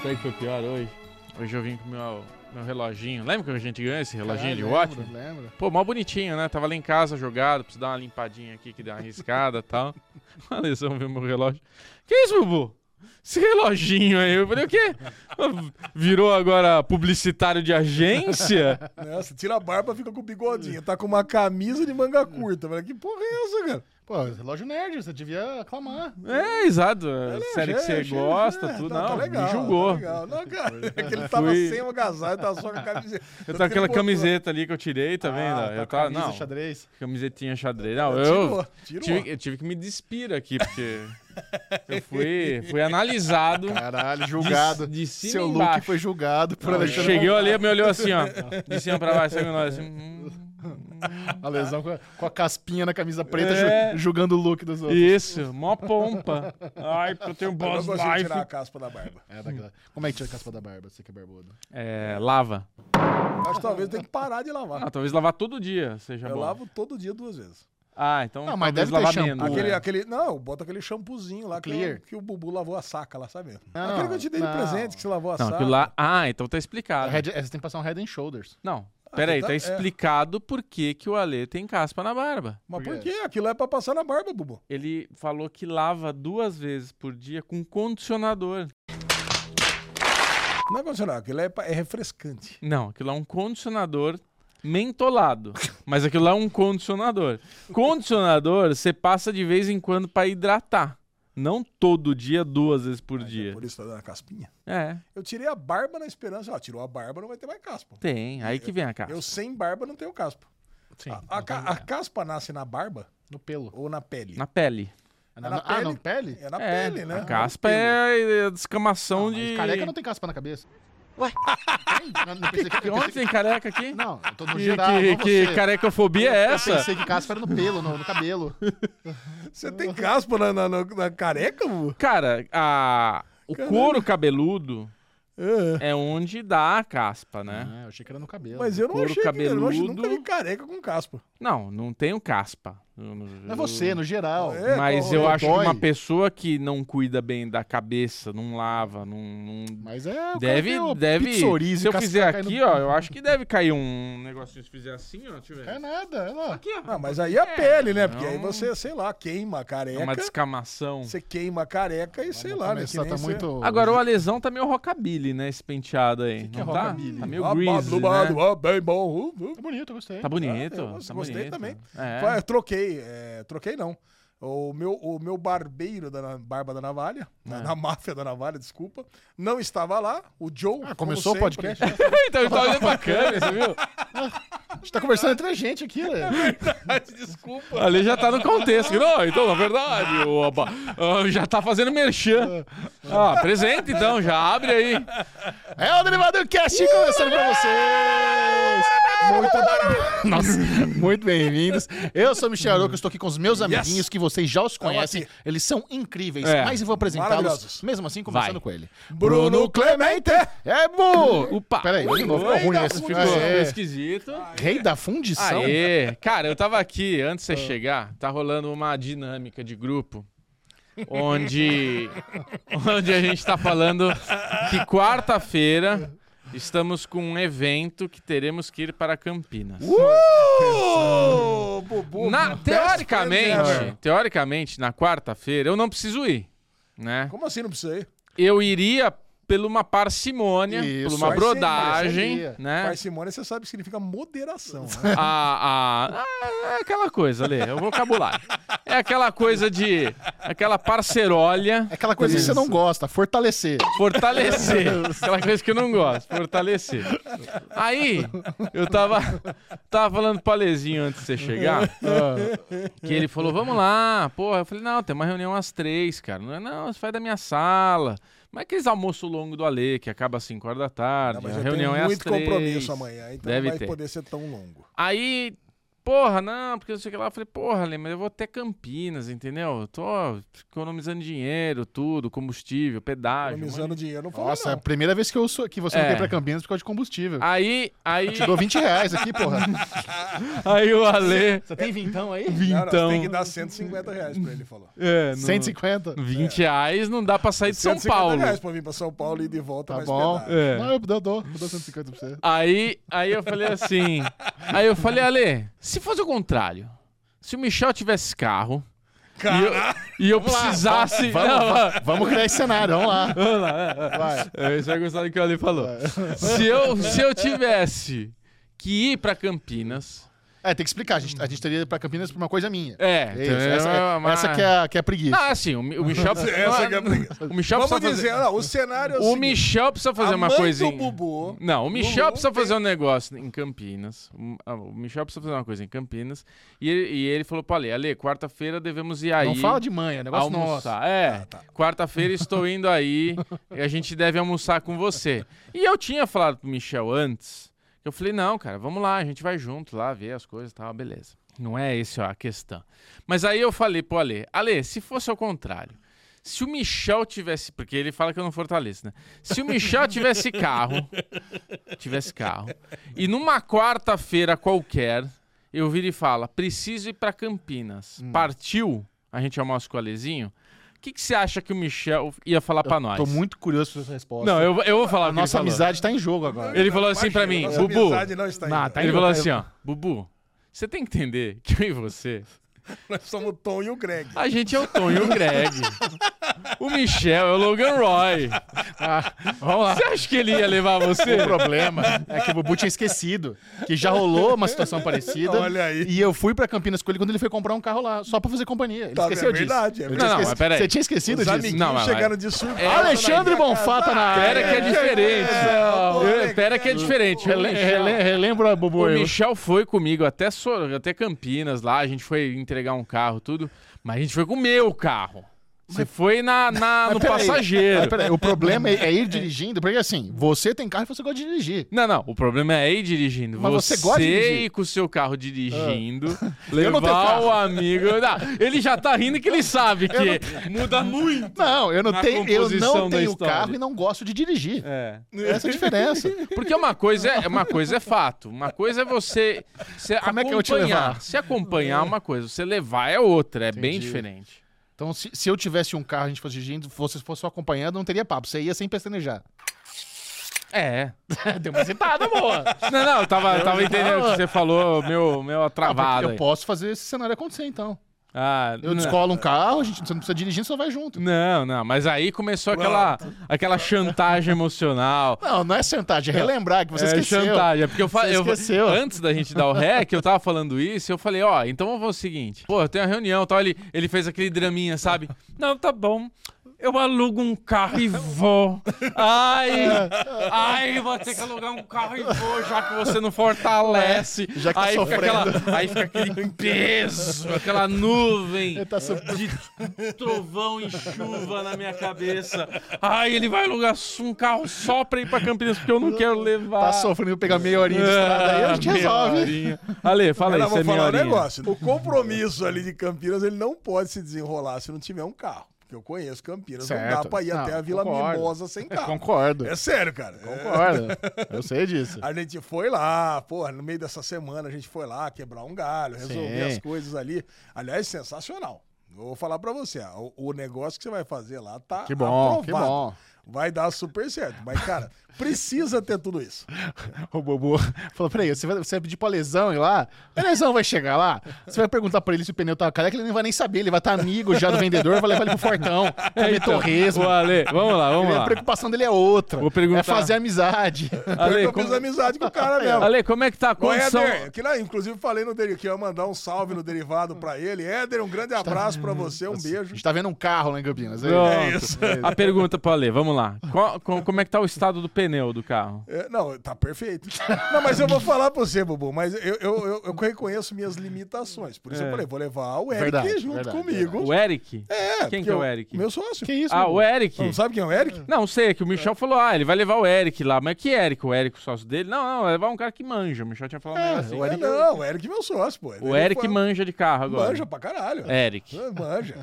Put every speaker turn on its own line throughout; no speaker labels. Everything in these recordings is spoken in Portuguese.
Qual é que foi pior hoje?
Hoje eu vim com meu, meu reloginho. Lembra que a gente ganhou esse reloginho de
Caralho,
watch?
lembro, Lembro.
Pô, mó bonitinho, né? Tava lá em casa jogado, preciso dar uma limpadinha aqui que deu uma riscada e tal. O Alessandro viu meu relógio. Que isso, Bubu? Esse reloginho aí. Eu falei, o quê? Virou agora publicitário de agência?
Né? Você tira a barba, fica com o bigodinho. Tá com uma camisa de manga curta. Falei, que porra é essa, cara?
Pô, relógio nerd, você devia aclamar.
É, exato. série que
achei,
você
achei,
gosta,
é,
tudo.
tá-
Não,
tá legal,
me
tá
julgou.
legal. Não, cara, é que ele tava
Fui-
sem o agasalho, tava só com a camiseta.
Eu tava com aquela
Ele botou-
camiseta ali que eu tirei, tá vendo?
Ah,
eu tava,
tá, camisa,
não,
xadrez.
camisetinha xadrez. Não, eu
Tirou, tirou.
tive, eu tive que me despir aqui, porque eu fui, fui analisado.
Caralho,
de-
julgado.
De, cima
Seu
e
look
embaixo.
foi julgado por
Eu
Alexandre.
Cheguei, olhei, me olhou assim, ó. De cima pra baixo, sabe? Assim, hum.
A lesão com a, com a caspinha na camisa preta,
É.
ju- julgando o look dos outros.
Isso, mó pompa. Ai, porque eu tenho
Eu não
boss
consigo
life.
tirar a caspa da barba.
É, daquela- Como é que tira a caspa da barba? Você que é barbudo.
É, lava.
Acho que talvez eu tenha que parar de
Ah,
lavar.
talvez lavar todo dia seja
Eu
bom.
lavo todo dia duas vezes.
Ah, então
Não, mas
talvez
deve ter
lavar
shampoo,
menos.
Aquele,
né?
aquele, não, bota aquele shampoozinho lá que,
Clear.
o- que o Bubu lavou a saca lá, sabe?
Não,
aquele que eu te dei
não.
de presente, que você lavou a
Não,
saca.
aquilo lá. Ah, então tá
É
explicado.
head- é, você tem que passar um head and shoulders.
Não, peraí,
tá-
tá
é.
explicado por que, que o Ale tem caspa na barba.
Mas
Por
por
quê?
quê? Aquilo é pra passar na barba, Bubu.
Ele falou que lava duas vezes por dia com condicionador.
Não é condicional, aquilo é, pra- é refrescante.
Não, aquilo é um condicionador mentolado. mas aquilo lá é um condicionador. Condicionador você passa de vez em quando pra hidratar. Não todo dia, duas vezes por
é
dia.
Por isso tá dando a caspinha.
É,
Eu tirei a barba na esperança, ó, tirou a barba, não vai ter mais caspa.
tem. Aí que vem a caspa.
Eu sem barba não tenho caspa.
Sim.
A-
Ah.
A, ca- a caspa nasce na barba
Ah, No pelo.
ou na pele?
É Na pele.
na
ah,
pele?
não, pele?
É na
é,
pele, né?
A caspa é a descamação
Não, mas
de.
Careca não tem caspa na cabeça.
Ué?
Tem? Não, não pensei que-
Onde tem careca aqui?
Não, eu tô no
Que-
geral.
que,
não
que
você.
carecofobia é
Eu
essa?
pensei que caspa era no pelo, no, no cabelo.
Você tem caspa na, na- na- na careca, Bubu?
Cara, a- o
Caralho.
couro cabeludo
É.
é onde dá a caspa, né?
Ah, eu achei que era no cabelo.
Mas eu não
Couro
achei que eu não achei-
cabeludo.
nunca vi careca com caspa.
Não, não tenho caspa.
Não é você, no geral.
É,
Mas
qual-
eu
é,
acho
dói.
que uma pessoa que não cuida bem da cabeça, não lava, não. não-
Mas é. o cara
Deve,
tem o
deve.
psoríase,
Se eu
casca
fizer
caindo-
aqui, ó, eu acho que deve cair um negocinho. Se fizer assim, ó, deixa eu ver.
É nada, olha lá.
Aqui, ó.
Ah, mas aí é a pele, né? Porque
não.
aí você, sei lá, queima a
É uma
careca.
descamação.
Você queima a careca e sei lá, né? Que
Começar,
nem
tá
você-
muito.
Agora, o Alesão tá meio rockabilly, né? Esse penteado aí.
Que que
não
é
tá?
rockabilly?
Tá meio
Ah,
greasy,
babado,
né?
ah, bem bom. Uh, uh.
Tá bonito, eu gostei.
Tá bonito.
Ah, eu
tá
gostei
bonito.
também.
É.
Vai, eu troquei, é, troquei não. O meu, o meu barbeiro da na- barba da navalha,
É.
na, na máfia da navalha, desculpa, não estava lá. O Joe.
Ah,
como
começou o
sempre,
podcast? né?
então ele tá olhando pra câmera, você viu?
A gente tá conversando entre a gente aqui, né?
Desculpa.
Ali já tá no contexto. Não, então, na verdade, o, oba, ah, já tá fazendo merchan. Ah, apresenta então, já abre aí.
É o Derivado Cast começando pra vocês! Muito, Nossa, muito bem-vindos. Eu sou o Michel Aroco, estou aqui com os meus amiguinhos que vocês já os conhecem.
aqui.
Eles são incríveis,
É.
mas eu vou apresentá-los
Maravilhosos.
mesmo assim, começando
Vai.
com ele.
Bruno Clemente!
É, Bu!
Opa.
Peraí, de novo, ficou
Oi,
ruim
tá,
esse.
Ficou
É.
esquisito.
Rei da fundição?
Aê. Cara, eu tava aqui, antes de você
Ah.
chegar, tá rolando uma dinâmica de grupo. Onde, onde a gente tá falando que quarta-feira estamos com um evento que teremos que ir para Campinas.
Uh! Bubu,
Na-
best friend
teoricamente,
ever.
teoricamente, na quarta-feira, eu não preciso ir, né?
Como assim não precisa ir?
Eu iria pela uma parcimônia, por
Isso,
uma
parceria,
brodagem,
parceria.
né?
Parcimônia, você sabe que significa moderação. né?
A, a- a- é aquela coisa, Lê, é o vocabulário. É aquela coisa de... aquela parcerolha
É aquela coisa que você não gosta, fortalecer.
fortalecer. Aquela coisa que eu não gosto, fortalecer. Aí, eu tava, tava falando pro Alezinho antes de você chegar, que ele falou, vamos lá, porra. Eu falei, não, tem uma reunião às três, cara. Não, é, não, você faz da minha sala. é Mas aqueles almoço longo do Ale, que acaba às cinco horas da tarde,
Não, mas
a
eu
reunião
tenho
é às
muito
três.
compromisso amanhã, então
Deve
não vai
ter.
poder ser tão longo.
Aí, porra, não, porque não sei o que lá. Eu falei, porra, Lê, mas eu vou até Campinas, entendeu? Eu tô economizando dinheiro, tudo, combustível, pedágio. um monte de
Economizando dinheiro, não fala
Nossa, é a
então.
não.
primeira vez que eu sou que você não
É.
quer ir pra Campinas por causa de combustível.
Aí, aí,
Te dou 20 reais aqui, porra.
aí o Ale.
Você tem vintão aí?
Não, não, você
Vintão.
tem que dar 150 reais pra ele, falou.
É, no-
150?
20 reais não dá pra sair de São
150
Paulo.
reais pra vir pra São Paulo e ir de volta,
Tá
mais
bom.
pedágio.
É.
Não, eu dou, eu dou, eu dou 150 pra você.
Aí, aí eu falei assim. Aí eu falei, Ale, se fosse o contrário, se o Michel tivesse carro e eu,
Caralho,
e eu precisasse.
Vamos,
Não,
va- vamos criar esse cenário, vamos lá.
vamos lá, é, é.
Vai.
É, Você vai gostar do que o Ale falou. Se eu, se eu tivesse que ir pra Campinas.
É, tem que explicar. A gente, a gente teria ido pra Campinas por uma coisa minha.
É,
É isso, essa,
é uma-
essa que, é, a- que é a preguiça.
Ah, sim, o, Mi- o Michel.
Essa que é a briga.
o Michel
Vamos
precisa
dizer,
fazer.
não, o cenário é o,
O
seguinte,
Michel precisa fazer
a
uma
mãe
coisinha.
do Bubu,
Não, o Michel
Lulu
precisa
tem-
fazer um negócio em Campinas. Um- ah, O Michel precisa fazer uma coisa em Campinas. E ele, e ele falou pra Ale, Ale, quarta-feira devemos ir aí.
não fala de manha, é negócio nosso.
almoçar. É,
Ah, tá.
quarta-feira estou indo aí e a gente deve almoçar com você. E eu tinha falado pro Michel antes. Eu falei, não, cara, vamos lá, a gente vai junto lá ver as coisas e tal, beleza. Não é essa a questão. Mas aí eu falei pro Ale, Ale, se fosse ao contrário, se o Michel tivesse. Porque ele fala que eu não fortaleço, né? Se o Michel tivesse carro. Tivesse carro. E numa quarta-feira qualquer, eu viro e falo: preciso ir pra Campinas.
Hum.
Partiu? A gente almoça com o Alezinho. O que, que você acha que o Michel ia falar pra nós?
Tô muito curioso por essa resposta.
Não, eu, eu vou falar. o
a
que ele
nossa
falou.
amizade tá em jogo agora.
Ele falou assim pra mim:
nossa
Bubu.
amizade não está
Não,
indo.
tá
Ele
eu-
falou
eu-
assim: ó, Bubu, você tem que entender que eu e você
Nós somos o Tom e o Greg.
a gente é o Tom e o Greg. O Michel é o Logan Roy.
Ah, Vamos lá.
Você acha que ele ia levar você?
O problema é que o Bubu tinha esquecido que já rolou uma situação parecida.
Olha aí.
E eu fui pra Campinas com ele quando ele foi comprar um carro lá, só pra fazer companhia. Ele
Tá,
esqueceu
é verdade,
disso.
é
Ele
verdade.
tinha
Não,
esquecido-
mas peraí.
Você tinha esquecido
Os
disso?
amiguinhos
Não, mas-
chegaram de surpresa.
Alexandre
na minha
Bonfá tá
casa.
na
Pera que é
área.
diferente.
É,
Eu-
pô,
Pera que é
legal.
diferente. O
Rele-
Michel-
rele- Relembra, Bubu.
O
eu-
Michel foi comigo até, Sor- até Campinas lá, a gente foi entregar um carro, tudo. Mas a gente foi com o meu carro. Você foi na, na- no
peraí.
passageiro.
Mas peraí, o problema é, é ir dirigindo, porque assim, você tem carro e você gosta de dirigir.
Não, não. O problema é ir dirigindo.
Mas você gosta de dirigir? Ah.
ir com o seu carro dirigindo,
Eu não tenho
levar
carro.
o amigo. Não, ele já tá rindo que ele sabe que muda muito.
Não, eu não
Tá. Na
tenho, eu
composição
não
da
tenho
história.
carro e não gosto de dirigir.
É.
Essa é a diferença.
Porque uma coisa é uma coisa é fato, uma coisa é você se
Como é
acompanhar,
que eu te levar?
se acompanhar é uma coisa, você levar é outra, é bem
Entendi.
diferente.
Então, se, se eu tivesse um carro e a gente fosse dirigindo, você fosse só acompanhando, não teria papo. Você ia sem pestanejar.
É.
Deu uma citada, boa.
Não, não, eu tava, eu tava entendendo o que você falou, meu, meu travado.
Ah, eu posso fazer esse cenário acontecer, então.
Ah,
Eu
não.
descolo um carro, a gente você não precisa dirigir, você só vai junto.
Não, não, mas aí começou aquela, aquela chantagem emocional.
Não, não é chantagem, é relembrar que você
é
esqueceu.
chantagem, é porque eu falei.
Você esqueceu.
Antes da gente dar o rec, eu tava falando isso, eu falei, ó, então vamos fazer o seguinte. Pô, eu tenho uma reunião, tal, ele, ele fez aquele draminha, sabe? Não, tá bom. Eu alugo um carro e vou. Ai, ai, vou ter que alugar um carro e vou, já que você não fortalece.
já que tá
aí
sofrendo.
Fica aquela, aí fica aquele peso, aquela nuvem
Ele tá su-
de trovão e chuva na minha cabeça. Ai, ele vai alugar um carro só pra ir pra Campinas, porque eu não quero levar.
tá sofrendo pegar meia horinha de estrada aí, a gente
Ah, meia
resolve.
horinha. Ale, fala aí,
Agora
você é
vou
minha
falar um
horinha.
negócio. O compromisso ali de Campinas, ele não pode se desenrolar se não tiver um carro. Porque eu conheço Campinas, não
Certo.
dá pra ir
Não,
até a Vila
concordo.
Mimosa sem carro.
Concordo.
É sério, cara. É.
Concordo. Eu sei disso.
A gente foi lá, porra, no meio dessa semana a gente foi lá quebrar um galho, resolver
Sim.
as coisas ali. Aliás, sensacional. Eu Vou falar pra você, ah, o, o negócio que você vai fazer lá tá
Que bom,
aprovado.
que bom.
Vai dar super certo. Mas, cara, precisa ter tudo isso.
O Bubu falou: peraí, você vai, você vai pedir pro Lesão ir lá? O Lesão vai chegar lá? Você vai perguntar pra ele se o pneu tá careca, ele não vai nem saber, ele vai estar amigo já do vendedor, vai levar ele pro Fortão, comer torresmo.
Ô, Ale, vamos lá, vamos
A
lá.
preocupação dele é outra.
Vou perguntar.
É fazer amizade.
Porque
Ale,
eu fiz
como,
amizade com o cara mesmo.
Ale, como é que tá a
Ô,
condição?
Éder, que lá, inclusive falei no Derivado, que eu ia mandar um salve no Derivado pra ele. Éder, um grande abraço pra você, um
A
beijo.
gente tá vendo um carro lá em Campinas.
Pronto.
isso.
A pergunta pro Ale, vamos lá. Qual- co- como é que tá o estado do pneu do carro?
É, não, tá perfeito. Não, mas eu vou falar pra você, Bubu, mas eu, eu, eu, eu reconheço minhas limitações. Por isso
É.
eu falei, vou levar o Eric
Verdade,
junto
verdade,
comigo.
O Eric?
É,
Quem
porque
que é o
eu-
Eric?
Meu sócio.
Que isso,
Ah,
meu?
o Eric.
Não sabe quem é o Eric?
Não, sei, é que o Michel falou, ah, ele vai levar o Eric lá. Mas que Eric? O Eric, o sócio dele? Não, não, vai levar um cara que manja. O Michel tinha falado um negócio assim.
É, não, o Eric é meu sócio, pô.
O Eric
foi- um
manja de carro agora.
manja pra caralho.
Eric.
É, Manja.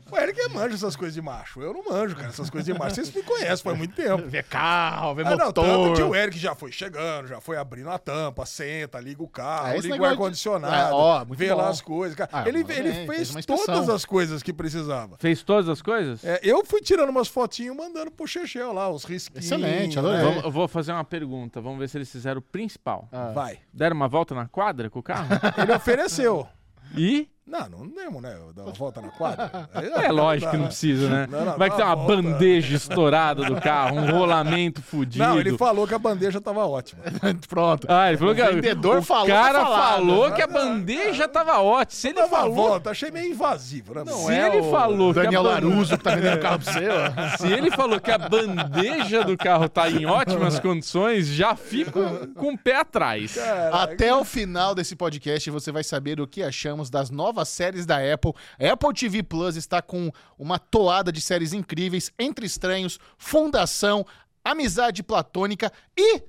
o Eric é manja essas coisas de macho. Eu não manjo, cara, essas coisas de macho. Vocês me conhecem faz muito tempo.
Vê carro, vê
Ah, não, tanto
motor.
que o Eric já foi chegando, já foi abrindo a tampa, senta, liga o carro,
Ah, esse
liga o
negócio de- Ah,
ar-condicionado,
ó, muito
vê
bom.
lá as coisas. cara.
Ah,
ele
mas
ele
bem,
fez
fez uma inspeção.
todas as coisas que precisava.
Fez todas as coisas?
É, eu fui tirando umas fotinhas mandando pro Chechel lá, os risquinhos.
Excelente, adorei.
né?
Vamos- eu vou fazer uma pergunta. Vamos ver se eles fizeram o principal.
Vai.
Deram uma volta na quadra com o carro?
Ele ofereceu.
E?
Não, não demos, né? Eu dar uma volta na quadra. Aí,
É
não,
lógico que
não,
não precisa, né?
Não, não,
Vai que tem uma
dá uma volta.
bandeja estourada do carro, um rolamento fudido.
Não, ele falou que a bandeja tava ótima.
Pronto.
Ah, ele falou que a-
vendedor
o
falou, tá
cara
falado.
falou que a bandeja tava ótima. Se ele
Dava uma
falou,
volta, achei meio invasivo, né?
se
é.
ele falou que a
Daniel
ban-
Laruso que tá vendendo carro pra você, ó.
se ele falou que a bandeja do carro tá em ótimas condições, já fico com o pé atrás.
Até o final desse podcast você vai saber o que achamos das novas séries da Apple. A Apple TV Plus está com uma toada de séries incríveis, Entre Estranhos, Fundação, Amizade Platônica e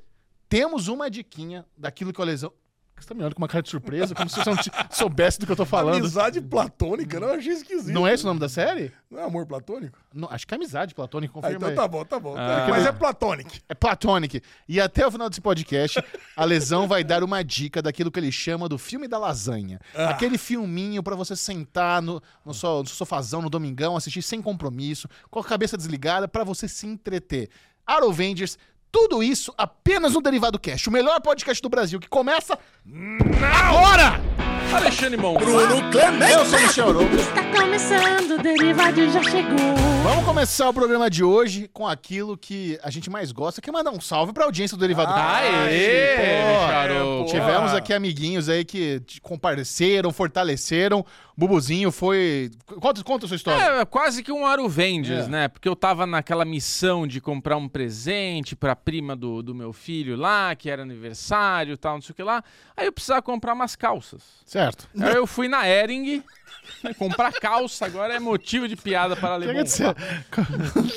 temos uma diquinha daquilo que o Lesão... Você tá me olhando com uma cara de surpresa, como se você não te- soubesse do que eu tô falando.
Amizade platônica, não, eu achei esquisito.
Não é esse o nome da série?
Não é amor platônico?
Não, acho que é Amizade Platônica,
Ah,
confirma
então
aí.
tá bom, tá bom.
Ah.
Mas é platônico.
É Platonic. E até o final desse podcast, a Lesão vai dar uma dica daquilo que ele chama do filme da lasanha.
Ah.
Aquele filminho pra você sentar no, no, so- no sofazão no domingão, assistir sem compromisso, com a cabeça desligada, pra você se entreter. Arrow Avengers, tudo isso apenas no Derivado Cast, o melhor podcast do Brasil, que começa agora!
Alexandre Monfort.
Eu sou o Michel Arouca.
Está começando, o Derivado já chegou.
Vamos começar o programa de hoje com aquilo que a gente mais gosta, que é mandar um salve pra audiência do Derivado Cast.
Aê,
pô.
Micharoco.
É, pô.
Tivemos aqui amiguinhos aí que te compareceram, fortaleceram. Bubuzinho foi. Conta, conta a sua história.
É, quase que um Aruvengers,
É.
né? Porque eu tava naquela missão de comprar um presente pra prima do, do meu filho lá, que era aniversário e tal, não sei o que lá. Aí eu precisava comprar umas calças.
Certo.
Aí eu fui na Ering. né? Comprar calça agora é motivo de piada para
Chega
alemão.
de ser-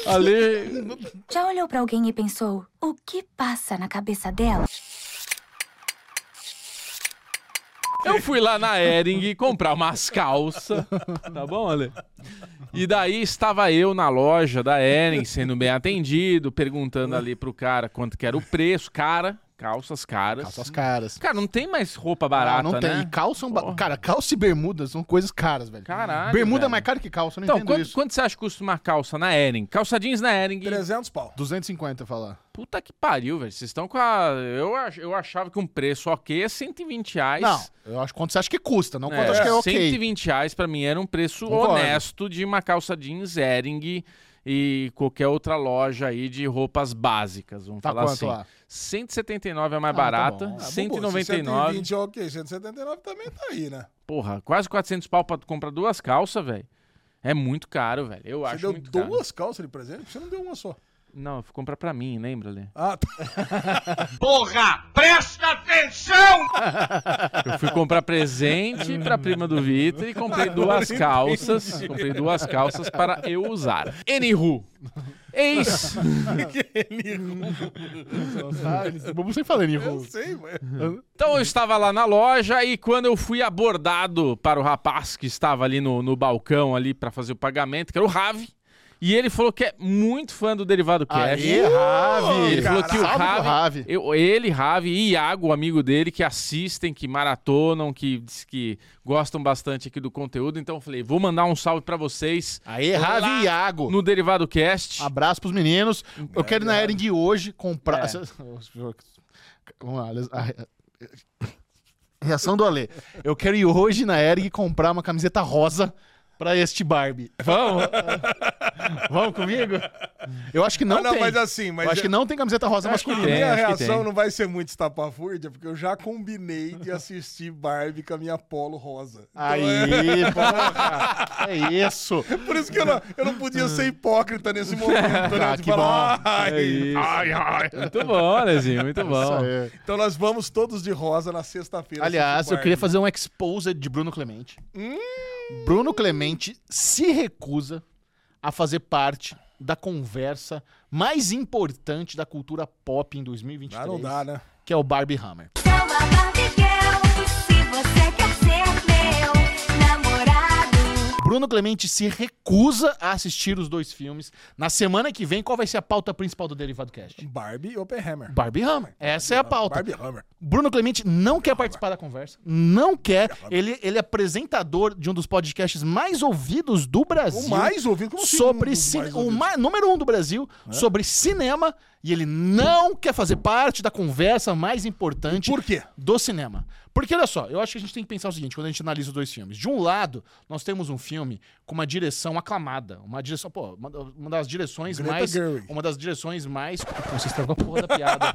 Ale...
Já olhou pra alguém e pensou o que passa na cabeça dela?
Eu fui lá na Ering comprar umas calças, tá bom, Ale? E daí estava eu na loja da Ering, sendo bem atendido, perguntando ali pro cara quanto que era o preço. Cara, calças caras.
Calça as Ah, caras.
Cara, não tem mais roupa barata,
Ah, não tem.
né?
E Calça, um ba-
Porra.
cara, calça e bermuda são coisas caras, velho.
Caralho,
Bermuda é
velho.
mais cara que calça, eu não
Então,
entendo
quanto,
isso.
quanto você acha que custa uma calça na Ering? Calça jeans na Ering.
300 pau.
250 falar.
Puta que pariu, velho. Vocês estão com a... Eu, ach- eu achava que um preço ok é 120 reais.
Não, eu acho quanto você acha que custa, não
É,
quanto eu acho que é ok.
120 reais pra mim era um preço
Concordo.
honesto de uma calça jeans Ering e qualquer outra loja aí de roupas básicas, vamos
Tá
falar
quanto
assim.
lá?
179 é mais
Ah, tá
barata,
bom. Ah, bom,
Ah, Bubu,
199.
120 é ok, 179 também tá aí, né?
Porra, quase 400 pau pra tu comprar duas calças, velho. É muito caro, velho. Eu
Você
acho
deu
muito caro.
duas calças de presente? Você não deu uma só.
Não, eu fui comprar pra mim, lembra, Lê?
Ah, tá.
Eu fui comprar presente pra prima do Vitor e comprei duas calças. Comprei duas calças para eu usar. Anywho, é eis...
Ah, Bubu sempre falando em
Eu
rolo.
sei, mas...
Então eu estava lá na loja e quando eu fui abordado para o rapaz que estava ali no, no balcão ali para fazer o pagamento, que era o Ravi, e ele falou que é muito fã do Derivado Cash.
Aê, Ravi!
Ele falou que o
Salve pro
Ravi,
Ravi.
eu- ele, Ravi e Iago, o amigo dele, que assistem, que maratonam, que diz que gostam bastante aqui do conteúdo. Então eu falei, vou mandar um salve para vocês
Aê, Ravi e Iago. Ah,
no Derivado Cast.
Abraço pros meninos. Eu quero ir na Ering hoje
É.
comprar. Vamos lá. Les- a- a- Reação do Ale. Eu quero ir hoje na Ering comprar uma camiseta rosa pra este Barbie.
Vamos? Vamos comigo?
Eu acho que não,
Ah, não,
tem.
mas assim, mas
eu acho que não tem camiseta rosa
Acho que
masculina.
tem,
minha
acho que
reação
tem.
não vai ser muito estapafúrdia, porque eu já combinei de assistir Barbie com a minha polo rosa. Então
Aí, porra. É isso.
Por isso que eu não, eu não podia ser hipócrita nesse momento, né?
Ah,
De
que
falar,
bom.
"Ai,
É isso.
Ai, ai.
Muito bom, Lezinho, muito bom.
Isso aí.
Então nós vamos todos de rosa na sexta-feira.
Aliás,
assistir
eu queria
Barbie.
fazer um exposed de Bruno Clemente.
Hum.
Bruno Clemente se recusa a fazer parte da conversa mais importante da cultura pop em 2023,
Ah, não dá, né?
que é o Barbie Hammer.
Então a Barbie Girl, se você quer ser meu namorado,
Bruno Clemente se recusa a assistir os dois filmes. Na semana que vem, qual vai ser a pauta principal do Derivado Cast?
Barbie e Oppenheimer.
Barbie Hammer. Essa é a pauta.
Barbie Hammer.
Bruno Clemente não quer participar da conversa. Não quer. Ele, ele é apresentador de um dos podcasts mais ouvidos do Brasil.
O mais ouvido, como assim, um
sobre
dos
cine...
mais É?
o
ouvidos?
ma- número um do Brasil sobre cinema e ele não quer fazer parte da conversa mais importante
Por quê?
do cinema. Porque olha só, eu acho que a gente tem que pensar o seguinte, quando a gente analisa os dois filmes. De um lado, nós temos um filme com uma direção aclamada, uma direção, pô, uma, uma das direções
Greta
mais
Gerwig.
uma das direções mais Pô, Você estragou a porra da piada.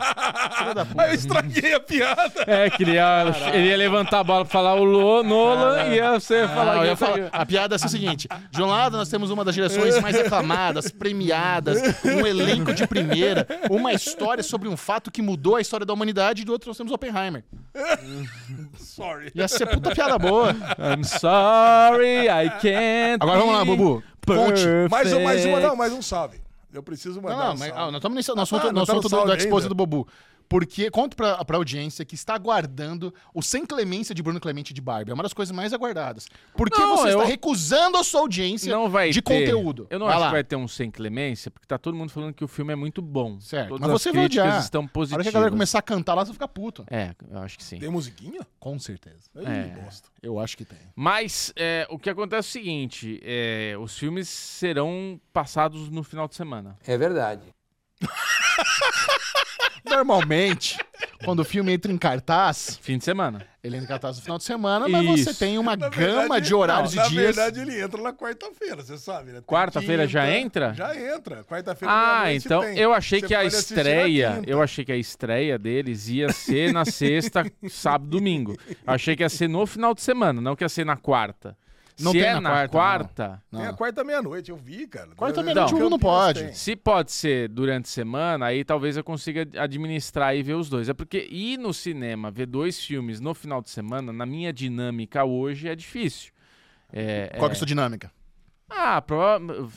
Filha da
Ah, eu
puta.
estraguei a piada.
É, queria, ele ia levantar a bola pra falar o Lo, Nolan e ia você falar
Ah, eu
que
ia falar- a piada é assim, o seguinte: de um lado, nós temos uma das direções mais aclamadas, premiadas, um elenco de primeira, uma história sobre um fato que mudou a história da humanidade, e do outro, nós temos Oppenheimer.
Sorry.
Ia ser puta piada boa.
I'm sorry, I can't.
Agora vamos lá,
be
Bubu. Conte.
perfect.
Mais, um- mais uma, não, mais um salve. Eu preciso
Não,
mandar
não,
um
mas
salve.
ah, nós estamos nesse- no assunto,
tá,
no
nós tá no
assunto do,
salve
do Exposed
ainda.
do Bobu. Porque, conto pra, pra audiência que está aguardando o Sem Clemência de Bruno Clemente de Barbie. É uma das coisas mais aguardadas. Por que
Não,
você está
eu-
recusando a sua audiência
Não vai
de
ter.
conteúdo?
Eu não
Vai
acho
lá.
que vai ter um sem clemência, porque tá todo mundo falando que o filme é muito bom.
Certo.
Todas
Mas
as
você vai
críticas
odiar.
estão
Na hora
positivas.
que a galera começar a cantar lá, você fica puto.
É, eu acho que sim.
Tem musiquinha?
Com certeza.
Ih,
É.
bosta.
Eu acho que tem.
Mas é, o que acontece é o seguinte: é, os filmes serão passados no final de semana.
É verdade.
Normalmente, quando o filme entra em cartaz,
Fim de semana.
ele entra em cartaz no final de semana, mas
Isso.
você tem uma
Na
gama
verdade,
de horários
não,
e dias.
Na verdade, ele entra na quarta-feira, você sabe, né? Tem
Quarta-feira já
quinta,
entra?
Já entra. Quarta-feira
Ah,
meia-noite
então
tem.
eu achei
Você
que a
pode assistir na
estreia,
quinta.
eu achei que a estreia deles ia ser na sexta, sábado, domingo. Achei que ia ser no final de semana, não que ia ser na quarta.
Não
Se
tem
é
na
na
quarta,
quarta,
Tem a quarta meia-noite, eu vi, cara.
Quarta
Eu-
meia-noite,
eu-
um não pode.
Campinas
se pode ser durante a semana, aí talvez eu consiga administrar e ver os dois. É porque ir no cinema, ver dois filmes no final de semana, na minha dinâmica hoje, é difícil. É,
Qual que é
é-
a sua dinâmica?
Ah, prova...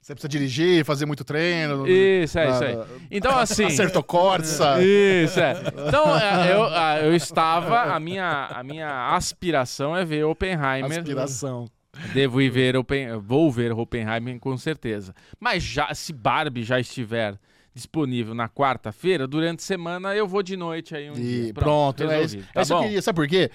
Você precisa dirigir, fazer muito treino,
Isso, é
Ah,
isso aí. Então, assim...
acertou cortes, sabe?
Isso, é. Então, é, eu, a- eu estava. A minha, a minha aspiração é ver Oppenheimer.
Aspiração.
Devo ir ver Oppen, Vou ver Oppenheimer com certeza. Mas já, se Barbie já estiver disponível na quarta-feira, durante a semana eu vou de noite aí um
E
dia.
pronto, é
resolvi,
isso.
tá
É isso que eu
bom?
queria, sabe por quê?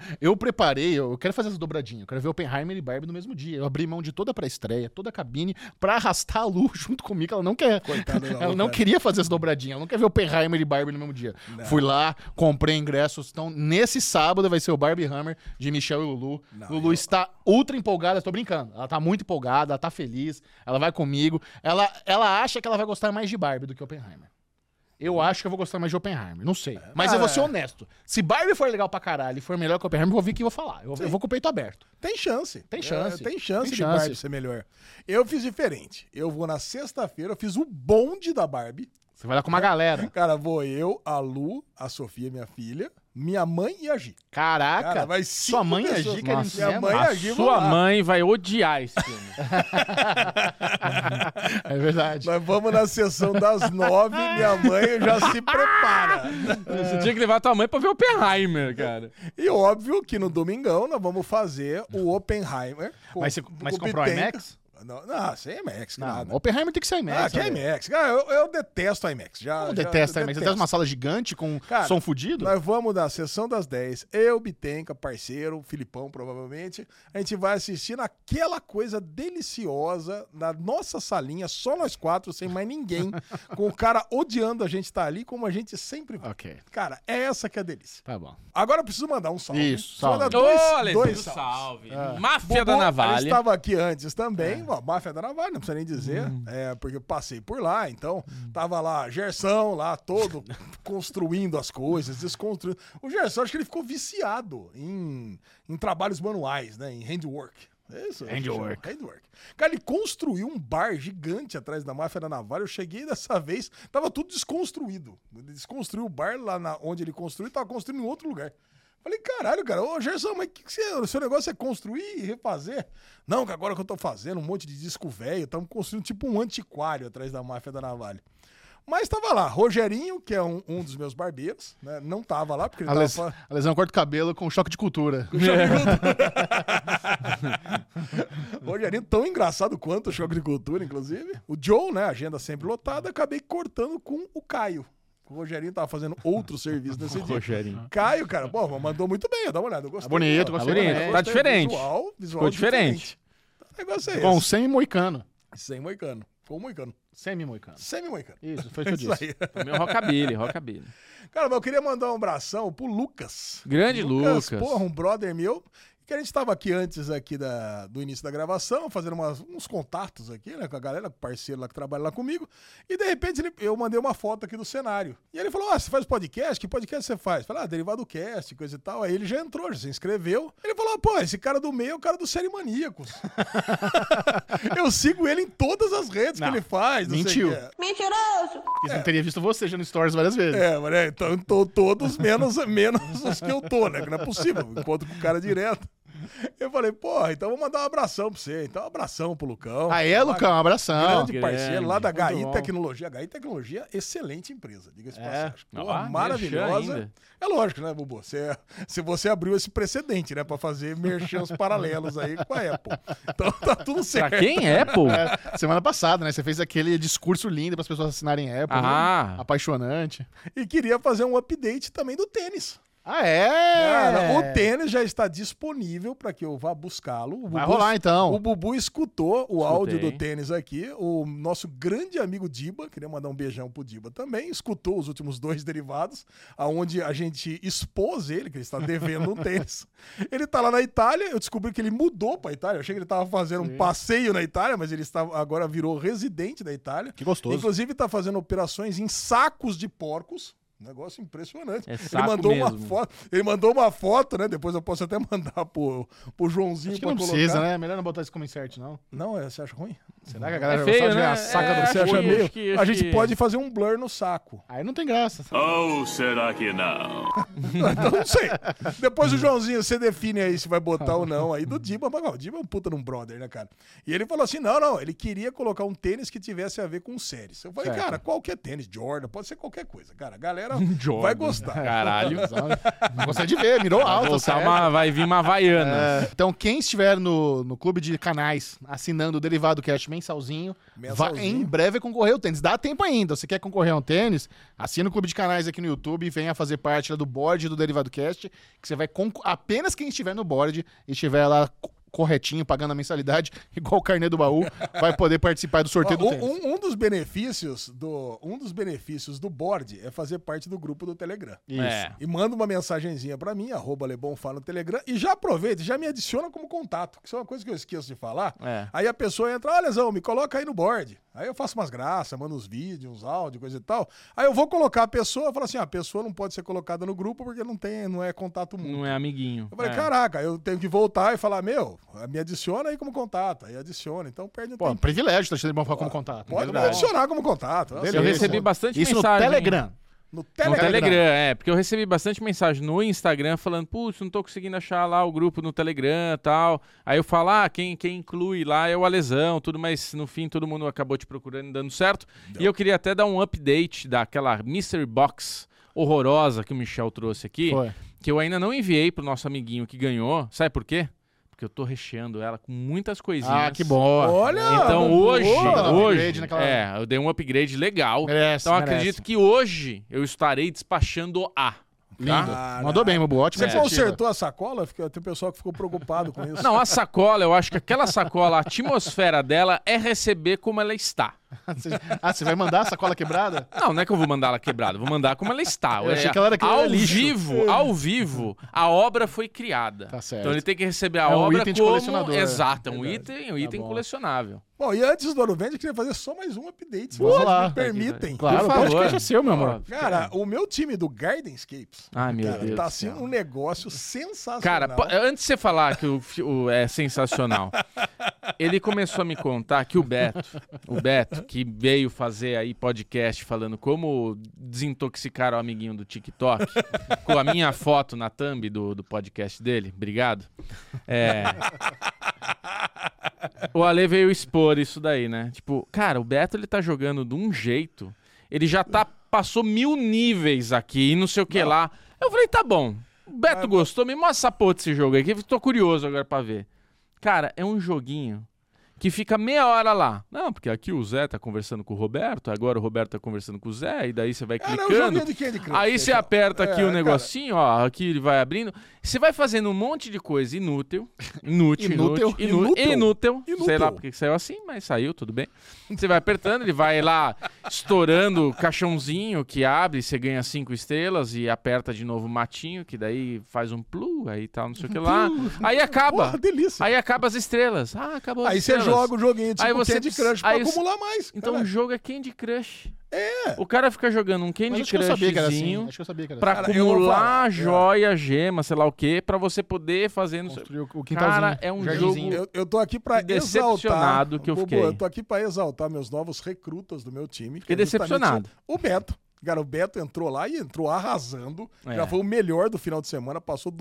Eu preparei, eu quero fazer essa dobradinha. Eu quero ver Oppenheimer e Barbie no mesmo dia. Eu abri mão de toda a pré-estreia, toda a cabine, pra arrastar a Lu junto comigo. que Ela não quer.
Coitada da Lu,
ela não
cara.
queria fazer essa dobradinha. Ela não quer ver Oppenheimer e Barbie no mesmo dia. Fui lá, comprei ingressos. Então, nesse sábado vai ser o Barbie Hammer de Michel e Lulu. Lulu está ultra empolgada, tô brincando. Ela tá muito empolgada, ela tá feliz, ela vai comigo. Ela, ela acha que ela vai gostar mais de Barbie do que Oppenheimer. Eu acho que eu vou gostar mais de Oppenheimer, não sei.
É.
Mas eu vou
Ah.
ser honesto. Se Barbie for legal pra caralho e for melhor que Oppenheimer, eu vou vir aqui e vou falar. Eu, eu vou com o peito aberto.
Tem chance.
Tem chance.
É, tem chance
Tem
de
chance.
Barbie ser melhor. Eu fiz diferente. Eu vou na sexta-feira, eu fiz o bonde da Barbie.
Você vai lá com uma galera.
Cara, vou eu, a Lu, a Sofia, minha filha, minha mãe e a Gi.
Caraca,
Cara, vai
sua
cinco
mãe é
pessoas.
dica
Nossa.
de
Minha mãe-
A
Imagina
sua
lá.
mãe vai odiar esse filme.
É verdade.
Nós vamos na sessão das nove, minha mãe já se prepara.
Você tinha que levar tua mãe pra ver Oppenheimer, cara.
E óbvio que no domingão nós vamos fazer o Oppenheimer. com-
Mas você- mas
com
comprou
Bitenca.
IMAX?
Não, não, sem IMAX, que
Não,
nada.
Oppenheimer tem que ser IMAX.
ah, que
né?
IMAX. Cara, eu, eu detesto IMAX. Já,
Eu
já-
detesto IMAX. Você tem
detesto.
uma sala gigante com
Cara,
som fudido?
Nós vamos na sessão das 10. Eu, Bitenca, parceiro, Filipão, provavelmente. A gente vai assistir naquela coisa deliciosa, na nossa salinha, só nós quatro, sem mais ninguém. com o cara odiando a gente estar ali, como a gente sempre vai.
Ok,
Cara, é essa que é a delícia.
tá bom.
Agora eu preciso mandar um salve.
Isso, salve.
Mandar
Ô,
dois,
Alezinho,
dois salves. Ah.
salve. Máfia
Bubu,
da
ele
Navalha. É.
estava aqui antes também, a máfia da navalha, não precisa nem dizer,
Hum.
é, porque eu passei por lá, então tava lá Gerson lá todo construindo as coisas, desconstruindo. O Gerson, acho que ele ficou viciado em, em trabalhos manuais, né, em handwork. É isso, acho que chama.
Handwork.
Handwork. Cara, ele construiu um bar gigante atrás da máfia da navalha. Eu cheguei dessa vez, tava tudo desconstruído. Ele desconstruiu o bar lá na, onde ele construiu, tava construindo em outro lugar. Falei, caralho, cara, ô Gerson, mas que que você- o seu negócio é construir e refazer? Não, que agora que eu tô fazendo um monte de disco velho, estamos construindo tipo um antiquário atrás da máfia da navalha. Mas tava lá, Rogerinho, que é um, um dos meus barbeiros, né? Não tava lá, porque ele tava.
Ales-
fa-
Alesão corta o cabelo com choque de cultura.
Rogerinho, tão engraçado quanto o Choque de Cultura, inclusive. O Joe, né? Agenda sempre lotada, acabei cortando com o Caio. O Rogerinho tava fazendo outro serviço nesse dia.
Rogerinho.
Caio, cara, pô, mandou muito bem, dá uma olhada. Eu gostei.
bonito,
ó.
gostei.
bonito.
também.
Tá diferente.
né? Visual, visual
Ficou diferente.
O negócio é esse.
Com sem moicano.
Sem moicano. Com moicano.
Semi-moicano.
Semi-moicano.
Isso, foi o que eu
Isso
disse.
aí.
Meu rockabilly, rockabilly.
Cara, mas eu queria mandar um abração pro Lucas.
Grande Lucas.
Porra, um brother meu. Que a gente tava aqui antes aqui da, do início da gravação, fazendo umas- uns contatos aqui, né? Com a galera, com o parceiro lá que trabalha lá comigo. E de repente ele- eu mandei uma foto aqui do cenário. E ele falou: Ah, você faz podcast? Que podcast você faz? Falei, ah, derivado cast, coisa e tal. Aí ele já entrou, já se inscreveu. Ele falou: "Ah, pô, esse cara do meio é o cara do Série Maníacos. eu sigo ele em todas as redes
Não,
que ele faz. Não
mentiu.
Sei o que é.
Porque senão eu teria visto você já no Stories várias vezes.
É, mas né, então tô todos menos, menos os que eu tô, né? Que não é possível. eu Encontro com o cara direto. Eu falei, porra, então vou mandar um abração pra você. Então, um abração pro Lucão.
Aê, Lucão, um abração.
Grande parceiro lá da
Grande,
HI
muito bom.
Tecnologia. HI Tecnologia, excelente empresa, diga-se
É.
de passagem. Pô,
Ah, merchan
maravilhosa.
ainda.
É lógico, né, Bubu? Você, se você abriu esse precedente, né, pra fazer merchans paralelos aí com a Apple. Então tá tudo
Pra
certo.
quem é, pô?
É, semana passada, né? Você fez aquele discurso lindo para as pessoas assinarem Apple. né?
tá
Ah.
Apaixonante.
E queria fazer um update também do tênis.
Ah, é?
Cara, o tênis já está disponível para que eu vá buscá-lo. O
Vai
Bubu-
rolar então.
O Bubu escutou o áudio do
Escutei.
tênis aqui. O nosso grande amigo Diba, queria mandar um beijão pro Diba também, escutou os últimos dois derivados, aonde a gente expôs ele, que ele está devendo um tênis. Ele tá lá na Itália, eu descobri que ele mudou pra Itália. Eu achei que ele estava fazendo um passeio na Itália, mas ele está, agora virou residente da Itália.
Que gostoso.
Inclusive, tá fazendo operações em sacos de porcos. Um negócio impressionante.
É
ele
saco
mandou uma
mesmo.
foto. Ele mandou uma foto, né? Depois eu posso até mandar pro, pro Joãozinho
Acho que
pra
não
colocar.
precisa, né? Melhor não botar isso como insert, não.
Não, é, você acha ruim?
Será que a
É
galera
feio,
só de
né?
a saca
É,
do
acho
Você
você
acha
que-
meio?
acho que-
a
acho
gente
que-
pode fazer um blur no saco.
Aí não tem graça.
Ou será que não?
Então não sei. Depois o Joãozinho, você define aí se vai botar ou não aí do Diba. Mas ó, o Diba é um puta num brother, né, cara? E ele falou assim: não, não, ele queria colocar um tênis que tivesse a ver com séries. Eu falei,
Certo.
cara, qualquer tênis, Jordan, pode ser qualquer coisa, cara. A galera
Jordan.
vai gostar.
Caralho.
Mas Gostei de ver, mirou
Vai,
alto.
voltar uma- vai vir uma
É.
Havaiana.
então, quem estiver no, no clube de canais assinando o Derivado Cash mensalzinho,
Mensalzinho.
vai- em breve concorrer o tênis. Dá tempo ainda. Você quer concorrer a um tênis? Assina o clube de canais aqui no YouTube e venha fazer parte lá do board do Derivado Cast, que você vai concor- apenas quem estiver no board e estiver lá co- corretinho, pagando a mensalidade, igual o carnê do baú, vai poder participar do sorteio do
Ó,
tênis.
um, um dos benefícios do um dos benefícios do board é fazer parte do grupo do Telegram.
Isso.
É.
E manda uma mensagenzinha pra mim, arroba Lebonfá no Telegram. E já aproveita, já me adiciona como contato, que isso é uma coisa que eu esqueço de falar.
É.
Aí a pessoa entra, olha, Zão, me coloca aí no board. Aí eu faço umas graças, mando uns vídeos, uns áudios, coisa e tal. Aí eu vou colocar a pessoa, falo assim, ah, a pessoa não pode ser colocada no grupo porque não tem, não é contato mútuo.
Não é amiguinho.
Eu falei,
É.
caraca, eu tenho que voltar e falar, meu, me adiciona aí como contato. Aí adiciona, então perde um
Pô, é um
tempo.
privilégio estar achando bom falar como contato.
Pode me
Verdade.
adicionar como contato. Eu
Eu
Beleza.
recebi bastante
Isso no
mensagem.
Telegram.
No
No
Telegram.
Telegram, é, porque eu recebi bastante mensagem no Instagram falando, putz, não tô conseguindo achar lá o grupo no Telegram e tal. Aí eu falo, ah, quem, quem inclui lá é o Alesão, tudo, mas no fim todo mundo acabou te procurando e dando certo. E eu queria até dar um update daquela Mystery Box horrorosa que o Michel trouxe aqui,
Foi.
que eu ainda não enviei pro nosso amiguinho que ganhou. Sabe por quê? Porque eu tô recheando ela com muitas coisinhas.
Ah, que boa.
Olha!
Então
Ah, boa.
hoje,
Dá um upgrade
hoje,
naquela-
é, eu dei um upgrade legal.
Merece,
então eu
merece.
acredito que hoje eu estarei despachando A.
Lindo.
Caralho.
Mandou bem, Bubu. Ótimo.
Você consertou a sacola? Fica- Tem pessoal que ficou preocupado com isso.
Não, a sacola, eu acho que aquela sacola, a atmosfera dela é receber como ela está.
ah, você vai mandar a sacola quebrada?
Não, não é que eu vou mandar ela quebrada, eu vou mandar como ela está.
Eu achei
É,
que ela era- que ela
ao
era lixo.
vivo, ao vivo, a obra foi criada.
Tá certo.
Então ele tem que receber a
É um
obra
item de
como...
colecionador, é.
Exato, é um
Verdade. Tá
item, um item
bom.
colecionável.
Bom, e antes do Aruvende, eu queria fazer só mais um update, se
Vamos
vocês
lá.
me permitem.
Claro,
Por
o
favor.
podcast é seu, meu amor.
Cara, o meu time do Gardenscapes
Ai, meu
cara,
Deus.
tá
do
assim
céu.
um negócio sensacional.
Cara, po- antes de você falar que o, fi- o- é sensacional, ele começou a me contar que o Beto, o Beto, que veio fazer aí podcast falando como desintoxicar o amiguinho do TikTok, com a minha foto na thumb do, do podcast dele, obrigado. É, o Ale veio expor isso daí, né? Tipo, cara, o Beto ele tá jogando de um jeito, ele já tá passou mil níveis aqui e não sei o que lá. Eu falei, tá bom. O Beto gostou, me mostra essa porra desse jogo aqui, tô curioso agora pra ver. Cara, é um joguinho que fica meia hora lá. Não, porque aqui o Zé tá conversando com o Roberto, agora o Roberto tá conversando com o Zé, e daí você vai
Cara, é um
clicando.
joguinho de Candy Crush,
Aí você
cara.
aperta aqui
É,
o negocinho, ó, aqui ele vai abrindo. Você vai fazendo um monte de coisa inútil. Inútil,
Inútil.
inútil, inú-
Inútil.
inútil. Sei
Inútil.
lá porque que saiu assim, mas saiu, tudo bem. Você vai apertando, ele vai lá estourando o caixãozinho que abre, você ganha cinco estrelas e aperta de novo o matinho, que daí faz um plu, aí tal, não sei o que lá. Aí acaba.
Porra, delícia.
Aí acaba as estrelas. Ah, acabou as
Aí você
estrelas.
joga o joguinho tipo
Aí você
Candy
precisa-
Crush pra
aí você-
acumular mais.
Então o
cara.
jogo é Candy Crush. É. O cara fica jogando um Candy
Mas acho que eu sabia que era assim.
Crushzinho
Acho que eu sabia que era
pra
assim.
Cara, eu vou
acumular
falar.
joia, gema, sei lá o quê, pra você poder fazer no seu...
Construiu o quintalzinho.
Cara, é um
jardinzinho.
jogo...
Eu, eu tô aqui pra
Que
exaltar.
decepcionado que eu
Bubu,
fiquei.
Eu tô aqui pra exaltar meus novos recrutas do meu time.
Fiquei
que é justamente
decepcionado.
O Beto. Cara, o Beto entrou lá e entrou arrasando.
É.
Já foi o melhor do final de semana. Passou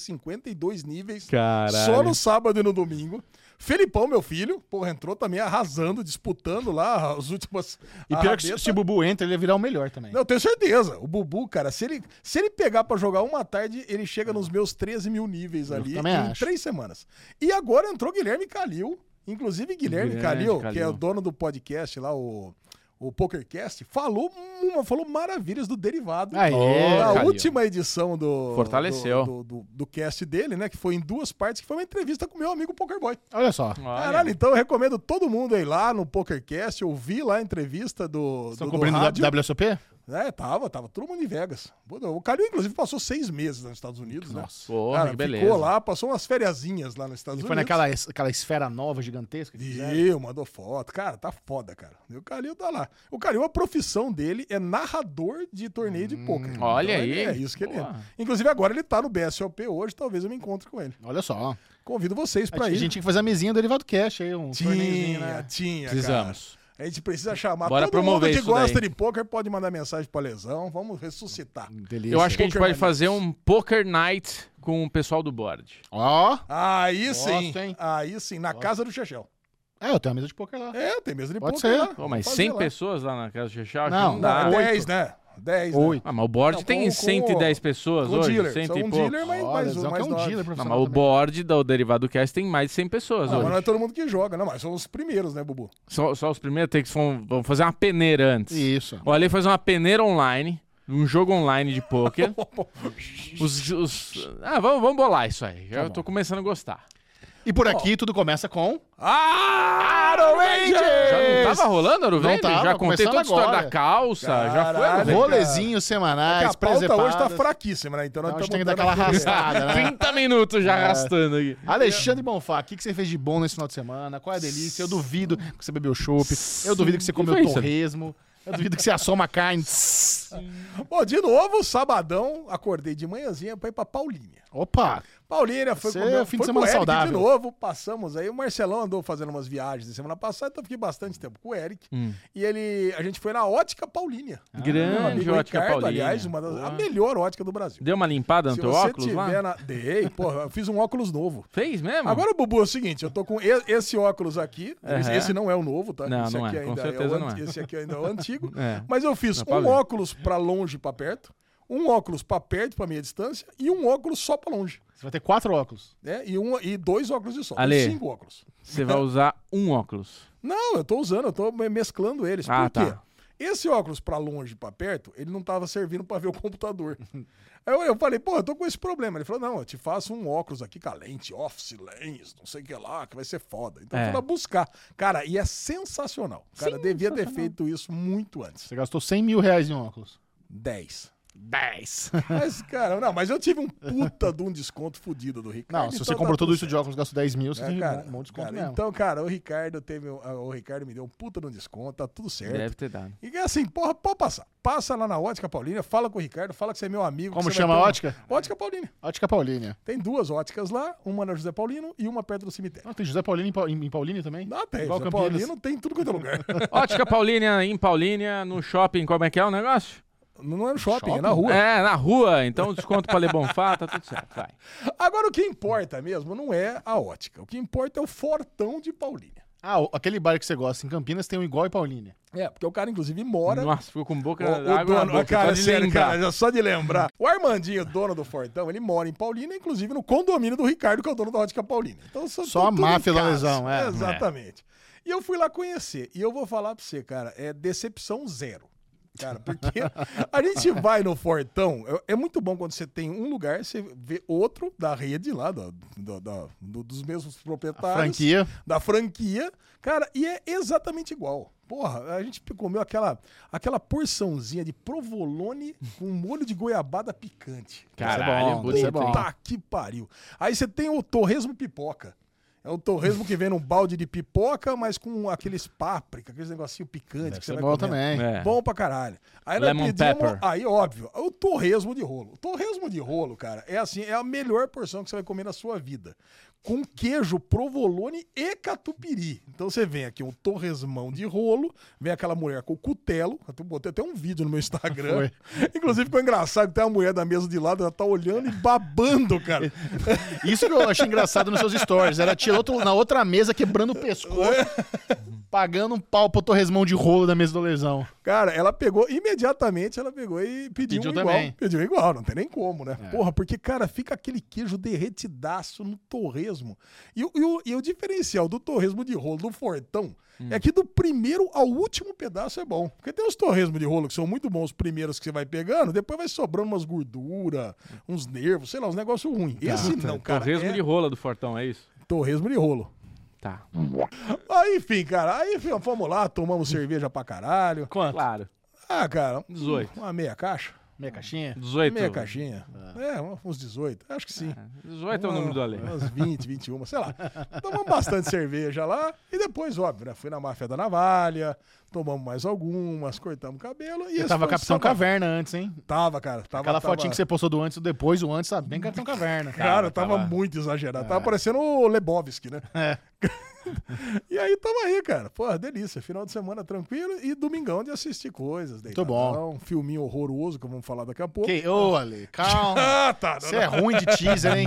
252 níveis.
Caralho.
Só no sábado e no domingo. Felipão, meu filho, porra, entrou também arrasando, disputando lá as últimas.
E pior que se,
arrabetas.
se o Bubu entra, ele ia virar o melhor também.
Não, eu tenho certeza. O Bubu, cara, se ele, se ele pegar pra jogar uma tarde, ele chega nos meus 13 mil níveis ali
também
em
acho.
três semanas. E agora entrou Guilherme Calil. Inclusive, Guilherme
Grande
Calil, que
Calil.
é o dono do podcast lá, o, o PokerCast, falou, uma, falou maravilhas do derivado.
Aê,
Na
Calil.
última edição do,
Fortaleceu.
Do, do, do- do cast dele, né? Que foi em duas partes, que foi uma entrevista com o meu amigo Pokerboy.
Olha só.
Olha.
Caralho, então eu recomendo todo mundo ir lá no PokerCast, ouvir lá a entrevista do.
Estão
do, do
cobrindo o
rádio.
WSOP?
É, tava, tava todo mundo em Vegas. O Calil, inclusive, passou seis meses lá nos Estados Unidos,
Nossa.
né?
Porra,
Cara,
que beleza.
ficou lá, passou umas feriazinhas lá nos Estados
Foi
Unidos.
naquela es- aquela esfera nova, gigantesca. que fizeram?
Viu, mandou foto. Cara, tá foda, cara. E o Calil tá lá. O Calil, a profissão dele é narrador de torneio de pôquer.
Hum, olha
ele-
aí.
É isso que ele é.
Porra.
Inclusive, agora ele tá no BSOP hoje, talvez eu me encontre com ele.
Olha só.
Convido vocês
A
pra
gente-
ir.
a gente tinha que fazer a mesinha do Derivado Cash aí, um
Tinha,
torneiozinho, né?
tinha, cara.
Precisamos.
A gente precisa chamar
Bora
todo mundo
promover
que
isso
gosta
daí.
de pôquer, pode mandar mensagem pra lesão. Vamos ressuscitar.
Delícia.
Eu acho que a gente
Poker
pode fazer um Poker Night com o pessoal do board.
Ó.
Aí sim.
hein?
Aí sim, na casa do Chechel.
É, eu tenho uma mesa de poker lá.
É, tem mesa de
Pode
poker
ser.
lá.
Pô, mas
Fazer
100
lá.
pessoas lá na casa do Chechá? não
Não,
Não,
dá.
é 10, né? 10,
Oito.
Ah, mas o board
Não,
tem
com- com
110 pessoas
Com o
hoje,
dealer.
cento
Só
e
um
pouco.
dealer, mas
Ó,
mais,
Lesão
um,
que
mais
é um
nove.
dealer
Não,
profissional
mas o
também.
board do Derivado Cast tem mais de 100 pessoas
Não, mas não é
hoje.
todo mundo que joga, não, mas são os primeiros, né, Bubu?
Só, só os primeiros tem que vão, vão fazer uma peneira antes.
Isso.
O Ale faz uma peneira online, um jogo online de pôquer. os, os- Ah, vamos, vamos bolar isso aí. Já tô começando a gostar.
E por aqui tudo começa com...
Ah, Rangers!
Já não tava rolando, Aruvendo?
tava,
Já contei
começando
toda a história
agora.
da calça. já
Caralho.
foi. Aruvendo?
Rolezinhos
Porque
semanais,
a pauta hoje tá
presepadas.
fraquíssima, né? Então nós
Então a gente
estamos
tem que dar aquela arrastada, né?
30 minutos já arrastando aqui.
Alexandre Bonfá, o que, que você fez de bom nesse final de semana? Qual é a delícia? Eu duvido que você bebeu chopp. Eu duvido que você
Que foi
comeu
isso?
torresmo. Eu duvido que você assoma carne.
Bom, de novo, sabadão, acordei de manhãzinha pra ir pra Paulínia.
Opa!
Paulínia foi
Você
com o meu-
é fim de
foi com
semana
o Eric
saudável.
de novo, passamos aí. O Marcelão andou fazendo umas viagens na semana passada, então fiquei bastante tempo com o Eric.
Hum.
E ele, a gente foi na Ótica Paulínia.
Ah,
Meu
Grande
amigo
ótica
Ricardo,
Paulina.
aliás, uma das, a
Porra.
melhor ótica do Brasil.
Deu uma limpada no
Se
teu
você
óculos lá? Hum.
tiver na. Dei, porra, eu fiz um óculos novo.
Fez mesmo?
Agora, Bubu, é o seguinte, eu tô com e- esse óculos aqui. esse-
Aham.
Esse não é o novo, tá?
Não,
esse
não
aqui
é, com
ainda
certeza
o
não
anti-
é.
Esse aqui ainda é o antigo.
É.
Mas eu fiz
Dá pra
um
ver.
óculos pra longe e pra perto, um óculos pra perto pra meia distância e um óculos só pra longe.
Você vai ter quatro óculos.
Né? E, um, e dois óculos de sol.
Ale.
Cinco óculos.
você vai usar um óculos.
Não, eu tô usando, eu tô me- mesclando eles.
Ah,
Por quê?
tá.
Esse óculos pra longe, e pra perto, ele não tava servindo pra ver o computador. Aí eu, eu falei, pô, eu tô com esse problema. Ele falou, não, eu te faço um óculos aqui com a lente, office lens, não sei o que lá, que vai ser foda. Então
É.
eu fui lá buscar. Cara, e é sensacional. O cara devia ter feito isso muito antes.
Você gastou 100 mil reais em um óculos.
10.
10.
Mas, cara, não, mas eu tive um puta de um desconto fudido do Ricardo.
Não, se
então
você
tá
comprou tudo
certo.
isso de óculos, gastou 10 mil, você
É,
teve
cara,
um monte de desconto
cara,
mesmo.
Então, cara, o Ricardo teve. um- O Ricardo me deu um puta de um desconto, tá tudo certo.
Deve ter dado.
E assim, porra, pode passar. Passa lá na Ótica Paulina, fala com o Ricardo, fala que você é meu amigo. que
Como
você vai
chama a
ter um-
ótica?
Ótica Paulina.
Ótica Paulínia.
Tem duas óticas lá, uma na José Paulino e uma perto do cemitério.
Ah, tem José Paulino em, Pau- em, em Paulínia também?
Dá até,
Igual
José
Campinas.
Paulino tem em tudo quanto é lugar.
Ótica Paulínia, em Paulínia, no shopping, como é que é o negócio?
Não é no shopping, é na rua.
É, na rua. Então desconto pra Lebonfá, tá tudo certo. Vai.
Agora, o que importa mesmo não é a ótica. O que importa é o fortão de Paulínia.
Ah, o- aquele bar que você gosta em Campinas tem um igual em Paulínia.
É, porque o cara, inclusive, mora
Nossa, ficou com boca
O- o
água na
dono,
boca, só
cara,
de
sério,
lembrar.
cara, já só de lembrar. O Armandinho, dono do Fortão, ele mora em Paulina, inclusive no condomínio do Ricardo, que é o dono da Ótica Paulina. Então só,
Só
tá
a
tudo
máfia
em
da
casa.
lesão, é.
Exatamente. E eu fui lá conhecer. E eu vou falar pra você, cara, é decepção zero. Cara, porque a gente vai no Fortão, é- é muito bom quando você tem um lugar, você vê outro da rede lá, da, da- da- do- dos mesmos proprietários
Franquia.
da franquia, cara, e é exatamente igual. Porra, a gente comeu aquela, aquela porçãozinha de provolone com molho de goiabada picante.
Caralho,
Isso é bom,
bonito,
isso é bom.
hein?
Tá que pariu. Aí você tem o torresmo pipoca. É o torresmo que vem num balde de pipoca, mas com aqueles páprica, aqueles negocinho picante que
Isso
você
é
vai
bom
comer.
também.
É.
Bom pra caralho. Aí nós
Lemon
pedimos-
pepper.
aí óbvio, o torresmo de rolo. O torresmo de rolo, cara, é assim, é a melhor porção que você vai comer na sua vida. Com queijo, provolone e catupiry. Então você vem aqui um torresmão de rolo, vem aquela mulher com o cutelo. Eu botei até um vídeo no meu Instagram. Inclusive ficou engraçado que tem uma mulher da mesa de lado, ela tá olhando e babando, cara.
Isso que eu achei engraçado nos seus stories. Ela tirou outro- na outra mesa, quebrando o pescoço, pagando um pau pro torresmão de rolo da mesa do lesão.
Cara, ela pegou, imediatamente ela pegou e pediu,
Pediu
um igual.
também.
Pediu igual, não tem nem como, né? Porra, porque, cara, fica aquele queijo derretidaço no torresmo. E, o- e o, e o diferencial do torresmo de rolo do fortão é que do primeiro ao último pedaço é bom. Porque tem os torresmos de rolo que são muito bons, os primeiros que você vai pegando, depois vai sobrando umas gorduras, uns nervos, sei lá, uns negócios ruins. Esse não, cara.
Torresmo
é
de rola do Fortão, é isso?
torresmo de rolo.
Tá.
Aí, enfim, cara, aí enfim, fomos lá, tomamos cerveja pra caralho.
Quanto?
Claro.
Ah, cara,
18.
uma meia caixa.
Minha caixinha?
18.
Meia caixinha. É, uns 18. Acho que sim.
18 é o número do Ale.
Umas 20, 21, sei lá. Tomamos bastante cerveja lá. E depois, óbvio, né? Fui na máfia da navalha, tomamos mais algumas, cortamos cabelo. E
Eu
esse
tava
foi o
Capitão
sábado.
Caverna antes, hein?
Tava, cara. Tava,
Aquela
tava,
fotinha que você postou do antes e do depois, o antes tá bem Capitão Caverna.
Cara, tava, muito exagerado. Tava parecendo o Lebowski, né? e aí tamo aí, cara. Porra, delícia. Final de semana tranquilo e domingão de assistir coisas. Muito
bom.
Um filminho horroroso que vamos falar daqui a pouco.
Que... Ô, Ale, calma.
Ah, tá.
Você é ruim de teaser, hein?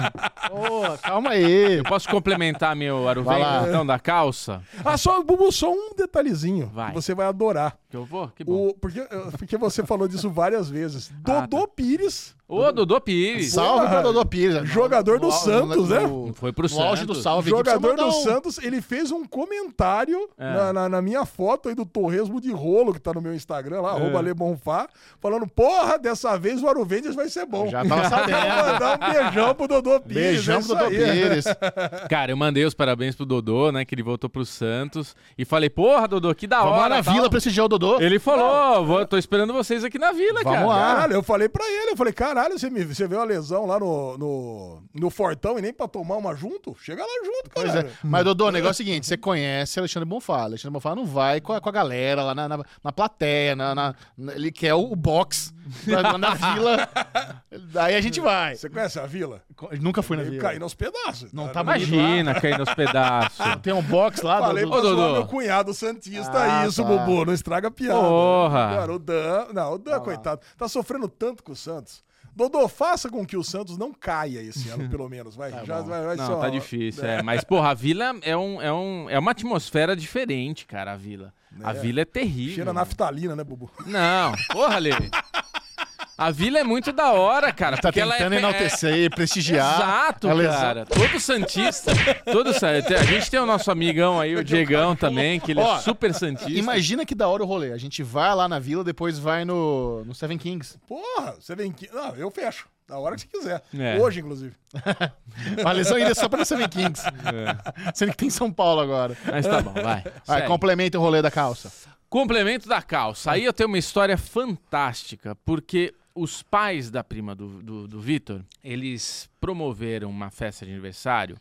Ô, calma aí.
Posso complementar meu
Vai lá.
Aruvenga, então, da calça?
Ah, só, Bubu, só um detalhezinho.
Vai.
que Você vai adorar.
Que eu vou? Que bom.
O, porque, eh, porque você falou disso várias vezes.
Ah,
Dodô
tá.
Pires,
Ô, Dodô Pires.
Salve pra Dodô Pires.
Jogador do Santos, né?
no-
Foi pro
No auge do
Santos.
salve. aqui, precisa
jogador
mandar
do
um-
Santos, ele fez um comentário
É.
na, na- na minha foto aí do Torresmo de Rolo, que tá no meu Instagram
É.
lá, arroba Lebonfá, falando: porra, dessa vez o Aruvendes vai ser bom.
Já tava
Quero
sabendo.
mandar um beijão pro Dodô Pires. é
Beijão pro
isso
Dodô
aí.
Pires.
Cara, eu mandei os parabéns pro Dodô, né? Que ele voltou pro Santos. E falei, porra, Dodô, que da
Vamos lá
hora.
na
tal.
vila prestigiar o Dodô.
Ele falou, vou, tô esperando vocês aqui na vila,
Vamos
cara.
lá.
Caralho, eu falei pra ele, eu falei, caralho, você, me, você vê uma lesão lá no, no, no Fortão e nem pra tomar uma junto? Chega lá junto,
Pois
cara.
é. Mas, Dodô, o negócio é o seguinte: você conhece Alexandre Bonfá. Alexandre Bonfá não vai com a, com a galera lá na, na, na plateia, na, na- na- ele quer o, o box lá, lá na vila. Daí a gente vai.
Você conhece a vila?
Eu Nunca fui na
Eu
vila.
caí nos pedaços.
Não
Cara,
tá mais.
Imagina cair nos pedaços.
Tem um box lá,
Falei
Dodô.
pra zoar
Dodô.
meu cunhado Santista
Ah,
isso,
tá.
Bubu. Não estraga a piada.
Porra. Ah.
Cara, o Dan. Não, o Dan, coitado. Tá sofrendo tanto com o Santos. Dodô, faça com que o Santos não caia esse ano, pelo menos. Vai, já vai, vai ser
Não, tá
uma-
difícil, é. Mas, porra, a vila é, um, é, um, é uma atmosfera diferente, cara, a vila. A vila é terrível.
Cheira
mano.
naftalina, né, Bubu?
Não, porra, Lê. A vila é muito da hora, cara.
Tá
porque ela é
tentando
pe-
enaltecer, prestigiar.
Exato,
Ela é exa-
cara. Todo santista. Todo san- tem- A gente tem o nosso amigão aí, o Diegão também, que ele
Ó,
é super santista.
Imagina que da hora o rolê. A gente vai lá na vila, depois vai no, no Seven Kings.
Porra, você vem aqui. Não, eu fecho. Da hora que você quiser.
É.
Hoje, inclusive.
A lesão ainda é só pra no Seven Kings. Sendo que tem São Paulo agora.
Mas tá bom, vai.
Vai,
Segue.
complementa o rolê da calça.
Complemento da calça. Aí eu tenho uma história fantástica, porque os pais da prima do, do, do Vitor, eles promoveram uma festa de aniversário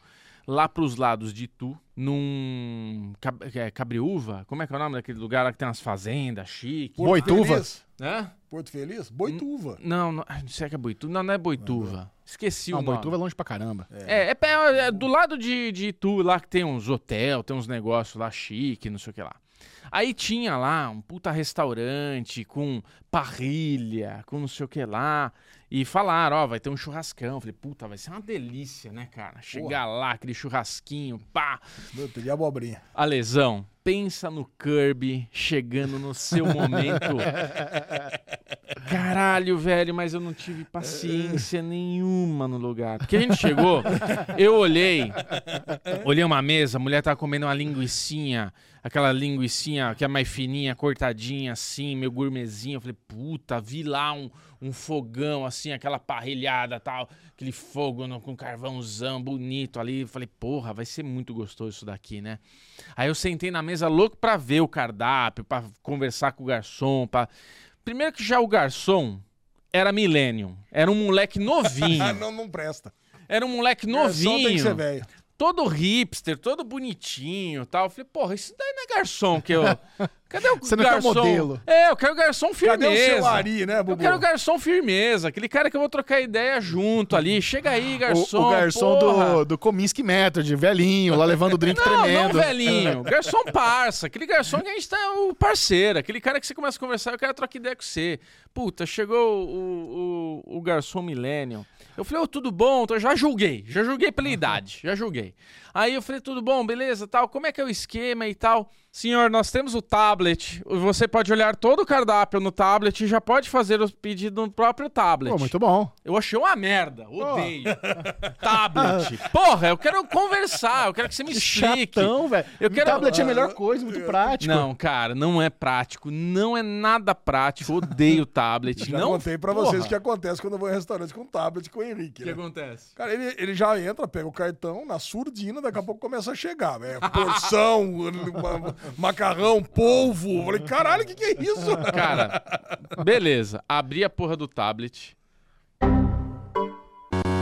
lá pros lados de Tu, num Cab- é, Cabriúva, como é que é o nome daquele lugar lá que tem umas fazendas chique,
Porto
Boituva?
Feliz.
né?
Porto Feliz? Boituva.
Não, não, ai, não sei que é Boituva, não, não é Boituva. Esqueci
Não,
o nome.
Boituva é longe pra caramba.
É, é, pe- é do lado de, de Itu, lá que tem uns hotel, tem uns negócios lá chique, não sei o que lá. Aí tinha lá um puta restaurante com parrilha, com não sei o que lá. E falaram, ó, vai ter um churrascão. Eu Falei, puta, vai ser uma delícia, né, cara? Chegar lá, aquele churrasquinho, pá.
Meu, peguei abobrinha.
A lesão, pensa no Kirby chegando no seu momento. Caralho, velho, mas eu não tive paciência nenhuma no lugar. Porque a gente chegou, eu olhei, olhei uma mesa, a mulher tava comendo uma linguiçinha, aquela linguiçinha que é mais fininha, cortadinha assim, meio gourmetzinha. Eu falei, puta, vi lá um, um fogão assim, aquela parrilhada tal, aquele fogo no- com carvãozão bonito ali. Eu falei, porra, vai ser muito gostoso isso daqui, né? Aí eu sentei na mesa louco pra ver o cardápio, pra conversar com o garçom, pra... Primeiro que já o garçom era millennium, era um moleque
Ah,
novinho,
não, não presta. É,
era um moleque
Só tem que ser
novinho,
velho.
todo hipster, todo bonitinho e tal. Eu falei, porra, isso daí não é garçom que eu... Cadê o
Você não quer
garçom?
modelo.
É, eu quero garçom firmeza.
Cadê o seu Ari, né,
Eu
Bubu?
quero garçom firmeza, aquele cara que eu vou trocar ideia junto ali. Chega aí, garçom.
o, o garçom
porra.
do, do Comiskey Method, velhinho, lá levando o drink
Não,
tremendo.
não velhinho. Garçom parça. Aquele garçom que a gente tá o parceiro. Aquele cara que você começa a conversar e o cara troca ideia com você. Puta, chegou o, o, o garçom millennial. Eu falei, ô, tudo bom? Então, já julguei. Já julguei pela idade. Já julguei. Aí eu falei, tudo bom, beleza, tal. Como é que é o esquema e tal? Senhor, nós temos o tablet. Você pode olhar todo o cardápio no tablet e já pode fazer os pedidos no próprio tablet.
Pô, muito bom.
Eu achei uma merda. Odeio. Tablet. Porra, eu quero conversar. Eu quero que você me explique.
Chatão, velho.
Eu quero- Ah,
Tablet é a melhor coisa, muito prático.
Não, cara, não é prático. Não é nada prático. Odeio tablet.
Já
não
contei pra
Porra.
vocês o que acontece quando eu vou em restaurante com tablet com o Henrique.
O que
né?
acontece?
Cara, ele, ele já entra, pega o cartão na surdina, daqui a pouco começa a chegar. É porção, ma- macarrão, polvo. Eu Falei, caralho, o que, que é isso?
Cara, beleza. Abri a porra do tablet.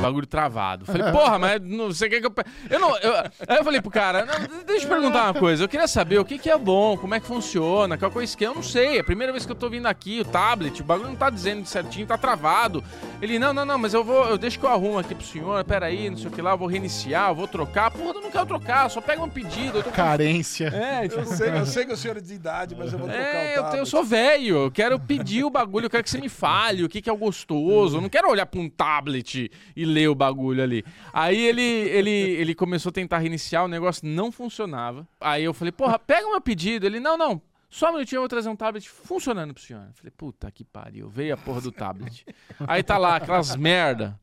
Bagulho travado. Falei, porra, mas não, você quer que eu. pe- Eu não. eu- Aí eu falei pro cara, não, deixa eu te perguntar uma coisa. Eu queria saber o que, que é bom, como é que funciona, qual que é o esquema. Eu não sei. É a primeira vez que eu tô vindo aqui, o tablet, o bagulho não tá dizendo certinho, tá travado. Ele, não, não, não, mas eu vou. Eu deixo que eu arrumo aqui pro senhor, peraí, não sei o que lá, eu vou reiniciar, eu vou trocar. Porra, eu não quero trocar, só pega um pedido. Eu tô com
Carência.
É, tipo,
Eu sei, eu sei que o senhor é de idade, mas eu vou trocar
é,
o
eu, te-
tablet.
eu sou velho, eu quero pedir o bagulho, eu quero que você me fale o que, que é o gostoso. Eu não quero olhar pra um tablet e ler o bagulho ali. Aí ele, ele, ele começou a tentar reiniciar, o negócio não funcionava. Aí eu falei, porra, pega o meu pedido. Ele, não, não. Só um minutinho, eu vou trazer um tablet funcionando pro senhor. Eu falei, puta que pariu, veio a porra do tablet. Aí tá lá, aquelas merda.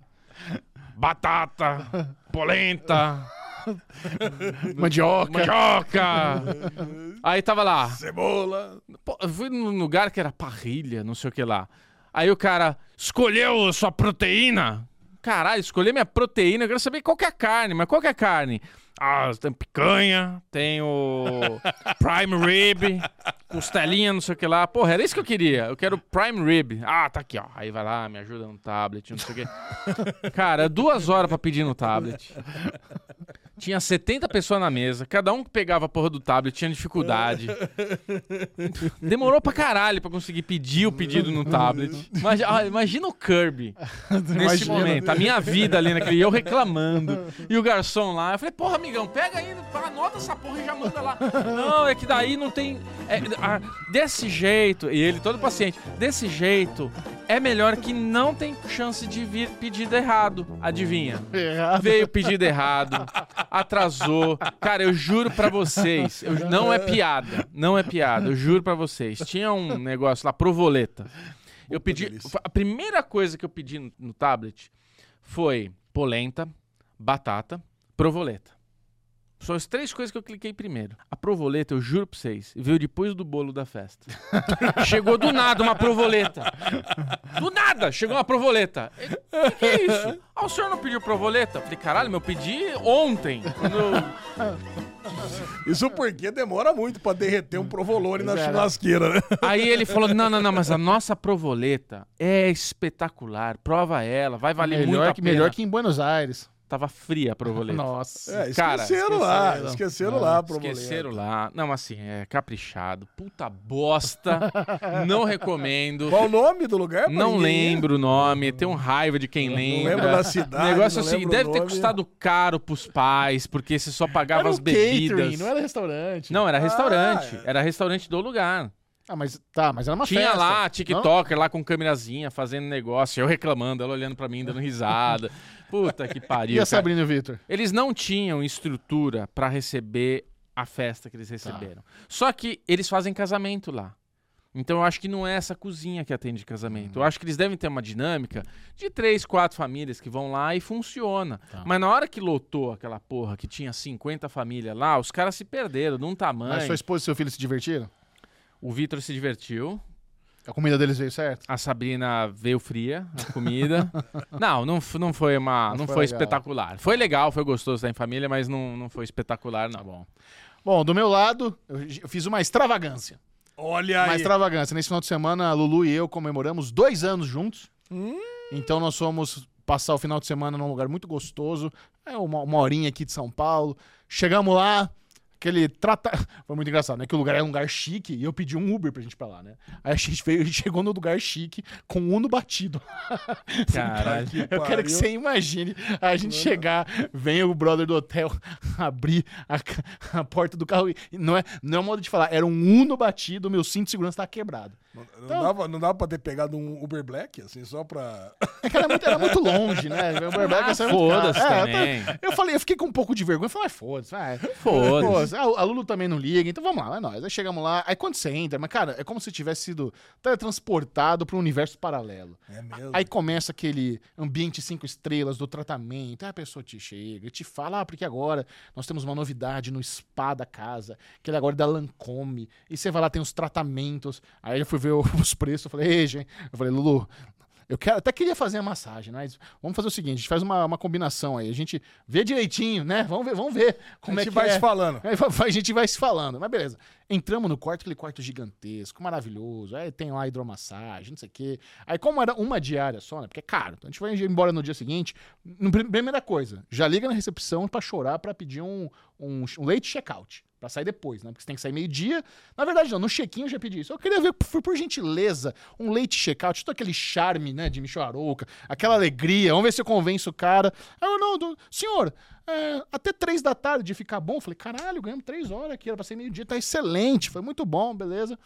Batata, polenta,
Mandioca.
mandioca. Aí tava lá,
Cebola.
Pô, eu fui num lugar que era parrilha, não sei o que lá. Aí o cara escolheu sua proteína. Caralho, escolher minha proteína. Eu quero saber qual que é a carne, mas qual que é a carne? Ah, tem picanha, tem o prime rib, costelinha, não sei o que lá. Porra, era isso que eu queria. Eu quero prime rib. Ah, tá aqui, ó. Aí vai lá, me ajuda no tablet, não sei o que. Cara, duas horas pra pedir no tablet. Tinha 70 pessoas na mesa, cada um que pegava a porra do tablet tinha dificuldade. Demorou pra caralho pra conseguir pedir o pedido no tablet. Imagina, ah, imagina o Kirby nesse
Imagina.
momento. A minha vida ali naquele. Eu reclamando. E o garçom lá. Eu falei, porra, amigão, pega aí, pá, anota essa porra e já manda lá. Não, é que daí não tem. é, ah, desse jeito. E ele todo paciente. Desse jeito é melhor que não tem chance de vir pedido errado. Adivinha?
Errado.
Veio pedido errado, atrasou. Cara, eu juro pra vocês, eu- não é piada, não é piada, eu juro pra vocês. Tinha um negócio lá, provoleta. eu pedi.
delícia.
A primeira coisa que eu pedi no, no tablet foi polenta, batata, provoleta. São as três coisas que eu cliquei primeiro. A provoleta, eu juro pra vocês, veio depois do bolo da festa. chegou do nada uma provoleta. Do nada chegou uma provoleta. O que, que é isso? Ah, o senhor não pediu provoleta? Eu falei, caralho, meu, eu pedi ontem. Quando eu-
Isso porque demora muito pra derreter um provolone na churrasqueira, né?
Aí ele falou: não, não, não, mas a nossa provoleta é espetacular. Prova ela, vai valer muito
melhor,
a
que,
pena.
melhor que em Buenos Aires.
Tava fria a provoleta.
Nossa.
É, esqueceram
Cara,
lá,
esqueceram.
esqueceram
Não,
lá a provolone.
Esqueceram lá. Não, assim, é caprichado. Puta bosta. não recomendo.
Qual o nome do lugar? É pra
Não
ninguém-
lembro o nome. Tenho raiva de quem lembra.
lembro da cidade,
O negócio é
não
o seguinte:
lembro o
deve ter
nome.
custado caro pros pais, porque você só pagava
Era
as
um
bebidas.
catering,
é
não era restaurante.
Não, era restaurante. Era restaurante do lugar.
Ah, mas tá, mas era é. uma
Tinha
festa.
lá
não?
a TikToker lá com câmerazinha fazendo negócio, eu reclamando, ela olhando pra mim, dando risada. Puta que pariu.
E a
cara.
Sabrina e o Victor?
Eles não tinham estrutura pra receber a festa que
Tá.
eles receberam. Só que eles fazem casamento lá. Então eu acho que não é essa cozinha que atende casamento.
Hum.
Eu acho que eles devem ter uma dinâmica de três, quatro famílias que vão lá e funciona.
Tá.
Mas na hora que lotou aquela porra que tinha 50 famílias lá, os caras se perderam um num
Mas
tamanho.
sua esposa e seu filho se divertiram?
O Vitor se divertiu.
A comida deles veio certo?
A Sabrina veio fria, a comida. não, não, f- não foi uma,
Não
não,
foi
foi,
legal.
espetacular. Foi legal, foi gostoso estar em família, mas não, não foi espetacular, não. bom.
Bom, do meu lado, eu eu fiz uma extravagância.
Olha
Uma
aí.
extravagância. Nesse final de semana, a Lulu e eu comemoramos dois anos juntos. Então nós fomos passar o final de semana num lugar muito gostoso. É uma, uma horinha aqui de São Paulo. Chegamos lá, aquele trata... Foi muito engraçado, né? Que o lugar era um lugar chique e eu pedi um Uber pra gente ir pra lá, né? Aí a gente veio, a gente chegou no lugar chique com um no batido.
Caralho.
Eu quero que você imagine a gente chegar, vem o brother do hotel abrir a, ca- a porta do carro. e Não é, não é modo de falar, era um Uno batido, meu cinto de segurança tá quebrado.
Não, dava, não dava pra ter pegado um Uber Black, assim, só pra.
É que era muito, era muito longe, né? O Uberberg ia ser muito caro.
foda-se
eu
também.
ta- Eu falei, eu fiquei com um pouco de vergonha. Eu falei, ah, foda-se, vai.
Foda-se.
Foda-se. A, a Lulu também não liga, então vamos lá, é nóis. Aí chegamos lá, aí quando você entra, mas cara, é como se tivesse sido teletransportado para um universo paralelo.
É mesmo.
Aí começa aquele ambiente cinco estrelas do tratamento. Aí a pessoa te chega e te fala, ah, porque agora nós temos uma novidade no spa da casa, que ele agora é da Lancome. E você vai lá, tem os tratamentos. Aí eu fui ver o- os preços, eu falei, ei, gente. Eu falei, Lulu, eu quero, até queria fazer a massagem, mas vamos fazer o seguinte, a gente faz uma, uma combinação aí. A gente vê direitinho, né? Vamos ver, vamos ver como
a
é
gente
que
vai
é.
se falando.
Aí vai- vai- a gente vai se falando, mas beleza. Entramos no quarto, aquele quarto gigantesco, maravilhoso. Aí tem lá hidromassagem, não sei o quê. Aí, como era uma diária só, né? Porque é caro. Então a gente vai embora no dia seguinte. No prim- Primeira coisa, já liga na recepção pra chorar pra pedir um, um, ch- um late check-out. Pra sair depois, né? Porque você tem que sair meio-dia. Na verdade, não, no check-in eu já pedi isso. Eu queria ver, por, por gentileza, um late check-out, todo aquele charme, né, de Michel Arouca, aquela alegria. Vamos ver se eu convenço o cara. Aí eu, não, do- senhor, é, até três da tarde ficar bom. Eu falei, caralho, ganhamos três horas aqui, era pra ser meio-dia, tá excelente, foi muito bom, beleza.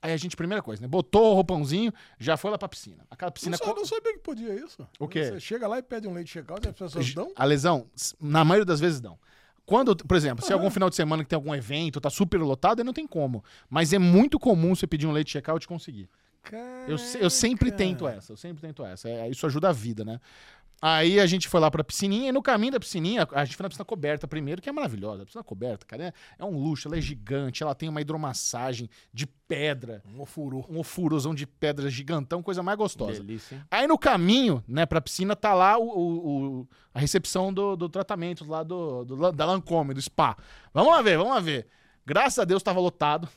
Aí a gente, primeira coisa, né? Botou o roupãozinho, já foi lá pra piscina. Aquela piscina.
Não, sa-
co-
não sabia que podia isso.
O quê?
Você chega lá e pede um leite check-out e as pessoas dão.
A lesão, s- na maioria das vezes não. Quando, por exemplo, se é algum final de semana que tem algum evento, tá super lotado, aí não tem como. Mas é muito comum você pedir um late check-out e conseguir. Eu, se- eu sempre tento essa, eu sempre tento essa. É, isso ajuda a vida, né? Aí a gente foi lá pra piscininha, e no caminho da piscininha, a gente foi na piscina coberta primeiro, que é maravilhosa. A piscina coberta, cara, é, é um luxo, ela é gigante, ela tem uma hidromassagem de pedra,
Um ofurô.
um ofurosão de pedra gigantão, coisa mais gostosa.
Delícia, hein?
Aí no caminho, né, pra piscina, tá lá o, o- o- a recepção do, do tratamento lá do, do Lan- da Lancôme, do spa. Vamos lá ver, vamos lá ver. Graças a Deus tava lotado.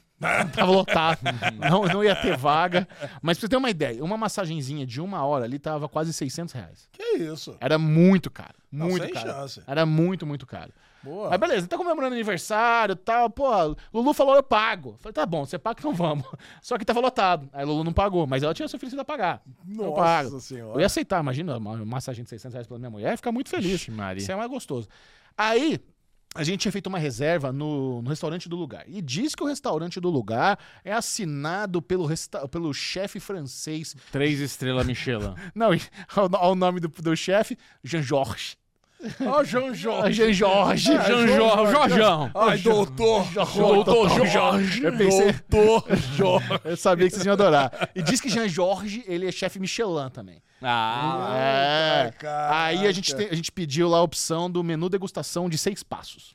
tava lotado. não, não ia ter vaga. Mas pra você ter uma ideia, uma massagenzinha de uma hora ali tava quase 600 reais.
Que isso?
Era muito caro.
Não,
Muito
sem
caro.
chance.
Era muito, muito caro.
Boa.
Mas beleza, tá comemorando aniversário e tal. Pô, Lulu falou, eu pago. Falei, tá bom, você paga, então vamos. Só que tava lotado. Aí Lulu não pagou, mas ela tinha se oferecido a pagar. Então eu pago.
Nossa
Eu ia
senhora.
aceitar, imagina, uma uma massagem de 600 reais pela minha mulher, eu ia ficar muito feliz.
Ixi, Maria.
Isso é mais gostoso. Aí, a gente tinha feito uma reserva no, no restaurante do lugar. E diz que o restaurante do lugar é assinado pelo, resta- pelo chefe francês.
Três estrelas Michelin.
Não, e- ao, ao nome do, do chefe, Jean-Georges.
Ó, o João Jorge.
Jean Jorge.
É,
Jean
João
Jorge,
Jorge.
Jorjão.
Ai, doutor.
Doutor Jorge.
Eu pensei-
Doutor Jorge.
Eu sabia que vocês iam adorar. E diz que Jean Jorge, ele é chefe Michelin também.
Ah,
É.
caraca.
Aí a gente, tem- a gente pediu lá a opção do menu degustação de seis passos.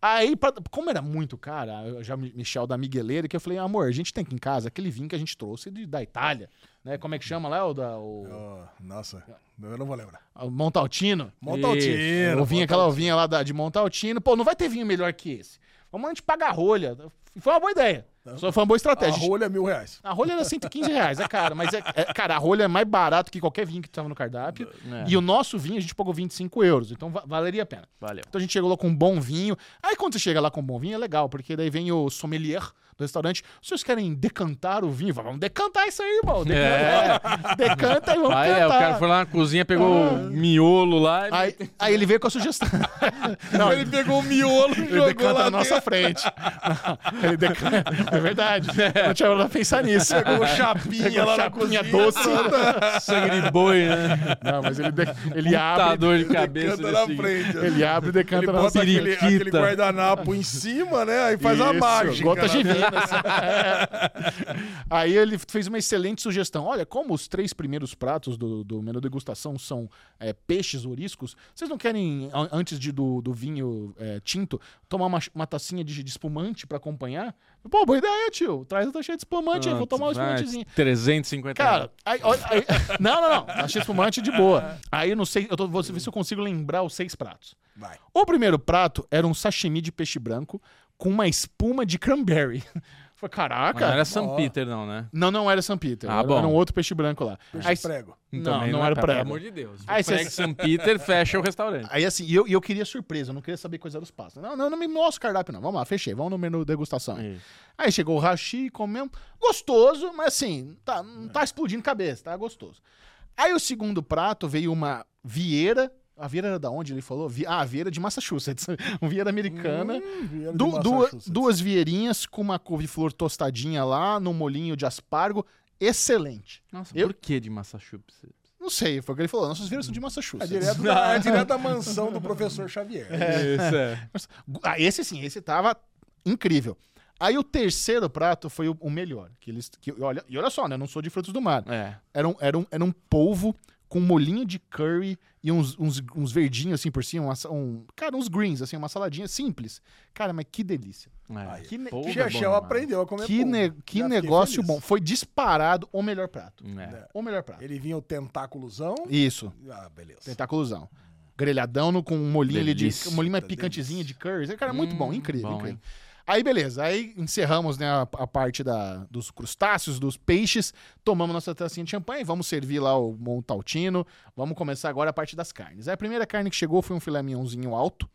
Aí, pra- como era muito cara, eu já me- Michel da Migueleira, que eu falei, amor, a gente tem aqui em casa aquele vinho que a gente trouxe de- da Itália, né? Como é que chama lá? O, da, o,
Ó, nossa, eu não vou lembrar.
o Montaltino.
Monta o
Isso,
tiro.
Eu vinho, aquela ovinha lá da- de Montaltino. Pô, não vai ter vinho melhor que esse. Vamos a gente paga a rolha. Foi uma boa ideia. Só foi uma boa
A
estratégia.
rolha é mil reais.
A rolha era 115 reais, é caro. Mas, é, é- cara, a rolha é mais barato que qualquer vinho que tava no cardápio. E o nosso vinho, a gente pagou 25 euros. Então, va- valeria a pena.
valeu.
Então, a gente chegou lá com um bom vinho. Aí, quando você chega lá com um bom vinho, é legal. Porque daí vem o sommelier do restaurante. Se vocês querem decantar o vinho, vamos decantar isso aí, irmão. Decanta, é, decanta e vamos
Aí é, o
cantar. Ah.
cara foi lá na cozinha, pegou o miolo lá e
Aí, aí ele veio com a sugestão. Não, ele
pegou o miolo e
Ele decanta na nossa frente. Ele decanta. É verdade. Não tinha hora pra pensar nisso.
Pegou chapinha
Pegou
lá na
chapinha
cozinha.
doce.
sangue de boi, né?
Não, mas ele, de- ele
Tá
abre.
dor de cabeça
Canta na
desse
frente. ó.
Ele abre e decanta
Ele
na
bota
nossa frente.
aquele,
periquita.
aquele guardanapo em cima, né? Aí faz a
Isso,
mágica.
Gotas
né?
divinas. Aí ele fez uma excelente sugestão. Olha, como os três primeiros pratos do, do menu degustação são é, peixes ouriscos, vocês não querem, a- antes de, do, do vinho é, tinto, tomar uma, uma tacinha de, de espumante pra acompanhar? Pô, boa ideia, tio. Traz a taxa de espumante aí, vou tomar um
Pronto, vai,
espumantezinho.
350
Cara, aí, ó, aí- não, não, não. Achei espumante de boa. Aí eu não sei, eu tô, vou ver se eu consigo lembrar os seis pratos.
Vai.
O primeiro prato era um sashimi de peixe branco com uma espuma de cranberry. Falei,
Mas não
caraca.
era São Peter, não, né?
Não, não era San Peter.
Ah,
era,
bom. Então,
era um outro peixe branco lá.
Deixa
Aí,
eu prego.
não, não, era
Pelo
pra
amor de Deus.
Aí
é Aí
cê-
você... São Peter, fecha o restaurante.
Aí assim, e eu, e eu queria surpresa, eu não queria saber coisa dos passos. Não, não, não me mostra o cardápio, não. Vamos lá, fechei, vamos no menu degustação. aí. Aí chegou o hashi, comemos. Gostoso, mas assim, tá, não tá explodindo cabeça, tá gostoso. Aí o segundo prato veio uma vieira. A vieira era da onde ele falou? Vi- Ah, a vieira de Massachusetts. Uma vieira americana.
vieira de
Du- duas,
Massachusetts.
duas vieirinhas com uma couve-flor tostadinha lá, num molinho de aspargo. Excelente.
Nossa,
Eu-
por que de Massachusetts?
Não sei, foi o que ele falou. Nossas vieiras são de
É
Massachusetts.
direto, da, é direto da mansão do professor Xavier.
Isso é.
Ah, esse sim, esse tava incrível. Aí o terceiro prato foi o, o melhor. Que eles, que, olha, e olha só, né? Eu não sou de frutos do mar.
É.
Era um, era um, era um polvo com molhinho de curry e uns, uns, uns verdinhos assim por cima. uma sa- um, cara, uns greens, assim, uma saladinha simples. Cara, mas que delícia.
é.
Que ne-
Polvo é bom
Chechel
demais.
aprendeu a comer
que
polvo.
ne-
Já
que
fiquei
negócio
feliz.
bom. Foi disparado o melhor prato.
É.
O melhor prato.
Ele vinha o tentáculozão.
Isso,
Ah, beleza.
tentaculosão. Grelhadão no- com um molinho ali de.
Delícia.
Um molinho mais picantezinho de curry. Cara, muito bom, incrível,
bom,
incrível. Aí, beleza. Aí encerramos né, a, a parte da, dos crustáceos, dos peixes. Tomamos nossa tacinha de champanhe. Vamos servir lá o Montaltino. Vamos começar agora a parte das carnes. Aí, a primeira carne que chegou foi um filé mignonzinho alto.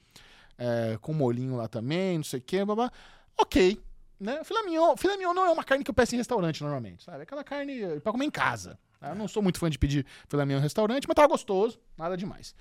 é, com molinho lá também, não sei o quê, babá. Ok. Né? Filé, mignon, filé mignon não é uma carne que eu peço em restaurante normalmente, sabe? Aquela carne eh, pra comer em casa. tá? Eu não sou muito fã de pedir filé mignon em restaurante, mas tava gostoso, nada demais.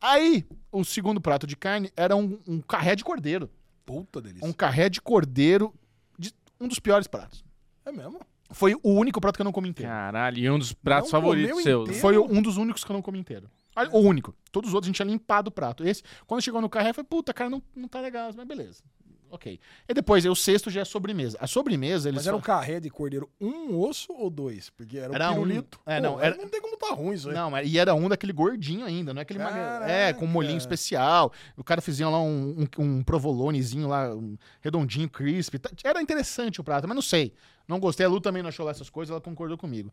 Aí, o segundo prato de carne era um, um carré de cordeiro.
Puta delícia.
Um carré de cordeiro, de- um dos piores pratos.
É mesmo?
Foi o único prato que eu não comi inteiro.
Caralho, e um dos pratos
Não comeu
favoritos seus.
inteiro.
Foi um dos únicos que eu não comi inteiro. Olha, O único. Todos os outros a gente tinha limpado o prato. Esse, quando chegou no carré, eu falei, puta, cara, não, não tá legal, mas beleza. Ok. E depois, aí, o sexto já é sobremesa. A sobremesa, eles
Mas era
só-
um carré de cordeiro, um osso ou dois? Porque era,
Era
um
um.
pirulito.
É, não,
aí
era-
Não tem como tá ruim isso aí.
Não, mas- e era um daquele gordinho ainda, não é aquele magro.
Caraca.
É, com um molhinho especial. O cara fazia lá um, um, um provolonezinho lá, um redondinho, crisp. Tá- Era interessante o prato, mas não sei. Não gostei. A Lu também não achou lá essas coisas, ela concordou comigo.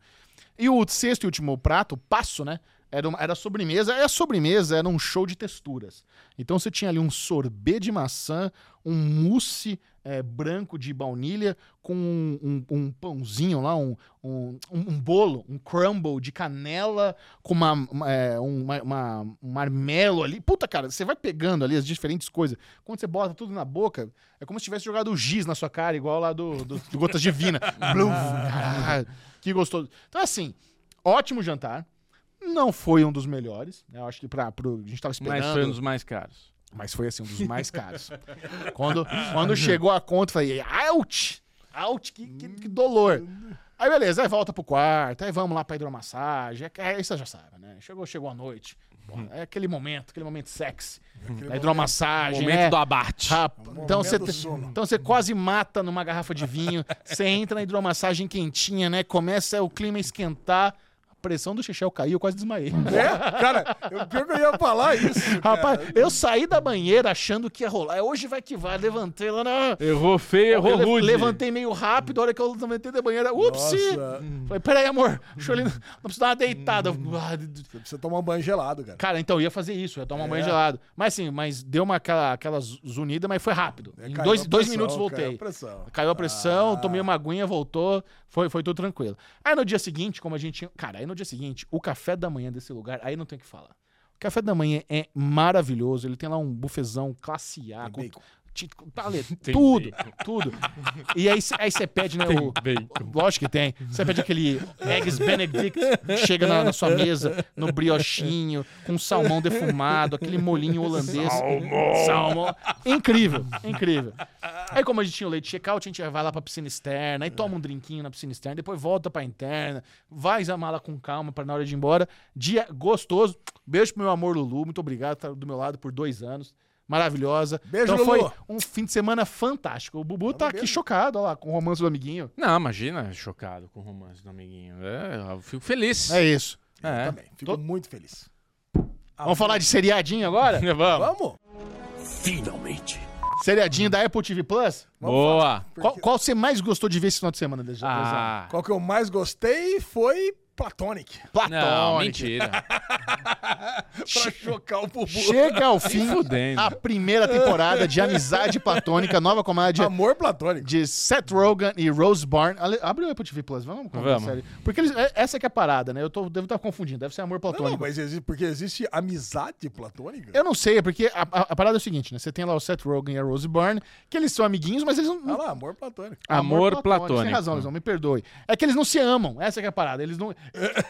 E o sexto e último prato, o passo, né? Era, uma, era sobremesa. E a sobremesa era um show de texturas. Então você tinha ali um sorbet de maçã, um mousse é, branco de baunilha com um, um- um pãozinho lá, um, um, um bolo, um crumble de canela com uma, uma, é, um- uma- uma- um marmelo ali. Puta, cara, você vai pegando ali as diferentes coisas. Quando você bota tudo na boca, é como se tivesse jogado giz na sua cara, igual lá do, do, do Gotas Divina. Bluf, ah, que gostoso. Então, assim, ótimo jantar. Não foi um dos melhores. né? Eu acho que pra, pro, a gente tava esperando.
Mas foi um dos mais caros.
Mas foi assim, um dos mais caros. quando, quando chegou a conta, eu falei, out! Out, que, que, que dolor! Aí é, beleza, aí volta pro quarto, aí vamos lá pra hidromassagem. É, isso você já sabe, né? Chegou, chegou a noite. porra. É aquele momento, aquele momento sexy. Da hidromassagem.
Momento
é.
do abate.
Rapa- Então você,
do sono.
então você quase mata numa garrafa de vinho, você entra na hidromassagem quentinha, né? Começa o clima a esquentar, a pressão do Chechel caiu, eu quase desmaiei.
É, cara, eu, pior que eu ia falar isso.
Rapaz, eu saí da banheira achando que ia rolar. É hoje vai que vai. Levantei lá na.
Errou feio, errou
Eu le-
rude.
Levantei meio rápido, a hora que eu levantei da banheira. Ups!
Nossa.
Falei, peraí, amor, deixa eu ali. Não preciso dar uma deitada.
Hum.
Ah, d- d-
Você toma um banho gelado, cara. É.
Cara, então eu ia fazer isso, eu ia tomar um banho gelado. Mas sim, mas deu uma aquela, aquela zunida, mas foi rápido.
É,
em
caiu
dois,
a
dois
pressão,
minutos
Caiu
voltei.
a pressão. Ah.
Caiu a pressão, tomei uma aguinha, voltou, foi, foi tudo tranquilo. Aí no dia seguinte, como a gente tinha. Cara, aí no dia seguinte, o café da manhã desse lugar, aí não tem o que falar. O café da manhã é maravilhoso, ele tem lá um bufezão classe A, com,
bacon.
ti- com paleta,
Tem
tudo, tudo. E aí você pede, né? o,
bacon.
Lógico que tem. Você pede aquele eggs benedict, chega na, na sua mesa, no briochinho, com salmão defumado, aquele molinho holandês. Salmão! Incrível, incrível. Aí como a gente tinha o leite check-out, a gente vai lá pra piscina externa, aí toma um drinquinho na piscina externa, depois volta pra interna, vai a mala com calma pra na hora de ir embora. Dia gostoso. Beijo pro meu amor Lulu, muito obrigado, tá do meu lado por dois anos. Maravilhosa.
Beijo,
então
Lulu.
foi um fim de semana fantástico. O Bubu tá aqui chocado, ó lá, com o romance do amiguinho.
Não, imagina, chocado com o romance do amiguinho. É, eu fico feliz.
É isso.
É.
Também. Fico muito feliz.
Vamos falar de seriadinho agora?
Vamos.
Vamos?
Finalmente.
seriadinho da Apple TV Plus?
Boa.
Qual, qual você mais gostou de ver esse final de semana, Deja?
Ah,
Qual que eu mais gostei foi Platonic.
não,
Platônico.
mentira.
Pra chocar o Bubu.
Chega ao fim
Tá fudendo.
a primeira temporada de Amizade Platônica, nova comédia
Amor platônico.
de Seth Rogen e Rose Byrne. Ale- Abre o Apple TV Plus, vamos contar a
Vamos.
série. Porque eles- é- essa que é a parada, né? Eu tô- devo estar confundindo, deve ser Amor
Não, não,
Platônico.
mas existe, porque existe amizade platônica.
Eu não sei, é porque a, a- a parada é o seguinte, né? Você tem lá o Seth Rogen e a Rose Byrne, que eles são amiguinhos, mas eles não,
Ah lá, amor platônico.
Amor
Tem
platônico.
razão, Luizão, me perdoe. É que eles não se amam, essa que é a parada. Eles não.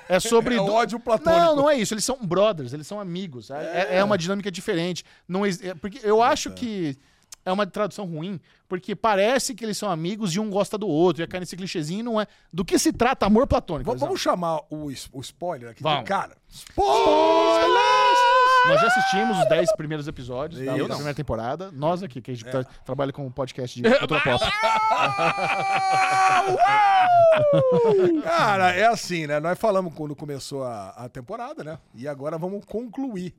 É sobre.
É o ódio platônico.
Não, não é isso. Eles são brothers, eles são amigos. É, é- é uma dinâmica diferente. Não, ex- é- porque eu acho que. É uma tradução ruim, porque parece que eles são amigos e um gosta do outro. E cai nesse clichêzinho e não é. Do que se trata amor platônico?
Va-
Luizão?
vamos chamar o, es- o spoiler aqui
Vamos.
do cara. Spoiler!
Nós já assistimos os 10 primeiros episódios da
Eu não.
primeira temporada. Nós aqui, que
É.
a gente tra- trabalha com um podcast de cultura pop.
Cara, é assim, né? Nós falamos quando começou a, a temporada, né? E agora vamos concluir.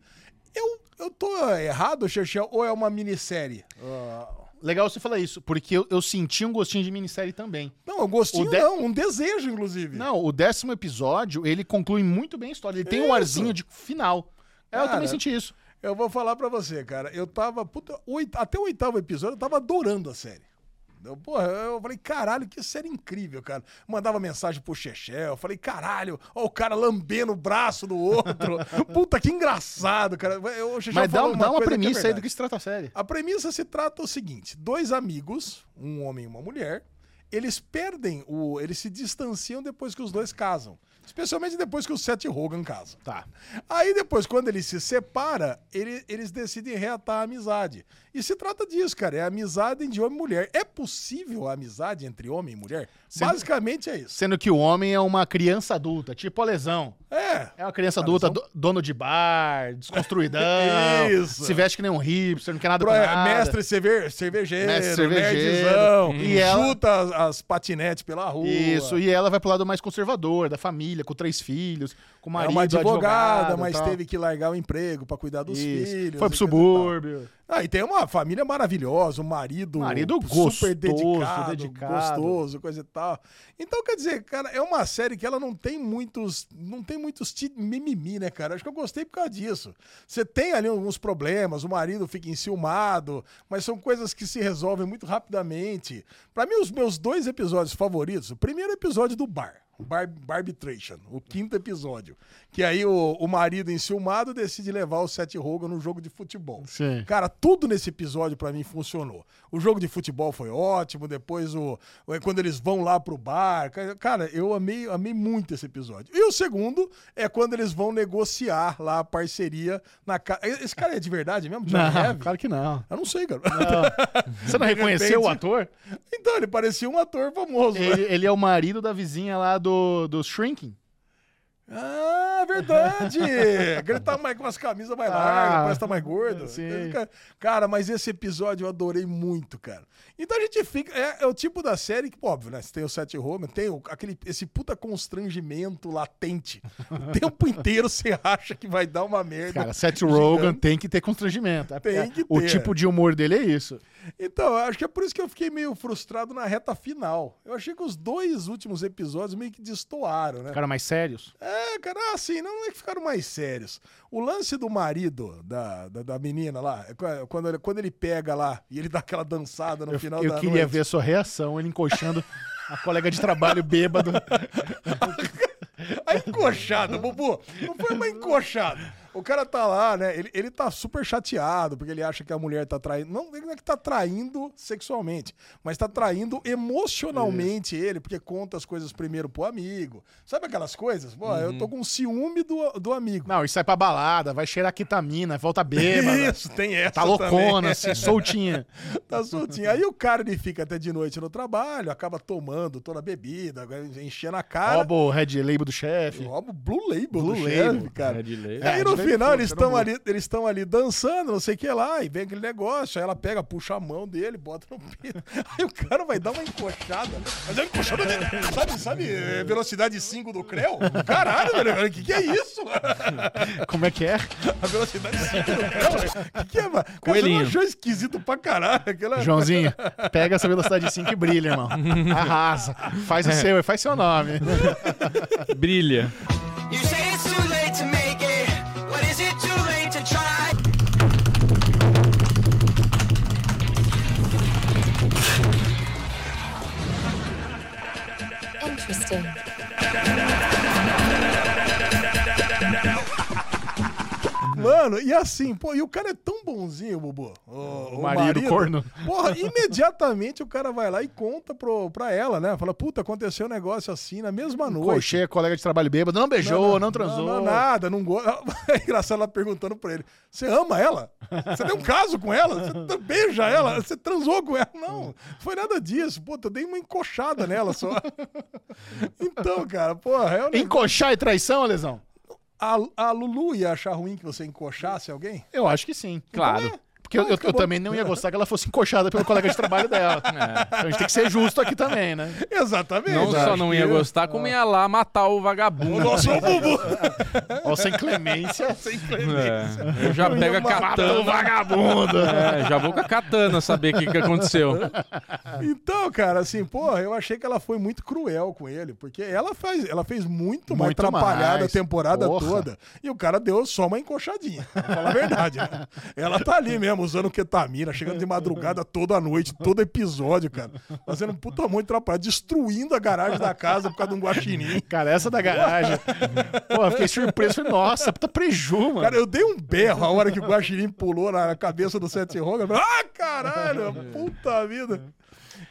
Eu, eu tô errado, Xerxel, ou é uma minissérie? Ah,
Legal você falar isso, porque eu- eu senti um gostinho de minissérie também.
não, eu gostinho
O de-
não, um desejo, inclusive.
Não, o décimo episódio, ele conclui muito bem a história. Ele tem um
Isso.
arzinho de final. É, eu
Cara.
também senti isso.
Eu vou falar pra você, cara. Eu tava. Puta, oit- até o oitavo episódio eu tava adorando a série. Eu, porra, eu falei, caralho, que série incrível, cara. Mandava mensagem pro Chechel, eu falei, caralho, ó, o cara lambendo o braço do outro. Puta, que engraçado, cara. Eu, o Chechel
Mas dá,
falou
um- dá uma
coisa que é
premissa aí do
verdade.
que se trata a série.
A premissa se trata o seguinte: dois amigos, um homem e uma mulher, eles perdem o. Eles se distanciam depois que os dois casam. Especialmente depois que o Seth Rogen casa.
Tá.
Aí depois, quando ele se separa, ele- eles decidem reatar a amizade. E se trata disso, cara. É amizade de homem e mulher. É possível a amizade entre homem e mulher? Basicamente é isso.
Sendo que o homem é uma criança adulta, tipo a lesão.
É.
É uma criança adulta,
Lesão?
do- dono de bar, desconstruidão.
Isso.
Se veste que nem um hipster, não quer nada
Pro-
com
é,
nada.
mestre cerve cervejeiro,
Mestre cervejeiro.
nerdzão,
E ela-
chuta as, as patinetes pela rua.
Isso, e ela vai pro lado mais conservador, da família, com três filhos, com
É
marido,
uma advogada,
advogado,
mas
tal.
teve que largar o emprego pra cuidar dos
Isso.
filhos.
Foi pro
e coisa e tal.
subúrbio.
Ah, e tem uma família maravilhosa, um marido,
Marido gostoso,
super dedicado,
dedicado.
gostoso, coisa e tal. Então, quer dizer, cara, é uma série que ela não tem muitos, não tem muitos ti- mimimi, né, cara? Acho que eu gostei por causa disso. Você tem ali alguns problemas, o marido fica enciumado, mas são coisas que se resolvem muito rapidamente. Pra mim, os meus dois episódios favoritos, o primeiro episódio do bar, o Bar Barbitration, o quinto episódio. Que aí o, o marido enciumado decide levar o Seth Rogen no jogo de futebol.
Sim.
Cara, tudo nesse episódio pra mim funcionou. O jogo de futebol foi ótimo, depois o o- quando eles vão lá pro bar, ca- cara, eu amei, amei muito esse episódio. E o segundo é quando eles vão negociar lá a parceria na casa. Esse cara é de verdade mesmo? Johnny
Não,
Heavy?
claro que não.
Eu não sei, cara.
Você não reconheceu o
repente-
ator?
Então, ele parecia um ator famoso. né?
Ele, ele é o marido da vizinha lá do, do Shrinking.
Ah, verdade! Gritar mais com as camisas mais largas, parece que tá mais gordo. Fica- Cara, mas esse episódio eu adorei muito, cara. Então a gente fica. É, é o tipo da série que, óbvio, né? Você tem o Seth Roman, tem o- aquele, esse puta constrangimento latente. O tempo inteiro você acha que vai dar uma merda.
Cara, Seth Rogen tem que ter constrangimento. É-
Tem que
O
ter.
tipo de humor dele é isso.
Então, eu acho que é por isso que eu fiquei meio frustrado na reta final. Eu achei que os dois últimos episódios meio que destoaram, né?
Cara, mais sérios.
É, cara, assim, não é que ficaram mais sérios. O lance do marido da, da, da menina lá, é qu- quando ele, quando ele pega lá e ele dá aquela dançada no
Eu,
final
eu
da
queria
noite.
ver a sua reação, ele encoxando a colega de trabalho bêbado.
A encoxada, É Bubu. Não foi uma encoxada. O cara tá lá, né? Ele, ele tá super chateado, porque ele acha que a mulher tá traindo. Não, ele não é que tá traindo sexualmente, mas tá traindo emocionalmente ele, porque conta as coisas primeiro pro amigo. Sabe aquelas coisas? Pô, eu
Uhum.
tô com ciúme do, do amigo.
Não, e sai pra balada, vai cheirar quitamina, volta bêbado.
Isso, tem essa.
Tá loucona,
também.
assim, soltinha.
Tá soltinho. Aí o cara ele fica até de noite no trabalho, acaba tomando toda a bebida, enchendo a cara.
Rouba o Red Label do chefe.
Ó, o Blue Label,
Blue
do
Label,
chefe, cara.
Red Label.
E aí
É,
no
de vez em
final
quando,
eles
quero
estão
muito.
ali, eles estão ali dançando, não sei o que lá, e vem aquele negócio, aí ela pega, puxa a mão dele, bota no peito. Aí o cara vai dar uma encoxada. Mas é uma encoxada de, sabe, sabe, eh, velocidade 5 do Creu? Caralho, velho, o que, que é isso?
Como é que é?
A velocidade 5 do Creu? O que, que é, mano? Cara, você não
Coelhinho.
achou esquisito pra caralho aquela.
Joãozinho, pega essa velocidade 5 e brilha, irmão. Arrasa. Faz
É.
o seu, e faz seu nome.
Brilha.
You say it's too late to make it. What is it too late to try?
Interesting.
Mano, e assim, pô, e o cara é tão bonzinho, Bubu. O, o,
marido corno.
Porra, imediatamente o cara vai lá e conta pro, pra ela, né? Fala, puta, aconteceu um negócio assim na
Um
mesma noite.
Coxeia, colega de trabalho bêbado, não beijou, não, transou.
Não, nada, não gosta. É engraçado ela perguntando pra ele: Você ama ela? Você tem um caso com ela? Você t- beija ela? Você transou com ela? Não, foi nada disso. Puta, eu dei uma encoxada nela só. Então, cara, porra, é um negócio-
Encoxar e traição, Lesão?
a, a Lulu ia achar ruim que você encoxasse alguém?
Eu acho que sim.
Claro.
Então é. Porque eu,
Ah,
eu- eu
acabou.
também não ia gostar que ela fosse encoxada pelo colega de trabalho dela. Então a gente tem que ser justo aqui também, né?
Exatamente.
Não só
Acho
não
que
ia
eu-
gostar, como ia lá matar o vagabundo.
Nossa, o Bubu.
Ó, sem clemência, sem
É, eu já
Eu ia
pego a
matar
tão
katana.
um vagabundo.
É, já vou com a katana saber o que, que aconteceu.
Então, cara, assim, porra, eu achei que ela foi muito cruel com ele, porque ela, faz, ela fez muito, mais
Muito
atrapalhada
mais.
a temporada
Porra.
toda. E o cara deu só uma encoxadinha, pra falar a verdade. Né? Ela tá ali mesmo, usando ketamina, chegando de madrugada toda noite, todo episódio, cara. Fazendo um puta muito atrapalhado, destruindo a garagem da casa por causa de um guaxinim.
Cara, essa da garagem. Pô, eu fiquei surpreso. Falei, nossa, puta preju, mano.
Cara, eu dei um berro a hora que o guaxinim pulou na cabeça do Seth Rogen. Ah, caralho!
É.
Puta vida!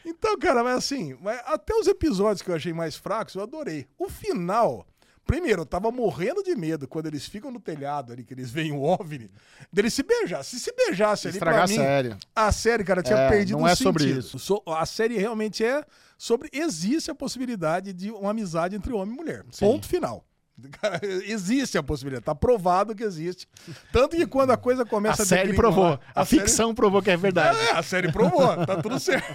Então, cara, mas assim, mas até os episódios que eu achei mais fracos, eu adorei. O final... Primeiro, eu tava morrendo de medo quando eles ficam no telhado ali, que eles veem o OVNI, deles se beijar. Se se beijasse ali pra
Estragar a
mim...
série.
A série, cara, tinha
É,
perdido
não
o
é sobre
sentido.
isso.
So- A série realmente é sobre... Existe a possibilidade de uma amizade entre homem e mulher. Ponto final. Cara, existe a possibilidade. Tá provado que existe. Tanto que quando a coisa
A
começa
série
degringolar-
provou. A,
série-
ficção provou que é verdade.
É, a série provou. Tá tudo certo.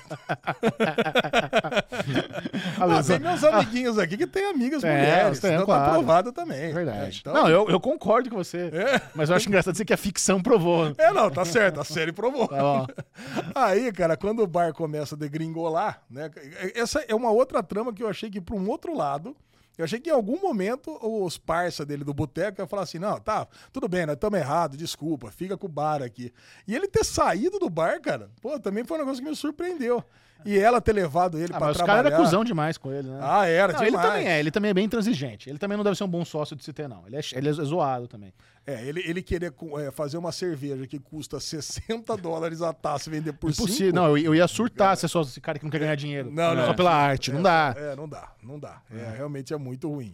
Ah,
Lesão.
tem meus amiguinhos aqui que tem amigas
Tem,
mulheres.
tem,
então tá
claro.
provado também.
É Verdade.
Então-
Não, eu, eu concordo com você. Mas eu acho engraçado dizer que a ficção provou. Ah,
É, não, tá certo, a série provou.
Tá bom.
Aí, cara, quando o bar começa a degringolar, né? Essa é uma outra trama que eu achei que, para um outro lado, eu achei que em algum momento os parça dele do boteco iam falar assim: não, tá, tudo bem, nós estamos errados, desculpa, fica com o bar aqui. E ele ter saído do bar, cara, pô, também foi um negócio que me surpreendeu. E ela ter levado ele
Ah,
pra
mas os
trabalhar.
caras eram cuzão demais com ele, né?
Ah, era,
Não, ele
demais.
também é, ele também é bem intransigente. Ele também não deve ser um bom sócio de se ter, não. Ele é, ele é zoado também.
É, ele, ele querer co- é, fazer uma cerveja que custa 60 dólares a taça e vender por
Impossível.
5.
Não, eu, eu ia surtar se é só esse cara que não quer ganhar dinheiro.
Não, não.
Só pela arte, não dá.
É, não dá, não dá. É, realmente é muito ruim.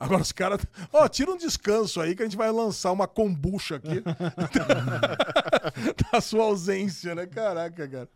Agora os caras. Ó, tira um descanso aí que a gente vai lançar uma kombucha aqui. da sua ausência, né? Caraca, cara.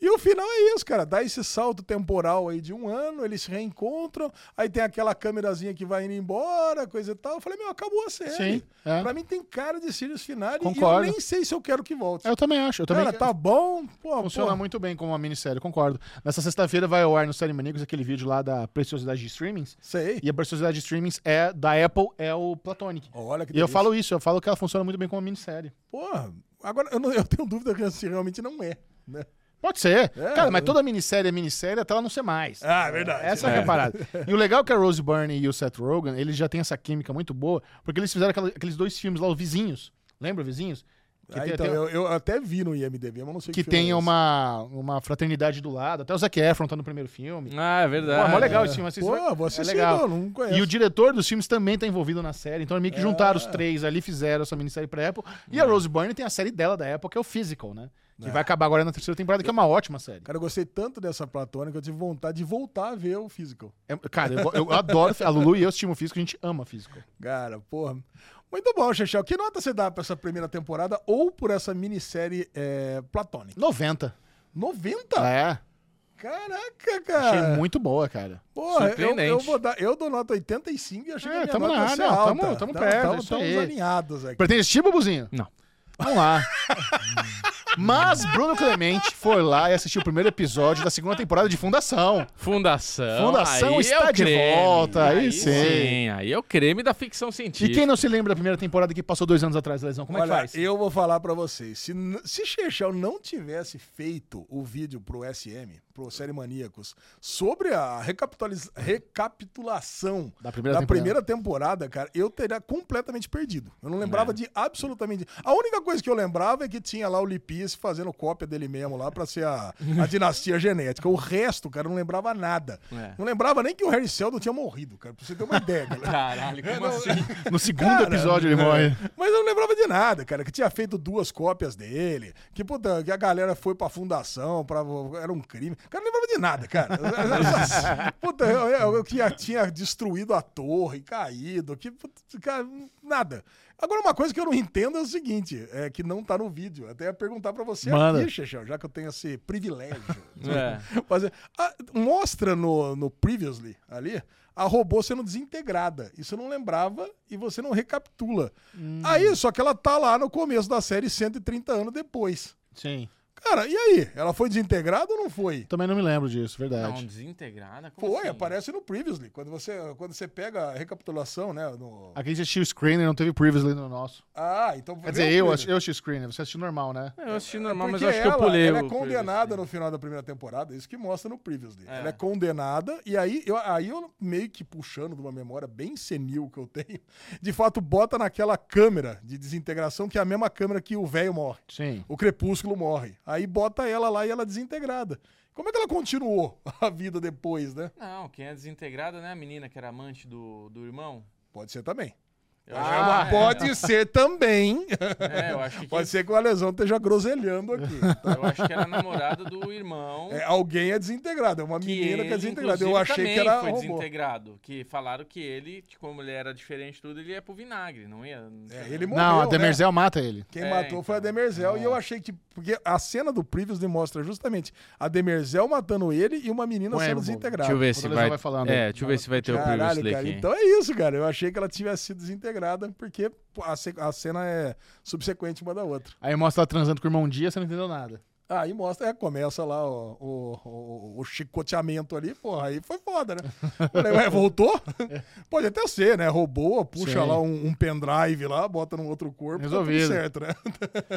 E o final é isso, cara. Dá esse salto temporal aí de um ano, eles se reencontram, aí tem aquela câmerazinha que vai indo embora, coisa e tal. Eu falei, meu, acabou a série.
Sim, é.
Pra mim tem cara de Sirius Finale
Concordo.
e eu nem sei se eu quero que volte.
Eu também acho. Eu também
Cara, tá bom. Pô,
Funciona
pô.
muito bem como uma minissérie, concordo. Nessa sexta-feira vai ao ar no Série Maníacos aquele vídeo lá da preciosidade de streamings.
Sei.
E a preciosidade de streamings é, da Apple é o Platonic.
Olha Oh, que
E eu
delícia.
falo isso, eu falo que ela funciona muito bem como uma minissérie.
Porra, agora eu, não- eu tenho dúvida se realmente não é, né?
Pode ser.
É.
Cara, mas toda minissérie é minissérie até ela não ser mais.
Ah, é verdade.
Essa é a parada. E o legal é que a Rose Byrne e o Seth Rogen, eles já têm essa química muito boa, porque eles fizeram aquela- aqueles dois filmes lá, os Vizinhos. Lembra, Vizinhos? Que
Ah,
tem-
então,
tem-
eu, eu até vi no IMDB, mas não sei
que
filme
tem
é esse.
uma, uma fraternidade do lado. Até o Zac Efron tá no primeiro filme.
Ah, é
Pô,
verdade.
é mó legal esse filme. Assista,
Pô, vou
é
assistir,
legal.
não, não conheço. É.
E o diretor dos filmes também tá envolvido na série. Então meio que juntaram os três ali, fizeram essa minissérie pra Apple. E a
Uhum.
Rose Byrne tem a série dela da Apple, que é o Physical, né? Que vai acabar agora na terceira temporada, que é uma ótima série.
Cara, eu gostei tanto dessa platônica, eu tive vontade de voltar a ver o Physical.
É- cara, eu, eu adoro. A Lulu e eu assistimos Physical, a gente ama Physical.
Cara, porra. Muito bom, Chechel. Que nota você dá pra essa primeira temporada ou por essa minissérie é, platônica?
90.
90?
É.
Caraca,
Achei
cara.
muito boa, cara.
Porra, eu,
Surpreendente.
eu vou dar, eu dou nota 85 e achei
É,
que a minha
tamo
nota
na
vai ser
área, ó,
alta.
tamo- tamo perto, é isso
tamo
aí.
alinhados aqui.
Pretende assistir, Bubuzinho?
Não.
Vamos lá. Mas Bruno Clemente foi lá e assistiu o primeiro episódio da segunda temporada de Fundação.
Fundação.
Fundação
aí
está
é o
de
creme.
volta, aí sim.
Aí é o creme da ficção
E
científica.
quem não se lembra da primeira temporada que passou dois anos atrás da lesão? Como
Olha,
é que faz?
eu vou falar pra vocês. Se, n- se Chechel não tivesse feito o vídeo pro SM, pro Série Maníacos, sobre a recapitaliz- recapitulação
Da primeira temporada.
primeira temporada, cara, eu teria completamente perdido. Eu não
É.
lembrava de absolutamente. A única coisa que eu lembrava é que tinha lá o Lipias fazendo cópia dele mesmo lá pra ser a, a dinastia genética. O resto, cara, eu não lembrava nada.
É.
Não lembrava nem que o Harry Seldon tinha morrido, cara, pra você ter uma ideia, galera.
Tá.
Caralho, como assim?
No segundo episódio ele morre.
Mas eu não lembrava de nada, cara. Que tinha feito duas cópias dele. Que, puta, que a galera foi pra fundação, pra... era um crime. Cara, eu não lembrava de nada, cara. puta, eu, eu- eu que já tinha destruído a torre, caído. Que, puta, cara, nada. Agora, uma coisa que eu não entendo é o seguinte: é que não tá no vídeo. Até ia perguntar pra você
Manda.
aqui, Chechel, já que eu tenho esse privilégio.
É.
Fazer- Ah, mostra no, no Previously ali a robô sendo desintegrada. Isso eu não lembrava e você não recapitula.
Hum.
Aí, só que ela tá lá no começo da série 130 anos depois.
Sim.
Cara, e aí? Ela foi desintegrada ou não foi?
Também não me lembro disso,
Não,
verdade.
desintegrada? Como
Foi,
assim?
aparece no Previously. Quando você, quando você pega a recapitulação, né? no-
Aqui a gente assistiu o screener, não teve previously no nosso.
Ah, então.
Quer dizer, eu, assisti- eu assisti o screener, você assistiu normal, né?
Eu assisti normal, mas
Porque
eu acho que
ela,
eu pulei.
ela é
o primeiro,
condenada
assim.
no final da primeira temporada, isso que mostra no Previously.
É.
Ela é condenada, e aí eu, aí eu meio que puxando de uma memória bem senil que eu tenho, de fato bota naquela câmera de desintegração, que é a mesma câmera que o velho morre,
Sim.
o crepúsculo morre. Aí bota ela lá e ela é desintegrada. Como é que ela continuou a vida depois, né?
Não, quem é desintegrada não é a menina que era amante do, do irmão?
Pode ser também.
Eu
Ah,
Ela
acho-
pode ser também.
É, eu acho que.
Pode ser que o Alesão esteja groselhando aqui.
Eu acho que era namorada do irmão.
É, alguém é desintegrado, é uma menina que é
ele,
desintegrada. Eu
inclusive,
achei que
também
era
foi
robô.
desintegrado. Que falaram que ele, que como ele era diferente de tudo, ele ia pro vinagre, não ia?
É, ele morreu.
Não, a
né?
Demerzel mata ele.
Quem
É,
matou foi a
então.
Demerzel. E eu achei que. Porque a cena do Previously mostra justamente a Demerzel matando ele e uma menina
Põe aí
sendo
no bolo.
desintegrada.
Deixa eu ver se
Fortaleza
vai.
vai falando
é,
aí.
deixa eu ver se vai ter o
Caralho,
previously
cara.
aqui.
Então é isso, cara. Eu achei que ela tivesse sido desintegrada, porque a, se- a cena é subsequente uma da outra.
Aí mostra ela transando com o irmão um dia, você não entendeu nada.
Aí mostra, é, começa lá o, o, o- o chicoteamento ali, porra, aí foi foda, né? Falei, ué, voltou? Pode até ser, né? Roubou, puxa
Sim.
lá um, um pendrive lá, bota num outro corpo,
Resolvido.
tá tudo certo,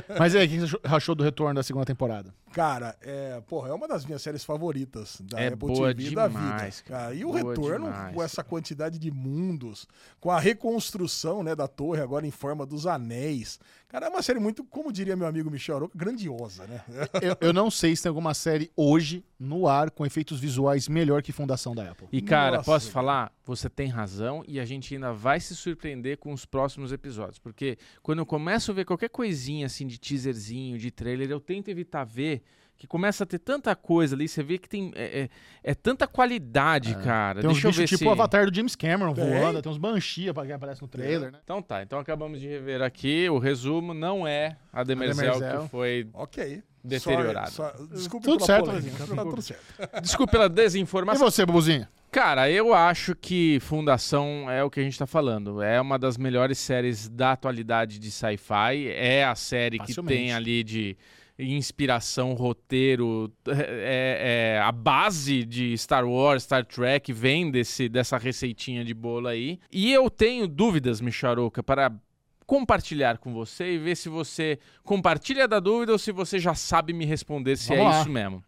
né?
Mas e aí, o que você achou- achou do retorno da segunda temporada?
Cara, é, porra, é uma das minhas séries favoritas da
É
Apple
boa
TV da
demais,
vida. Cara.
cara.
E o
Boa
retorno
demais,
com essa quantidade de mundos, com a reconstrução né, da torre agora em forma dos anéis. Cara, é uma série muito, como diria meu amigo Michel Aroca, grandiosa, né?
Eu, eu não sei se tem alguma série hoje no ar com efeitos visuais melhor que Fundação da Apple.
E cara,
Nossa,
posso
velho.
falar? Você tem razão e a gente ainda vai se surpreender com os próximos episódios, porque quando eu começo a ver qualquer coisinha assim de teaserzinho, de trailer, eu tento evitar ver que começa a ter tanta coisa ali, você vê que tem. É, é- é tanta qualidade,
É.
cara.
Tem uns
Deixa eu ver
bichos
se...
tipo o avatar do James Cameron
Tem?
voando, tem uns Banshee apa- que aparece no trailer, né?
Então tá, então acabamos de rever aqui. O resumo não é a Demerzel,
Demerzel.
que foi.
Ok.
Deteriorado.
Sorry, só- desculpa
Tudo
pela
certo,
polêmica,
Lezinho,
tá tudo certo.
Desculpa pela
E
desinformação.
você, Bubuzinho?
Cara, eu acho que Fundação é o que a gente tá falando. É uma das melhores séries da atualidade de sci-fi. É a série que
Facilmente.
tem ali de inspiração, roteiro. É, é- a base de Star Wars, Star Trek vem desse, dessa receitinha de bolo aí. E eu tenho dúvidas, Micharuca, para compartilhar com você e ver se você compartilha da dúvida ou se você já sabe me responder se
Vamos
é
lá.
isso mesmo.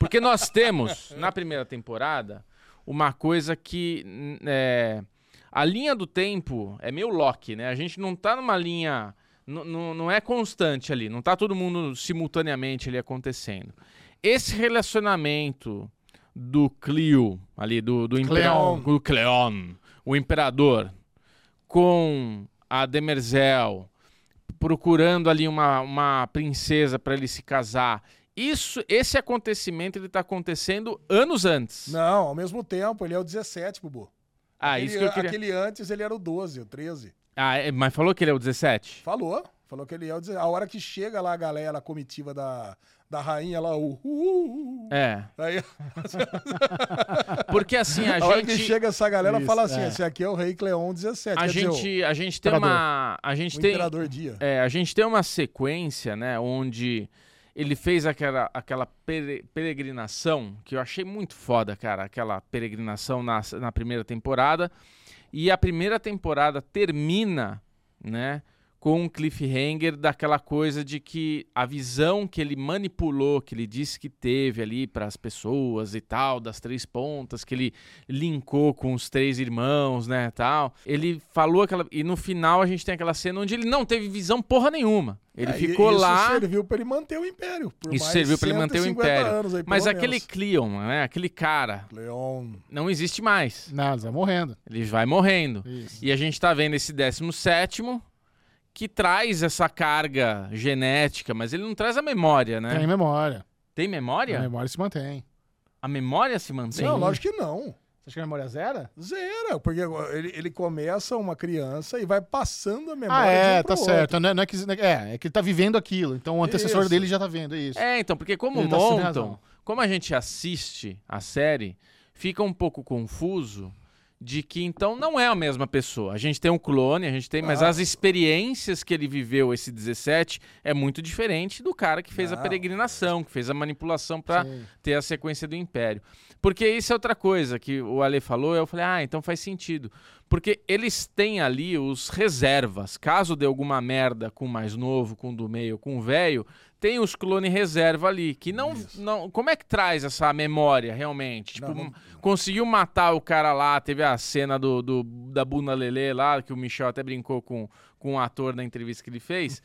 Porque nós temos, na primeira temporada, uma coisa que. n- é, a linha do tempo é meio Loki, né? A gente não tá numa linha. n- n- Não é constante ali, não tá todo mundo simultaneamente ali acontecendo. Esse relacionamento do Clio, ali, do, do, impera-
Cleon.
do Cleon, o imperador, com a Demerzel, procurando ali uma, uma princesa para ele se casar. Isso, esse acontecimento ele tá acontecendo anos antes.
Não, ao mesmo tempo, ele é o 17, Bubu.
ah,
Aquele-
isso que eu queria.
Aquele antes, ele era o 12, o 13.
Ah, é, mas falou que ele é o 17?
Falou. Falou que ele é o 17. A hora que chega lá a galera, a comitiva da, da rainha lá, o... uh,
É.
Aí,
Porque assim, a
a hora que
gente.
chega essa galera,
Isso,
fala assim,
é.
esse aqui é o rei Cleon 17.
A
quer dizer,
gente, a gente tem uma. A
o,
gente
o
tem.
imperador dia.
É, a gente tem uma sequência, né, onde ele fez aquela, aquela pere- peregrinação, que eu achei muito foda, cara, aquela peregrinação na, na primeira temporada. E a primeira temporada termina, né, com um cliffhanger daquela coisa de que a visão que ele manipulou, que ele disse que teve ali para as pessoas e tal, das três pontas, que ele linkou com os três irmãos, né, tal. Ele falou aquela e no final a gente tem aquela cena onde ele não teve visão porra nenhuma. Ele
É, e
ficou
isso
lá,
serviu pra ele manter o império. por
Isso
mais
serviu pra ele manter o
150
império.
anos aí,
mas
pelo
aquele
menos.
Cleon, né, aquele cara,
Cleon...
não existe mais.
Não, eles vão morrendo.
Ele vai morrendo.
Isso.
E a gente tá vendo esse 17 que traz essa carga genética, mas ele não traz a memória, né?
Tem
Tem,
memória.
memória?
A memória se mantém.
A memória se mantém?
Não, lógico que não.
Você acha que a memória zero?
Zera, porque ele, ele começa uma criança e vai passando a memória.
Ah,
de
é,
um pro
tá
outro.
certo. Não é, não é que, é, é que ele tá vivendo aquilo. Então o antecessor
Isso.
dele já tá vendo, é isso.
É, então, porque como
Ele tá sem
montam,
razão.
como a gente assiste a série, fica um pouco confuso de que então não é a mesma pessoa. A gente tem um clone, a gente tem, mas
Ah.
as experiências que ele viveu esse 17 é muito diferente do cara que fez a
Não.
peregrinação, que fez a manipulação pra
Ah. Sim.
ter a sequência do Império. Porque isso é outra coisa que o Ale falou, eu falei, ah, então faz sentido. Porque eles têm ali os reservas. Caso dê alguma merda com o mais novo, com o do meio, com o velho, tem os clone reserva ali. Que não, não. Como é que traz essa memória realmente? Tipo,
Não, não-
conseguiu matar o cara lá, teve a cena do, do- da Buna Lelê lá, que o Michel até brincou com, com o ator na entrevista que ele fez.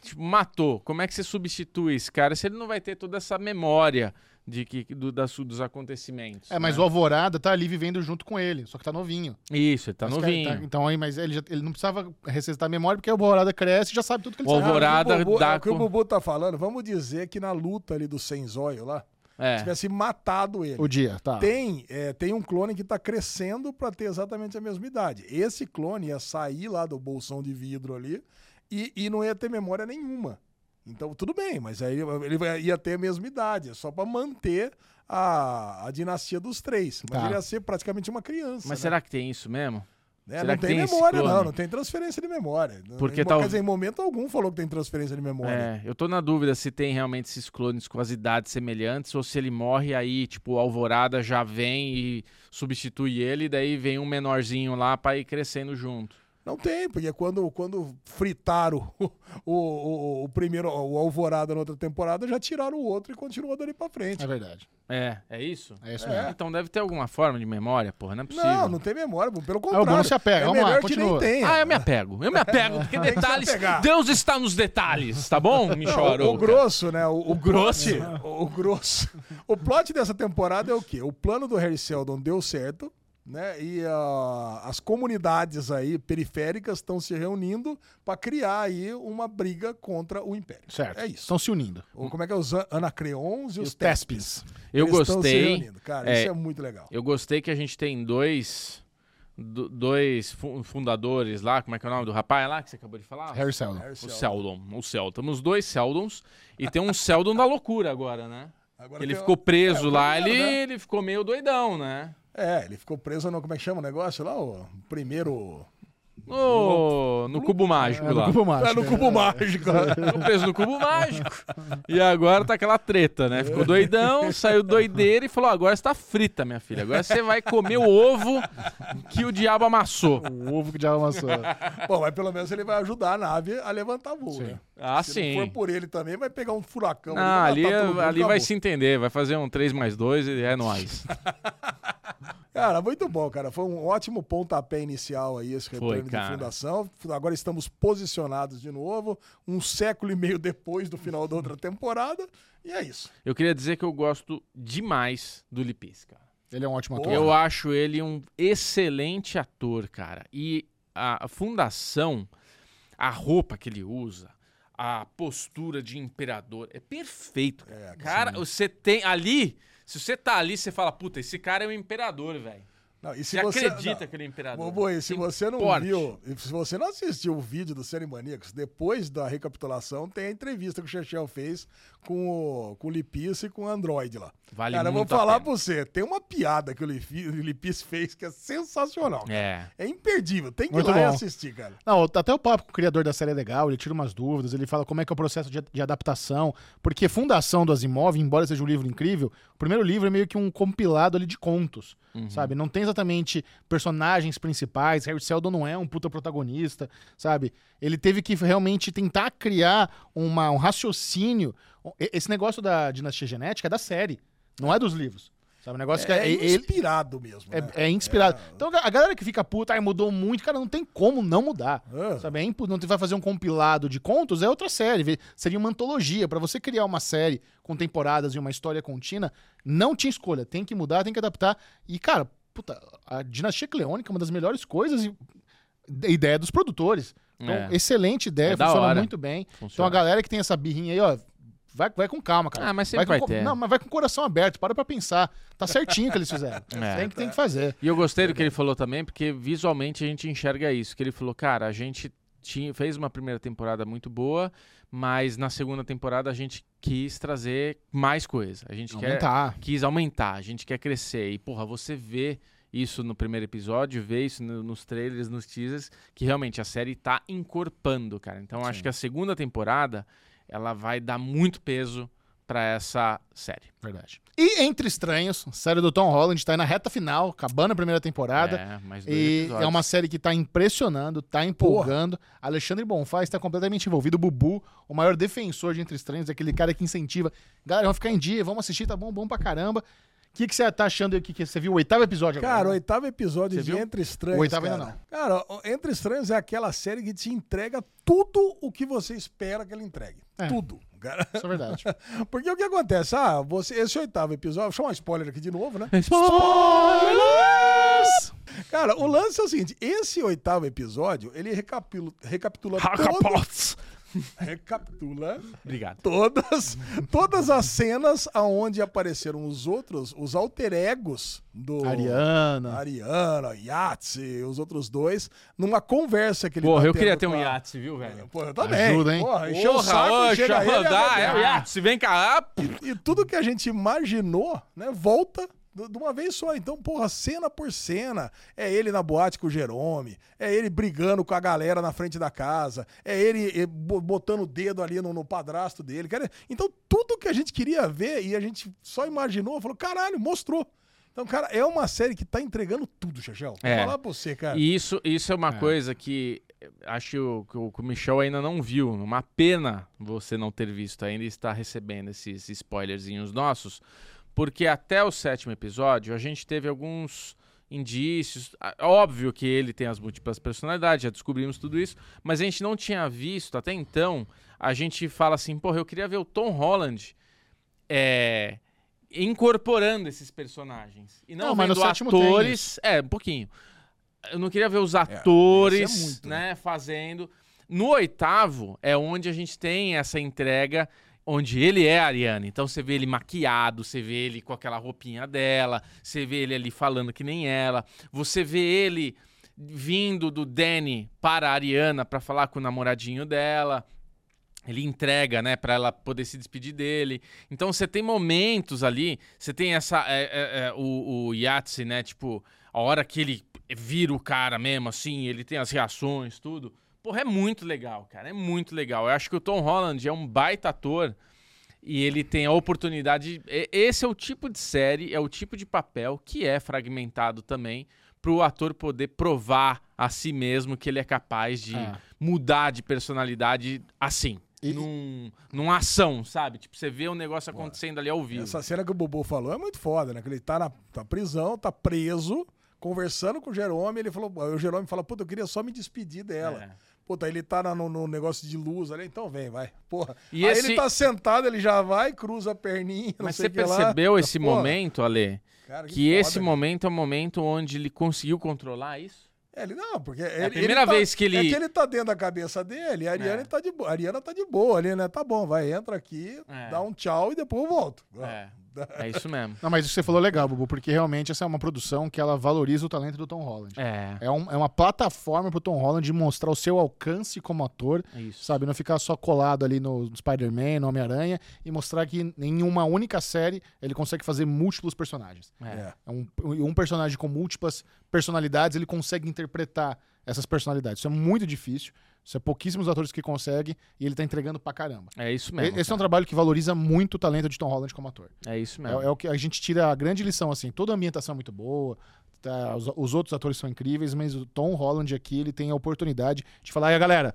tipo, matou. Como é que você substitui esse cara se ele não vai ter toda essa memória de que, do, das- dos acontecimentos?
É, mas
né?
o Alvorada tá ali vivendo junto com ele, só que tá novinho.
Isso, ele tá
Mas, cara,
novinho.
tá- então aí, mas ele, já- ele não precisava ressuscitar a memória, porque o Alvorada cresce e já sabe tudo que ele
O
sabe.
Alvorada-
Ah, o que o Bubu-
dá
é o que o
com-
Bubu tá falando, vamos dizer que na luta ali do Senzóio lá,
É.
tivesse matado ele.
O dia,
Ah.
tá.
Tem, é, tem um clone que tá crescendo pra ter exatamente a mesma idade. Esse clone ia sair lá do bolsão de vidro ali e, e não ia ter memória nenhuma. Então, tudo bem, mas aí ele vai- ia ter a mesma idade, é só pra manter a, a dinastia dos três. Mas
Tá.
ele ia ser praticamente uma
Mas
criança. né?
será que tem isso mesmo?
Né?
Será
não
que
tem,
tem esse
memória,
clone?
não. Não tem transferência de memória.
Porque tá
Em-
tal-
Quer dizer, em momento algum falou que tem transferência de memória.
É, eu tô na dúvida se tem realmente esses clones com as idades semelhantes ou se ele morre aí, tipo, o Alvorada já vem e substitui ele, daí vem um menorzinho lá pra ir crescendo junto.
Não tem, porque quando, quando fritaram o, o, o- o primeiro, o Alvorada na outra temporada, já tiraram o outro e continuou dali pra frente.
É verdade.
É, é isso?
É isso mesmo.
Então deve ter alguma forma de memória, porra, não é possível.
não, não tem memória, pelo
Ah, o
contrário.
Bruno se apega.
é
Vamos lá,
melhor
continua. é
que nem tenha.
Ah, eu me apego, eu me apego, porque
que se
detalhes,
apegar.
Deus está nos detalhes, tá bom, Michel
Não, o, o
Arouca?
grosso, né? O, o
grosso.
plot- o grosso. O plot dessa temporada é o quê? O plano do Harry Seldon deu certo. né? E ah, as comunidades aí periféricas estão se reunindo para criar aí uma briga contra o império.
Certo. Então
É isso.
Estão se unindo.
Ou como é que é os an- anacreons e os
Tespis.
tespes?
Eu
Eles estão se
gostei.
reunindo. Cara,
É,
isso é muito legal.
Eu gostei que a gente tem dois. do- Dois fu- fundadores lá, como é que é o nome do rapaz lá que você acabou de falar?
Harry Seldon.
Harry
O
Seldon.
Seldon, o Seldon. Temos dois Seldons e tem um Seldon da loucura agora, né?
Agora
Ele
tem-
ficou preso
é, o
lá, ele,
primeiro, né?
ele ficou meio doidão, né?
É, ele ficou preso no. Como é que chama o negócio lá? O primeiro.
No, no cubo mágico lá.
Grupo Mágico.
É no cubo mágico.
Ficou preso no cubo mágico. E agora tá aquela treta, né? Ficou doidão, saiu doideira e falou: agora você tá frita, minha filha. Agora você vai comer o ovo que o diabo amassou.
O ovo que já amassou.
Bom, mas pelo menos ele vai ajudar a nave a levantar voo, né?
Ah,
Se
sim.
não for por ele também, vai pegar um furacão.
Ah,
vai
ali,
matar todo mundo,
ali
acabou.
vai se entender, vai fazer um 3 mais 2 e é nóis.
Cara, muito bom, cara. Foi um ótimo pontapé inicial aí, esse retorno
Foi,
de
cara.
fundação. Agora estamos posicionados de novo, um século e meio depois do final da outra temporada. E é isso.
Eu queria dizer que eu gosto demais do Lipis, cara.
Ele é um ótimo ator.
Eu acho ele um excelente ator, cara. E a a fundação, a roupa que ele usa, a postura de imperador, é perfeito. Cara, Cara, você tem ali, se você tá ali, você fala, puta, esse cara é um imperador, velho.
Não, e se
Você acredita que ele é imperador.
Boboi, se
Tem
você não
porte.
viu, e se você não assistiu o vídeo do Série Maníacos, depois da recapitulação, tem a entrevista que o Chechel fez com o, com o Lipice e com o Android lá.
Vale
Cara, eu vou
muito a
falar
pena.
pra você, tem uma piada que o Lipi- o Lipice fez que é sensacional. cara.
É.
É imperdível, tem que
Muito
ir lá e
bom.
assistir, cara.
Não, até o papo com o criador da série é legal, ele tira umas dúvidas, ele fala como é que é o processo de, de adaptação, porque Fundação do Asimov, embora seja um livro incrível, o primeiro livro é meio que um compilado ali de contos, sabe? Não tem exatamente personagens principais, Harry Seldon não é um puta protagonista, sabe? Ele teve que realmente tentar criar uma- um raciocínio. E- Esse negócio da dinastia genética é da série, não é dos livros. Sabe, o negócio que
É,
é, ele-
inspirado mesmo. né?
é, é inspirado. Então a galera que fica puta, ai, mudou muito, cara, não tem como não mudar.
Ah.
Sabe? É impo- não te- vai fazer um compilado de contos, é outra série. vê- Seria uma antologia. Pra você criar uma série com temporadas e uma história contínua, não tinha escolha. Tem que mudar, tem que adaptar. E, cara, puta, a Dinastia Cleônica é uma das melhores coisas e da ideia dos produtores. Então,
É.
excelente ideia,
É da
funciona
hora.
muito bem. Então
Funciona.
a galera que tem essa birrinha aí, ó. Vai, vai com calma, cara.
Ah, mas
vai
sempre
com,
vai
co-
ter.
Não, mas vai com o coração aberto, para pra pensar. Tá certinho o que eles fizeram.
É.
tem, que, tem que fazer.
E eu gostei do que ele falou também, porque visualmente a gente enxerga isso. Que ele falou, cara, a gente tinha, fez uma primeira temporada muito boa, mas na segunda temporada a gente quis trazer mais coisa. A gente quer,
Aumentar.
quis aumentar, a gente quer crescer. E, porra, você vê isso no primeiro episódio, vê isso no- nos trailers, nos teasers, que realmente a série tá encorpando, cara. Então eu acho que a segunda temporada, ela vai dar muito peso pra essa série.
Verdade. E Entre Estranhos, série do Tom Holland, tá aí na reta final, acabando a primeira temporada.
É, mais dois
E
episódios.
é uma série que tá impressionando, tá empolgando. Alexandre Bonfá está completamente envolvido. O Bubu, o maior defensor de Entre Estranhos, é aquele cara que incentiva. Galera, vamos ficar em dia, vamos assistir, tá bom, bom pra caramba. O que, que você tá achando aí? Que, que você viu o oitavo episódio
Cara, o
agora? né?
oitavo episódio
Você
de
viu?
Entre Estranhos.
O oitavo
cara.
ainda não.
Cara, o Entre Estranhos é aquela série que te entrega tudo o que você espera que ela entregue.
É.
Tudo. Cara.
Isso é verdade.
Porque o que acontece? Ah, você, esse oitavo episódio, deixa eu dar um spoiler aqui de novo, né? Cara, o lance é o seguinte: esse oitavo episódio, ele recapitula. Recapitula. Todo, recapitula
Obrigado.
todas, todas as cenas aonde apareceram os outros, os alter egos do.
Ariana.
Ariana, Yatsi, os outros dois, numa conversa que ele
Porra,
tá
eu queria
tendo
ter
com
um
a-
iate, viu, velho?
Pô, eu também.
Ajuda, hein?
Porra, encheu o saco,
ô,
chega
chama-
ele, né,
dá, é o
ela-
iate, se vem cá. ah, p-
E tudo que a gente imaginou, né, volta do- de uma vez só. Então, porra, cena por cena, é ele na boate com o Jerome, é ele brigando com a galera na frente da casa, é ele eh, bo- botando o dedo ali no, no padrasto dele. Quer dizer, Então, tudo que a gente queria ver e a gente só imaginou, falou, caralho, mostrou. Então, cara, é uma série que tá entregando tudo, Chechel. Vou
É.
falar pra você, cara.
E isso, isso é uma coisa que eh, acho que o- que o, que o Michel ainda não viu. Uma pena você não ter visto ainda e estar recebendo esses spoilerzinhos nossos. Porque até o sétimo episódio a gente teve alguns indícios. Ah, Óbvio que ele tem as múltiplas personalidades, já descobrimos tudo isso, mas a gente não tinha visto até então. A gente fala assim, porra, eu queria ver o Tom Holland é, incorporando esses personagens. E não,
Não, mas
mas
no sétimo tem
atores. É, um pouquinho. Eu não queria ver os
é
atores,
muito,
né, fazendo. No oitavo é onde a gente tem essa entrega onde ele é a Ariane. Então você vê ele maquiado, você vê ele com aquela roupinha dela, você vê ele ali falando que nem ela, você vê ele vindo do Danny para a Ariana para falar com o namoradinho dela. Ele entrega, né, para ela poder se despedir dele. Então você tem momentos ali, você tem essa é, é, é, o, o Yahtzee, né, tipo a hora que ele vira o cara mesmo, assim, ele tem as reações, tudo. Porra, é muito legal, cara. É muito legal. Eu acho que o Tom Holland é um baita ator e ele tem a oportunidade. e- Esse é o tipo de série, é o tipo de papel que é fragmentado também para o ator poder provar a si mesmo que ele é capaz de
Ah.
mudar de personalidade assim.
E-
Num, numa ação, sabe? Tipo, você vê um negócio acontecendo ali ao vivo.
Essa cena que o Bobo falou é muito foda, né? Que ele tá na, na prisão, tá preso, conversando com o Jerome, ele falou, o Jerome fala, puta, eu queria só me despedir dela.
É.
Puta, ele tá na- no, no negócio de luz ali, então vem, vai. Porra.
E
Aí
esse-
ele tá sentado, ele já vai, cruza a perninha, não
Mas
sei
você
o que é lá.
percebeu esse
Porra,
momento, Ale?
cara,
Que esse
foda, né?
momento é o momento onde ele conseguiu controlar isso?
É, ele não, porque ele-
a
ele
primeira
tá-
vez que ele-
É que ele tá dentro da cabeça dele, a Ariana,
É.
tá, de, bo- a Ariana tá de boa ali, né? Tá bom, vai, entra aqui,
É.
dá um tchau e depois eu volto.
É. É isso mesmo.
Não, mas isso que você falou é legal, Bubu, porque realmente essa é uma produção que ela valoriza o talento do Tom Holland.
É.
É, um- é uma plataforma pro Tom Holland de mostrar o seu alcance como ator,
É isso.
sabe? Não ficar só colado ali no Spider-Man, no Homem-Aranha, e mostrar que em uma única série ele consegue fazer múltiplos personagens.
É.
É um, um personagem com múltiplas personalidades, ele consegue interpretar essas personalidades. Isso é muito difícil. Isso é pouquíssimos atores que conseguem e ele tá entregando pra caramba.
É isso
E-
mesmo.
Esse é um trabalho que valoriza muito o talento de Tom Holland como ator.
É isso
É,
mesmo.
é o que a gente tira a grande lição, assim. Toda a ambientação é muito boa, tá, os, os outros atores são incríveis, mas o Tom Holland aqui, ele tem a oportunidade de falar, "E aí, galera,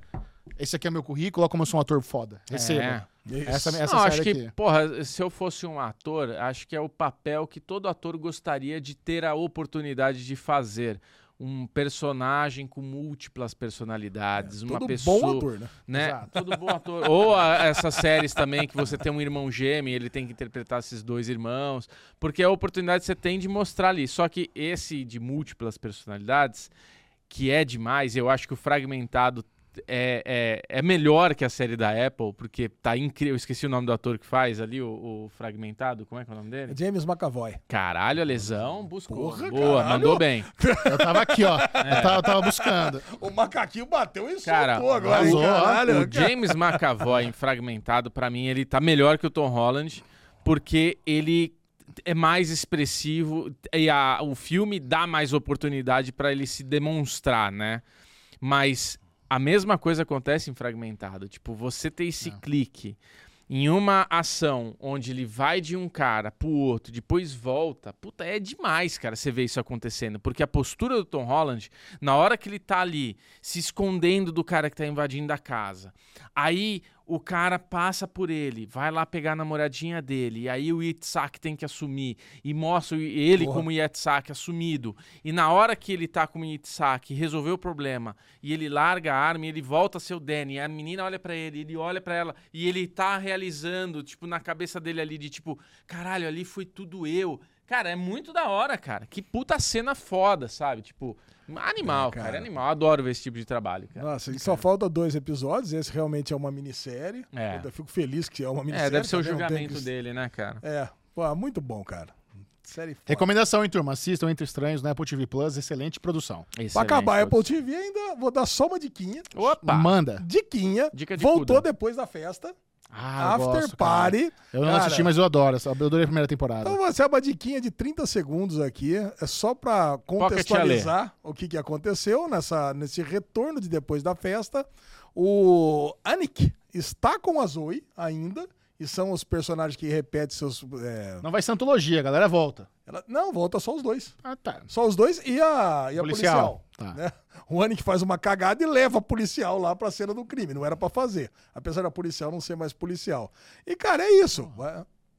esse aqui é meu currículo, olha como eu sou um ator foda. Receba.
é
Essa, essa
Não,
série
acho que,
aqui.
porra, se eu fosse um ator, acho que é o papel que todo ator gostaria de ter a oportunidade de fazer. Um personagem com múltiplas personalidades, uma
É, Todo
pessoa.
bom ator, né?
né?
Exato.
Todo bom ator. Ou a- essas séries também que você tem um irmão gêmeo e ele tem que interpretar esses dois irmãos, porque é a oportunidade que você tem de mostrar ali. Só que esse de múltiplas personalidades, que é demais, eu acho que o fragmentado é, é, é melhor que a série da Apple, porque tá incrível. Eu esqueci o nome do ator que faz ali, o, o fragmentado, como é que é o nome dele?
James McAvoy.
Caralho, a lesão buscou.
Porra,
Boa,
caralho.
mandou bem.
Eu tava aqui, ó. Eu, tava, eu tava buscando.
O macaquinho bateu e
Cara,
soltou agora, hein,
arrasou,
caralho. né,
O James McAvoy em Fragmentado, pra mim, ele tá melhor que o Tom Holland, porque ele é mais expressivo e a- o filme dá mais oportunidade pra ele se demonstrar, né? Mas a mesma coisa acontece em Fragmentado. Tipo, você tem esse clique em uma ação onde ele vai de um cara pro outro, depois volta, puta, é demais, cara, você ver isso acontecendo. Porque a postura do Tom Holland, na hora que ele tá ali se escondendo do cara que tá invadindo a casa, aí o cara passa por ele, vai lá pegar a namoradinha dele, e aí o Itzhak tem que assumir, e mostra o- ele
Porra.
como Itzhak assumido. E na hora que ele tá como Itzhak, resolveu o problema, e ele larga a arma e ele volta a ser o Danny. E a menina olha pra ele, ele olha pra ela e ele tá realizando, tipo, na cabeça dele ali, de tipo, caralho, ali foi tudo eu. Cara, é muito da hora, cara. Que puta cena foda, sabe? Tipo, animal,
É,
cara.
cara.
animal. Adoro ver esse tipo de trabalho, cara.
Nossa, e só falta dois episódios. Esse realmente é uma minissérie.
É.
Puta, fico feliz que é uma minissérie.
É, deve ser o
também, não tem
julgamento
que-
dele, né, cara?
É, pô, muito bom, cara. Série foda.
Recomendação, hein, turma? Assistam Entre Estranhos na Apple TV Plus. Excelente produção.
Pra acabar a Apple
Excelente,
TV ainda, vou dar só uma diquinha.
Opa!
Manda.
Diquinha.
Dica de
voltou
cuda.
depois da festa.
Ah, eu
after
gosto, cara.
Party.
Eu não
Cara,
assisti, mas eu adoro. essa- Eu adorei a primeira temporada.
Então você é uma diquinha de 30 segundos aqui, é só pra contextualizar o que, que aconteceu nessa, nesse retorno de depois da festa. O Anik está com a Zoe ainda, e são os personagens que repetem seus... é,
Não vai ser antologia, a galera volta.
ela- não, volta só os dois.
Ah, tá.
Só os dois e a, e a policial.
Policial. Tá.
né? O Anik faz uma cagada e leva a policial lá pra cena do crime. Não era pra fazer. Apesar da policial não ser mais policial. E, cara, é isso.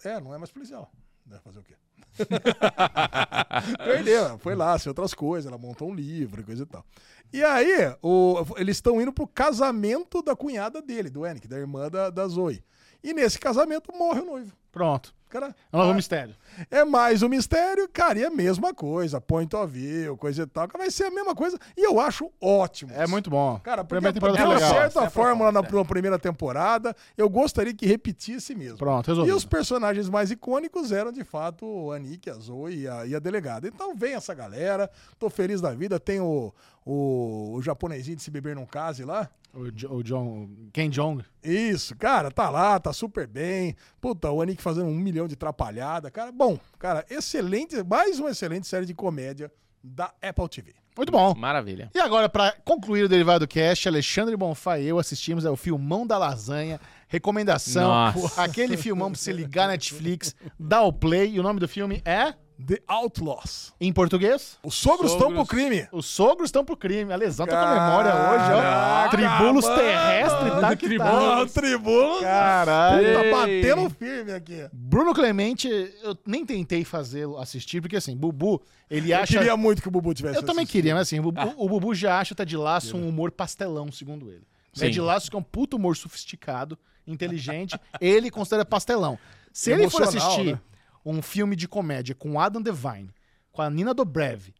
É, não é mais policial. Vai fazer o quê? Perdeu. Foi lá, assim, outras coisas. Ela montou um livro e coisa e tal. E aí, o- eles estão indo pro casamento da cunhada dele, do Anik, da irmã da, da Zoe. E nesse casamento morre o noivo.
Pronto.
Cara,
É um novo mistério.
é mais um mistério, cara, e é a mesma coisa. Point of view, coisa e tal, que vai ser a mesma coisa. E eu acho ótimo.
É muito bom.
Cara, porque
Primeira temporada
deu
foi legal.
certo a fórmula na na primeira temporada. Eu gostaria que repetisse mesmo.
Pronto, resolvido.
E os personagens mais icônicos eram, de fato, a Nick, a Zoe e a, e a delegada. Então vem essa galera. Tô feliz da vida. Tem o, o, o japonesinho de Se Beber Num Case lá.
O, Jo- o John. o Ken Jong.
Isso, cara, tá lá, tá super bem. Puta, o Anik fazendo um milhão de atrapalhada, cara. Bom, cara, excelente, mais uma excelente série de comédia da Apple TV.
Muito bom.
Maravilha.
E agora, pra concluir o Derivado Cast, Alexandre Bonfá e eu assistimos ao filmão da lasanha. Recomendação.
Nossa.
Aquele filmão pra você ligar na Netflix, dar o play. E o nome do filme é,
The Outlaws.
em português,
Os sogros estão pro
Sogros.
crime.
Os Sogros Estão Pro Crime. A lesão tá com a memória hoje, ó.
Caraca,
Tribulos
mano.
terrestres, tá que
Ó,
tá.
o tribuno
Caralho.
tá
Ei.
batendo firme aqui.
Bruno Clemente, eu nem tentei fazê-lo assistir, porque assim, Bubu, ele
Eu
acha...
queria muito que o Bubu tivesse
Eu também
assistido.
queria, mas assim, o
Ah.
Bubu, o Bubu já acha o Ted Lasso um humor pastelão, segundo ele.
Sim.
Ted Lasso que é um puto humor sofisticado, inteligente, ele considera pastelão. Se ele for
Emocional,
assistir
né?
um filme de comédia com Adam Devine, com a Nina Dobrev,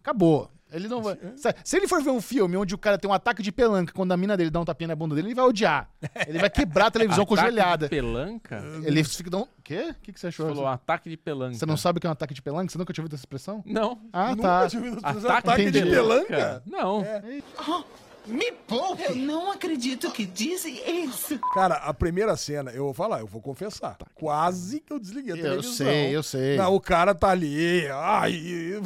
acabou. Ele não vai. Sabe, Se ele for ver um filme onde o cara tem um ataque de pelanca quando a mina dele dá um tapinha na bunda dele, ele vai odiar. Ele vai quebrar a televisão
Ataque de
congelhada.
Pelanca?
Ele fica dando. um Quê? O que, que você
Você
achou?
falou ataque de pelanca.
Você não sabe o que é um ataque de pelanca? Você nunca tinha ouvido essa expressão?
Não.
Ah,
Nunca
tá.
tive um
Ataque,
ataque de É,
entendi.
pelanca.
Não.
Eu não acredito que dizem isso.
Cara, a primeira cena, eu vou falar, eu vou confessar. Quase que eu desliguei a
Tá. Eu
televisão.
sei, eu sei.
Não, o cara tá ali. Ai,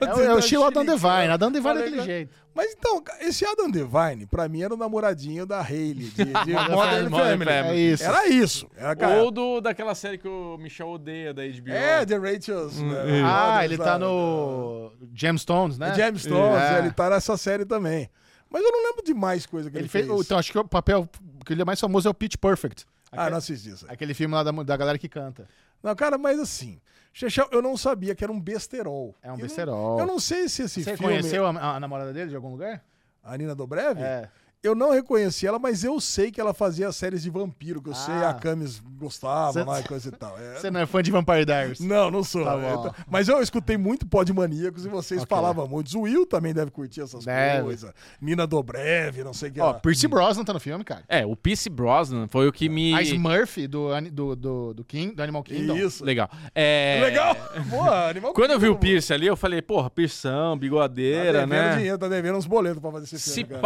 É, o- é o estilo Adam Devine. Adam Devine é
Falei,
daquele
cara.
jeito.
Mas então, esse Adam Devine, pra mim, era o namoradinho da Hayley, de, de Modern,
Modern
Family.
Family.
É isso.
Era isso. Era, cara,
Ou do, daquela série que o Michel odeia da HBO.
É, The Rachel's. né,
Ah,
Brothers,
ele tá
sabe?
no Gemstones, né?
James Stones,
É.
ele tá nessa série também. Mas eu não lembro de mais coisa que ele,
Ele fez, então, acho que o papel que ele é mais famoso é o Pitch Perfect.
Ah, não assisti isso. aí.
Aquele filme lá da, da galera que canta.
Não, cara, mas assim, Chechel, eu não sabia que era um besterol.
É um
Eu não-
besterol.
Eu não sei se esse
Você
filme...
conheceu a, a namorada dele de algum lugar?
A Nina Dobrev?
É.
Eu não reconheci ela, mas eu sei que ela fazia séries de vampiro, que eu sei
Ah.
a Camis gostava
Cê-
lá e coisa e tal. É,
Você não é fã de Vampire Diaries?
Não, não sou.
Tá
Eu
bom.
tô- mas eu escutei muito Pod Maníacos e vocês falavam muito. O Will também deve curtir essas
Deve.
coisas. Nina Dobrev, não sei o que.
Ó,
lá.
Percy Brosnan tá no filme, cara.
É, o Pierce Brosnan foi o que me...
A Smurf do, ani- do, do, do, King, do Animal Kingdom.
Isso.
Legal. É...
Legal. Boa, animal.
Quando eu vi o
Kingdom,
Pierce ali, eu falei, porra, Pierção,
tá
bigodeira,
devendo
né?
dinheiro, tá devendo uns boletos pra fazer esse filme.
Se
cara.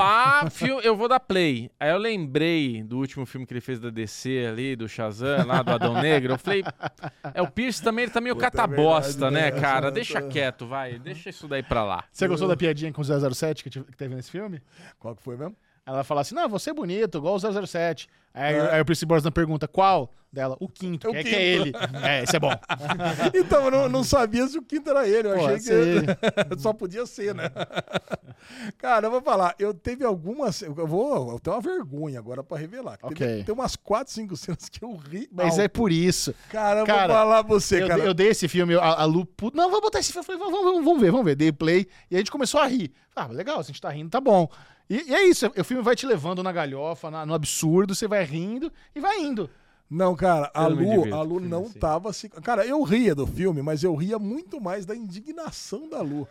pá, fio, eu vou dar play. Aí eu lembrei do último filme que ele fez da DC ali, do Shazam, lá do Adão Negro. Eu falei, é o Pierce também, ele tá meio catabosta,
é verdade,
né,
né?
cara? Deixa quieto, vai. Deixa isso daí pra lá.
Você gostou da piadinha com o 007 que, tive- que teve nesse filme?
Qual que foi mesmo?
Ela fala assim, não, você é bonito, igual o 007. Aí, aí o Percy Brosnan pergunta, qual? Dela, o quinto,
É. O
que, é, que é ele.
quinto.
É, esse é bom.
Então, eu não, não sabia se o quinto era ele. Eu
Pô,
achei que
sim.
só podia ser, né? Cara, eu vou falar. Eu teve algumas. Eu vou eu tenho uma vergonha agora pra revelar. que teve-
Ok.
Tem umas 4, 5 cenas que eu ri.
Mas
alto.
é por isso.
Cara, eu
Cara,
vou falar pra você,
eu,
cara.
eu dei esse filme, a, a Lu, puto, não, vou botar esse filme. Eu falei, vamos, vamos, vamos ver, vamos ver. Dei play. E a gente começou a rir. Ah, legal, se a gente tá rindo, tá bom. E, e é isso, o filme vai te levando na galhofa, na- no absurdo, você vai rindo e vai indo.
Não, cara, a
Eu não me
Lu,
divirto
a
com
Lu
filme
não
assim.
tava se. Cara, eu ria do filme, mas eu ria muito mais da indignação da Lu.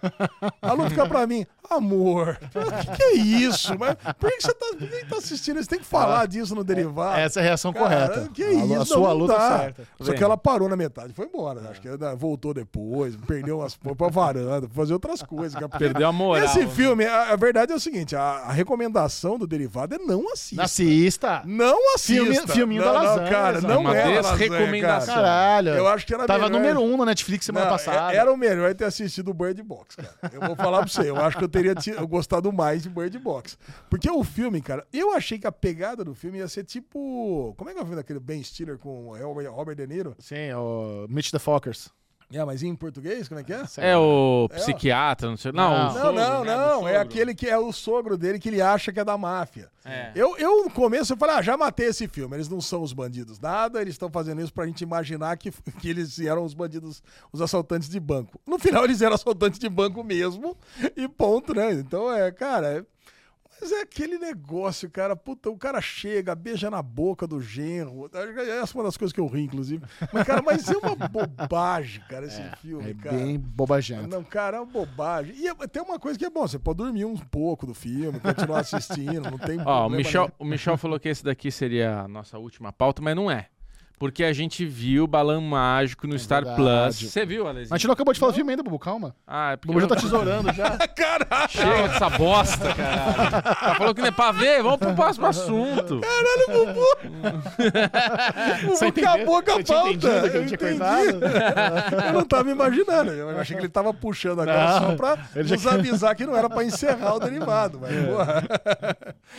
A Lu fica pra mim, amor, o que, que é isso? Mas por que, que você tá, por que que tá assistindo? Você tem que falar disso no derivado.
Essa é a reação
Cara,
correta.
Que
A lu-
isso,
a sua
não
luta
dá.
certa.
Só que ela parou na metade e foi embora. né? Acho que ela voltou depois, perdeu umas foi pra varanda, foi fazer outras coisas. cara, porque
Perdeu a moral. né?
Esse filme, a, a verdade é o seguinte: a, a recomendação do derivado é não assista.
Nascista.
Não assista.
Filme- filminho
não,
da
Não,
lasanha,
cara,
Zé.
não
Uma
era
desrecomendação.
lasanha, cara.
Caralho.
Eu acho que era
Tava
melhor-
número um na Netflix semana
Não,
passada.
é- Era o melhor ter assistido o Bird Box, cara. Eu vou falar pra você. Eu acho que eu teria ti- eu gostado mais de Bird Box. Porque o filme, cara, eu achei que a pegada do filme ia ser tipo. Como é que é o filme daquele Ben Stiller com o Robert Robert De Niro?
Sim, é o Mitch the Fockers.
É, mas em português, como é que é?
É o psiquiatra, não sei. Não,
Não.
o
Não,
Não,
sogro,
não,
né, do
não. É
sogro.
aquele que é o sogro dele que ele acha que é da máfia.
É.
Eu, eu, no começo, eu falei, ah, já matei esse filme. Eles não são os bandidos nada, eles estão fazendo isso pra gente imaginar que, que eles eram os bandidos, os assaltantes de banco. No final, eles eram assaltantes de banco mesmo, e ponto, né? Então, é, cara. é- Mas é aquele negócio, cara. Puta, o cara chega, beija na boca do genro. Essa é uma das coisas que eu ri, inclusive. Mas, cara, mas é uma bobagem, cara, esse filme,
É
cara.
bem bobajento.
Não, cara, é uma bobagem. E é- tem uma coisa que é bom, você pode dormir um pouco do filme, continuar assistindo, não tem
Ó,
problema
o
é
Michel,
nenhum.
o Michel falou que esse daqui seria a nossa última pauta, mas não é. Porque a gente viu Balão Mágico no Star
É verdade.
Plus. Você viu, Alezinho?
Mas a gente não acabou de falar do filme ainda, Bubu, calma.
Ah, é
O tá
porque
Bubu já
eu-
tá tesourando já.
Caralho,
Chega dessa bosta, caralho. Ela falou que não é pra ver, vamos pro próximo assunto.
Você
acabou
Você tinha
com a pauta.
entendido que
Eu
ele tinha
entendi.
coitado?
eu não tava imaginando. Eu achei que ele tava puxando
Não,
agora só pra
ele já É.
nos avisar que não era pra encerrar o derivado. Mas, porra.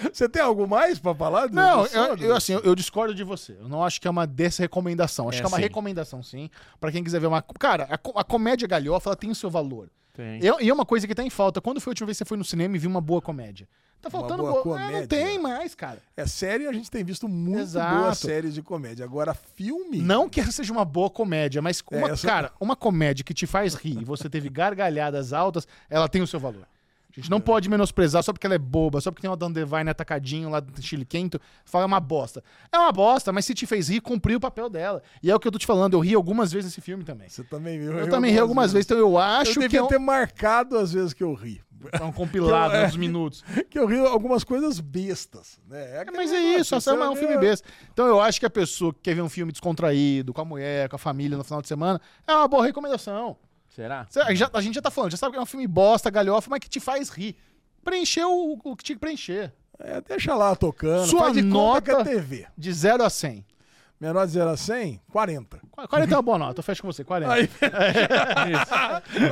Você tem algo mais pra falar? do-
Não,
do
eu,
Sandro?
eu, assim, eu, eu discordo de você. Eu não acho que é uma desrecomendação. Acho
É,
que é uma
sim.
recomendação, sim. Pra quem quiser ver uma... Cara, a, co- a comédia galhofa, ela tem o seu valor.
Tem.
Eu- e é uma coisa que tá em falta. Quando foi a última vez que você foi no cinema e viu uma boa comédia? Tá faltando
boa
boa... É,
comédia.
não tem mais, cara.
É série, a gente tem visto muito
Exato.
boas séries de comédia. Agora, filme.
Não que essa seja uma boa comédia, mas uma,
essa-
cara, uma comédia que te faz rir e você teve gargalhadas altas, ela tem o seu valor. A gente não pode menosprezar só porque ela é boba, só porque tem uma Dandevine atacadinho lá do Chile Quento, fala "É uma bosta. É uma bosta, mas se te fez rir, cumpriu o papel dela. E é o que eu tô te falando, eu ri algumas vezes nesse filme também.
Você também viu.
Eu também ri algumas vezes, então eu acho
eu
que
devia
é um,
ter marcado as vezes que eu ri.
é um compilado, uns minutos.
Que eu ri algumas coisas bestas. Né?
É, mas é isso, essa é uma- um filme besta. Então eu acho que a pessoa que quer ver um filme descontraído, com a mulher, com a família no final de semana, é uma boa recomendação.
Será?
Cê- já- a gente já tá falando, já sabe que é um filme bosta, galhofa, mas que te faz rir. Preencher o, o que tinha que preencher.
É, deixa lá tocando.
Sua
faz de conta que é
nota-
TV.
De 0 a 100.
Menor de 0 a 100, 40.
Qu- 40 é uma boa nota, eu fecho com você, é 40.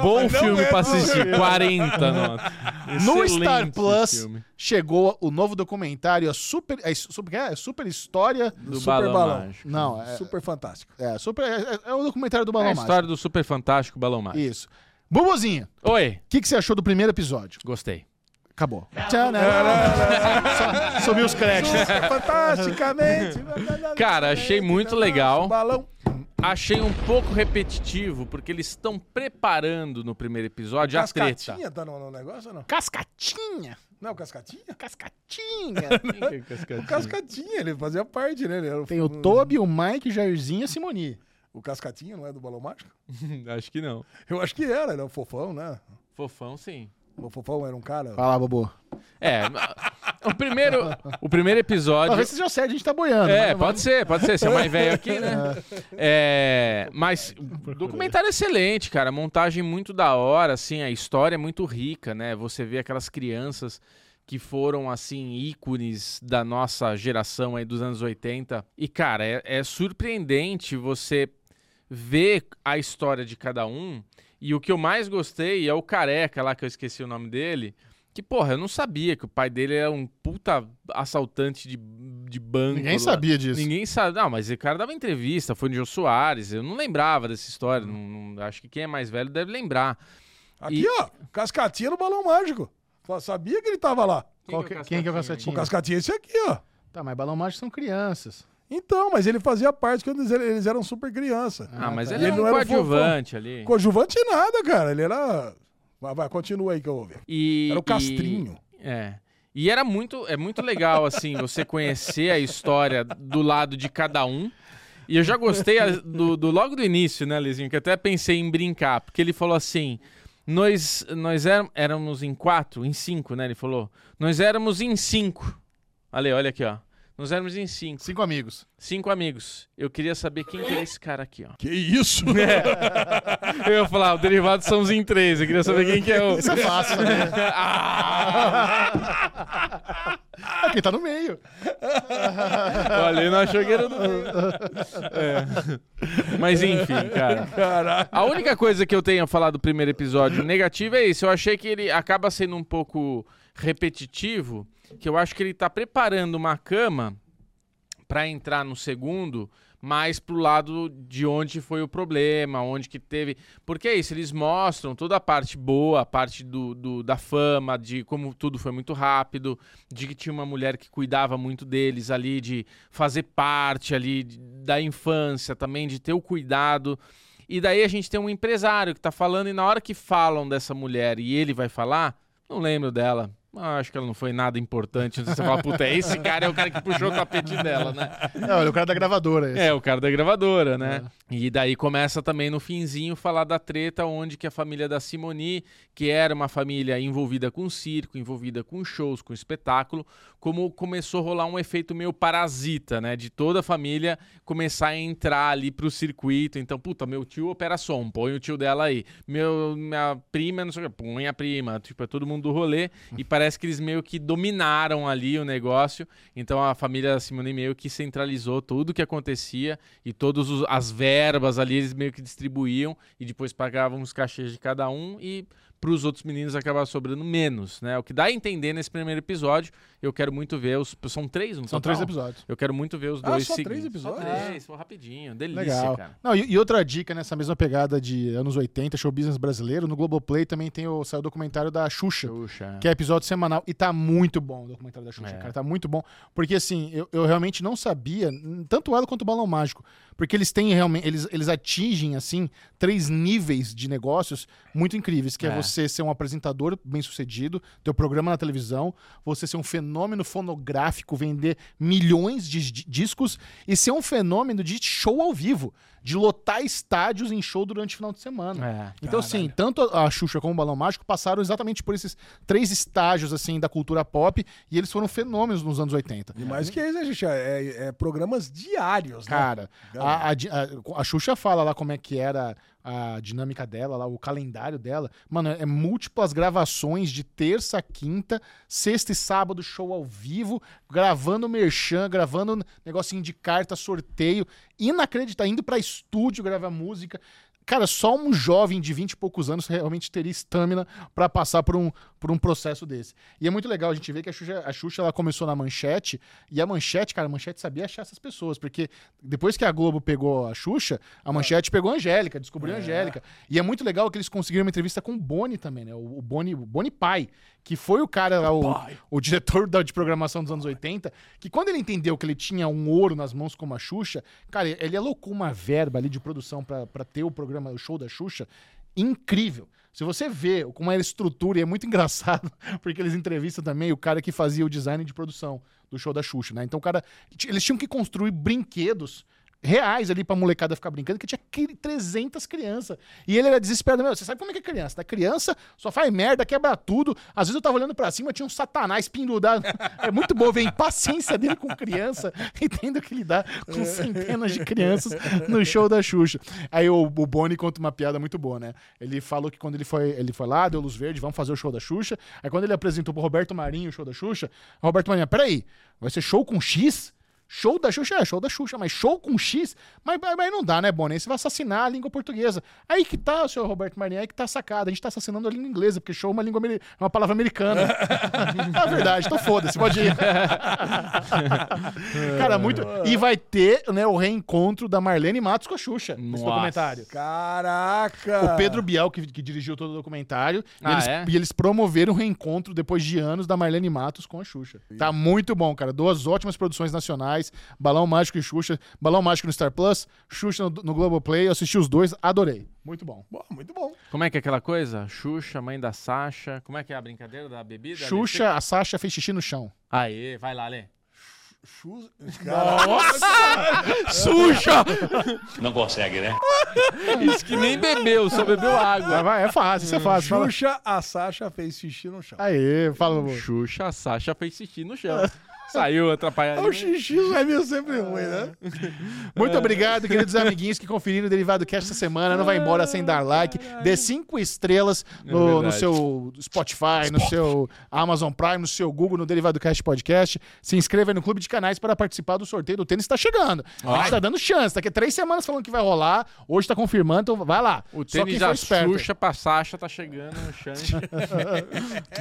Bom
mas não
filme
é,
pra
não
assistir, 40 notas.
no
Excelente
Star
esse
Plus
filme. chegou
chegou o novo documentário, a super, a super, é, super história...
do
Super
Balão,
Balão.
Mágico.
Não, é,
Super fantástico.
é, super, é, é o documentário do
É a
Balão Mágico.
história do super fantástico Balão Mágico.
Isso. Bubuzinho,
Oi,
o que, que você achou do primeiro episódio?
gostei.
Acabou. Só- Sumiu os créditos.
Super fantasticamente.
Cara, achei muito legal.
Balão.
Achei um pouco repetitivo, porque eles estão preparando no primeiro episódio a treta.
Cascatinha tá no, no negócio ou não?
Cascatinha,
Não, Cascatinha?
cascatinha.
O Cascatinha, ele fazia parte, né? Ele era
Tem o Toby, o Mike, o Jairzinho e a Simoni.
O Cascatinha não é do Balão Mágico?
Acho que não.
Eu acho que era, era o Fofão, né?
Fofão, sim.
O Fofão era um cara...
Vai lá, Bobo.
É, o primeiro, o primeiro episódio.
Talvez seja sério, a gente tá boiando.
É,
mas-
pode ser, pode ser. Você é o mais velho aqui, né? É, mas o documentário é excelente, cara. A Montagem muito da hora, assim, a história é muito rica, né? Você vê aquelas crianças que foram, assim, ícones da nossa geração aí dos anos 80. E, cara, é, é surpreendente você ver a história de cada um. E o que eu mais gostei é o careca lá, que eu esqueci o nome dele. Que, porra, eu não sabia que o pai dele era um puta assaltante de, de banco.
Ninguém
lá.
sabia disso.
Ninguém sabe. Não, mas o cara dava entrevista, foi no Jô Soares. Eu não lembrava dessa história. não- não- acho que quem é mais velho deve lembrar.
Aqui,
E-
ó, Cascatinha no Balão Mágico. Só sabia que ele tava lá.
Qual que- Quem que é o
O
Cascatinha?
Cascatinha é esse aqui, ó.
Tá, mas Balão Mágico são crianças.
Então, mas ele fazia parte quando eles eram- eles eram super criança.
Ah, mas
tá.
ele,
Ele
era
não
um
era o
coadjuvante ali.
Cojuvante nada, cara. Ele era... Vai, vai, continua aí que eu vou ver.
E,
Era o
e-
Castrinho.
é. E era muito, é muito legal, assim, você conhecer a história do lado de cada um. E eu já gostei a- do, do- logo do início, né, Lizinho? Que eu até pensei em brincar, porque ele falou assim: nós, nós éram- éramos em quatro, em cinco, né? Ele falou: nós éramos em cinco. Ale, olha aqui, ó. Nós éramos em cinco.
Cinco amigos.
Cinco amigos. Eu queria saber quem que é esse cara aqui, ó.
Que isso?
Eu ia falar, o derivado são os em três. Eu queria saber quem que é o.
Isso é fácil, né? Ah, Quem tá no meio.
Olha, ele não achou que era do meio. É. Mas enfim, cara.
Caraca.
A única coisa que eu tenho a falar do primeiro episódio negativo é isso. Eu achei que ele acaba sendo um pouco repetitivo, que eu acho que ele tá preparando uma cama pra entrar no segundo, mais pro lado de onde foi o problema, onde que teve. Porque é isso, eles mostram toda a parte boa, a parte do, do- da fama, de como tudo foi muito rápido, de que tinha uma mulher que cuidava muito deles ali, de fazer parte ali de- da infância também, de ter o cuidado. E daí a gente tem um empresário que tá falando, e na hora que falam dessa mulher e ele vai falar, não lembro dela. Mas acho que ela não foi nada importante. Você fala, puta, esse cara é o cara que puxou o tapete dela, né?
Não, É, olha, o cara da gravadora. esse.
É, o cara da gravadora, né? E daí começa também no finzinho falar da treta onde que a família da Simoni, que era uma família envolvida com circo, envolvida com shows, com espetáculo, como começou a rolar um efeito meio parasita, né? De toda a família começar a entrar ali pro circuito. Então, puta, meu tio opera som, põe o tio dela aí. Meu, minha prima, não sei o que, põe a prima. Tipo, é todo mundo do rolê. E parece que eles meio que dominaram ali o negócio. Então a família Simone meio que centralizou tudo que acontecia e todas os- as verbas ali eles meio que distribuíam e depois pagavam os cachês de cada um e para os outros meninos acabava sobrando menos, né? O que dá a entender nesse primeiro episódio. Eu quero muito ver os são três, não
São três episódios.
Eu quero muito ver os
Ah,
dois
só três
seguintes.
episódios? É.
Só três, foi rapidinho, delícia,
Legal.
cara.
Não, e, e outra dica nessa mesma pegada de anos 80, show business brasileiro, no Globoplay também tem o, saiu o documentário da Xuxa.
Puxa.
Que é episódio semanal. E tá muito bom o documentário da Xuxa,
É.
cara. Tá muito bom. Porque, assim, eu, eu realmente não sabia, n- tanto ela quanto o Balão Mágico. Porque eles têm realmente. Eles, eles atingem, assim, três níveis de negócios muito incríveis. Que é,
É.
você ser um apresentador bem sucedido, ter um programa na televisão, você ser um fenômeno fonográfico, vender milhões de di- discos e ser um fenômeno de show ao vivo. De lotar estádios em show durante o final de semana.
É.
Então, assim, tanto a a Xuxa como o Balão Mágico passaram exatamente por esses três estágios, assim, da cultura pop, e eles foram fenômenos nos anos 80.
E mais que isso, né, Xuxa? É, é programas diários, né?
Cara,
Galera.
a, a, di- a- a Xuxa fala lá como é que era a dinâmica dela, lá, o calendário dela. Mano, é múltiplas gravações de terça, quinta, sexta e sábado, show ao vivo, gravando merchan, gravando negocinho de carta, sorteio. Inacreditável, indo pra estúdio gravar música. Cara, só um jovem de 20 e poucos anos realmente teria estamina pra passar por um, por um processo desse. E é muito legal a gente ver que a Xuxa, a Xuxa ela começou na manchete, e a manchete, cara, a manchete sabia achar essas pessoas, porque depois que a Globo pegou a Xuxa, a manchete pegou a Angélica, descobriu a Angélica. E é muito legal que eles conseguiram uma entrevista com o Boni também, né? O o Boni, o Boni Pai, que foi o cara, lá, o, o diretor da, de programação dos anos 80, que quando ele entendeu que ele tinha um ouro nas mãos como a Xuxa, cara, ele alocou uma verba ali de produção pra pra ter o programa, o show da Xuxa, incrível. Se você vê como era a estrutura, e é muito engraçado, porque eles entrevistam também o cara que fazia o design de produção do show da Xuxa, né? Então o cara, t- eles tinham que construir brinquedos reais ali pra molecada ficar brincando, que tinha cri- 300 crianças. E ele era desesperado, meu, você sabe como é que é criança, né? Criança só faz merda, quebra tudo. Às vezes eu tava olhando pra cima, tinha um satanás pendurado. É muito bom ver a impaciência dele com criança e tendo que lidar com centenas de crianças no show da Xuxa. Aí o, o Boni conta uma piada muito boa, né? Ele falou que quando ele foi, ele foi lá, deu luz verde, vamos fazer o show da Xuxa. Aí quando ele apresentou pro Roberto Marinho o show da Xuxa, Roberto Marinho, peraí, vai ser show com X? Show da Xuxa é show da Xuxa, mas show com X? Mas, mas- mas não dá, né, Boni? Aí Você vai assassinar a língua portuguesa. Aí que tá, senhor Roberto Marinho, aí que tá sacado. A gente tá assassinando a língua inglesa, porque show é uma, língua, ameri- é uma palavra americana. é verdade, então foda-se, pode ir. Cara, muito. E vai ter né, o reencontro da Marlene Matos com a Xuxa
Nossa.
nesse documentário.
Caraca!
O Pedro Biel, que, que dirigiu todo o documentário,
Ah,
e, eles,
é?
e eles promoveram o reencontro depois de anos da Marlene Matos com a Xuxa. Tá muito bom, cara. Duas ótimas produções nacionais: Balão Mágico e Xuxa. Balão Mágico no Star Plus, Xuxa no, no Globoplay. Eu assisti os dois, adorei. Muito bom.
Bom, muito bom.
Como é que é aquela coisa? Xuxa, mãe da Sasha. Como é que é a brincadeira da bebida? Ale?
Xuxa, a Sasha fez xixi no chão.
Aê, vai lá, Lê.
Chu- Cara,
Xuxa!
Não consegue, né?
Isso que nem bebeu, só bebeu
Vai,
água.
vai, é fácil, isso é fácil. Fala.
Xuxa, a Sasha fez xixi no chão.
Aê, fala, amor.
Xuxa, a Sasha fez xixi no chão. Saiu atrapalhado.
O xixi é meio sempre ruim, né?
É.
Muito obrigado, queridos amiguinhos que conferiram o Derivado Cast essa semana. Não vai embora sem dar like. Dê cinco estrelas no,
É verdade.
no seu Spotify, no seu Amazon Prime, no seu Google, no Derivado Cast Podcast. Se inscreva aí no Clube de Canais para participar do sorteio do tênis. Está chegando. A gente está dando chance. Daqui a três semanas falando que vai rolar. Hoje está confirmando, então vai lá.
O
Só quem
tênis da
for esperto.
Xuxa pra Sasha tá chegando no chante.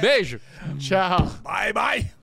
Beijo!
Tchau.
Bye, bye!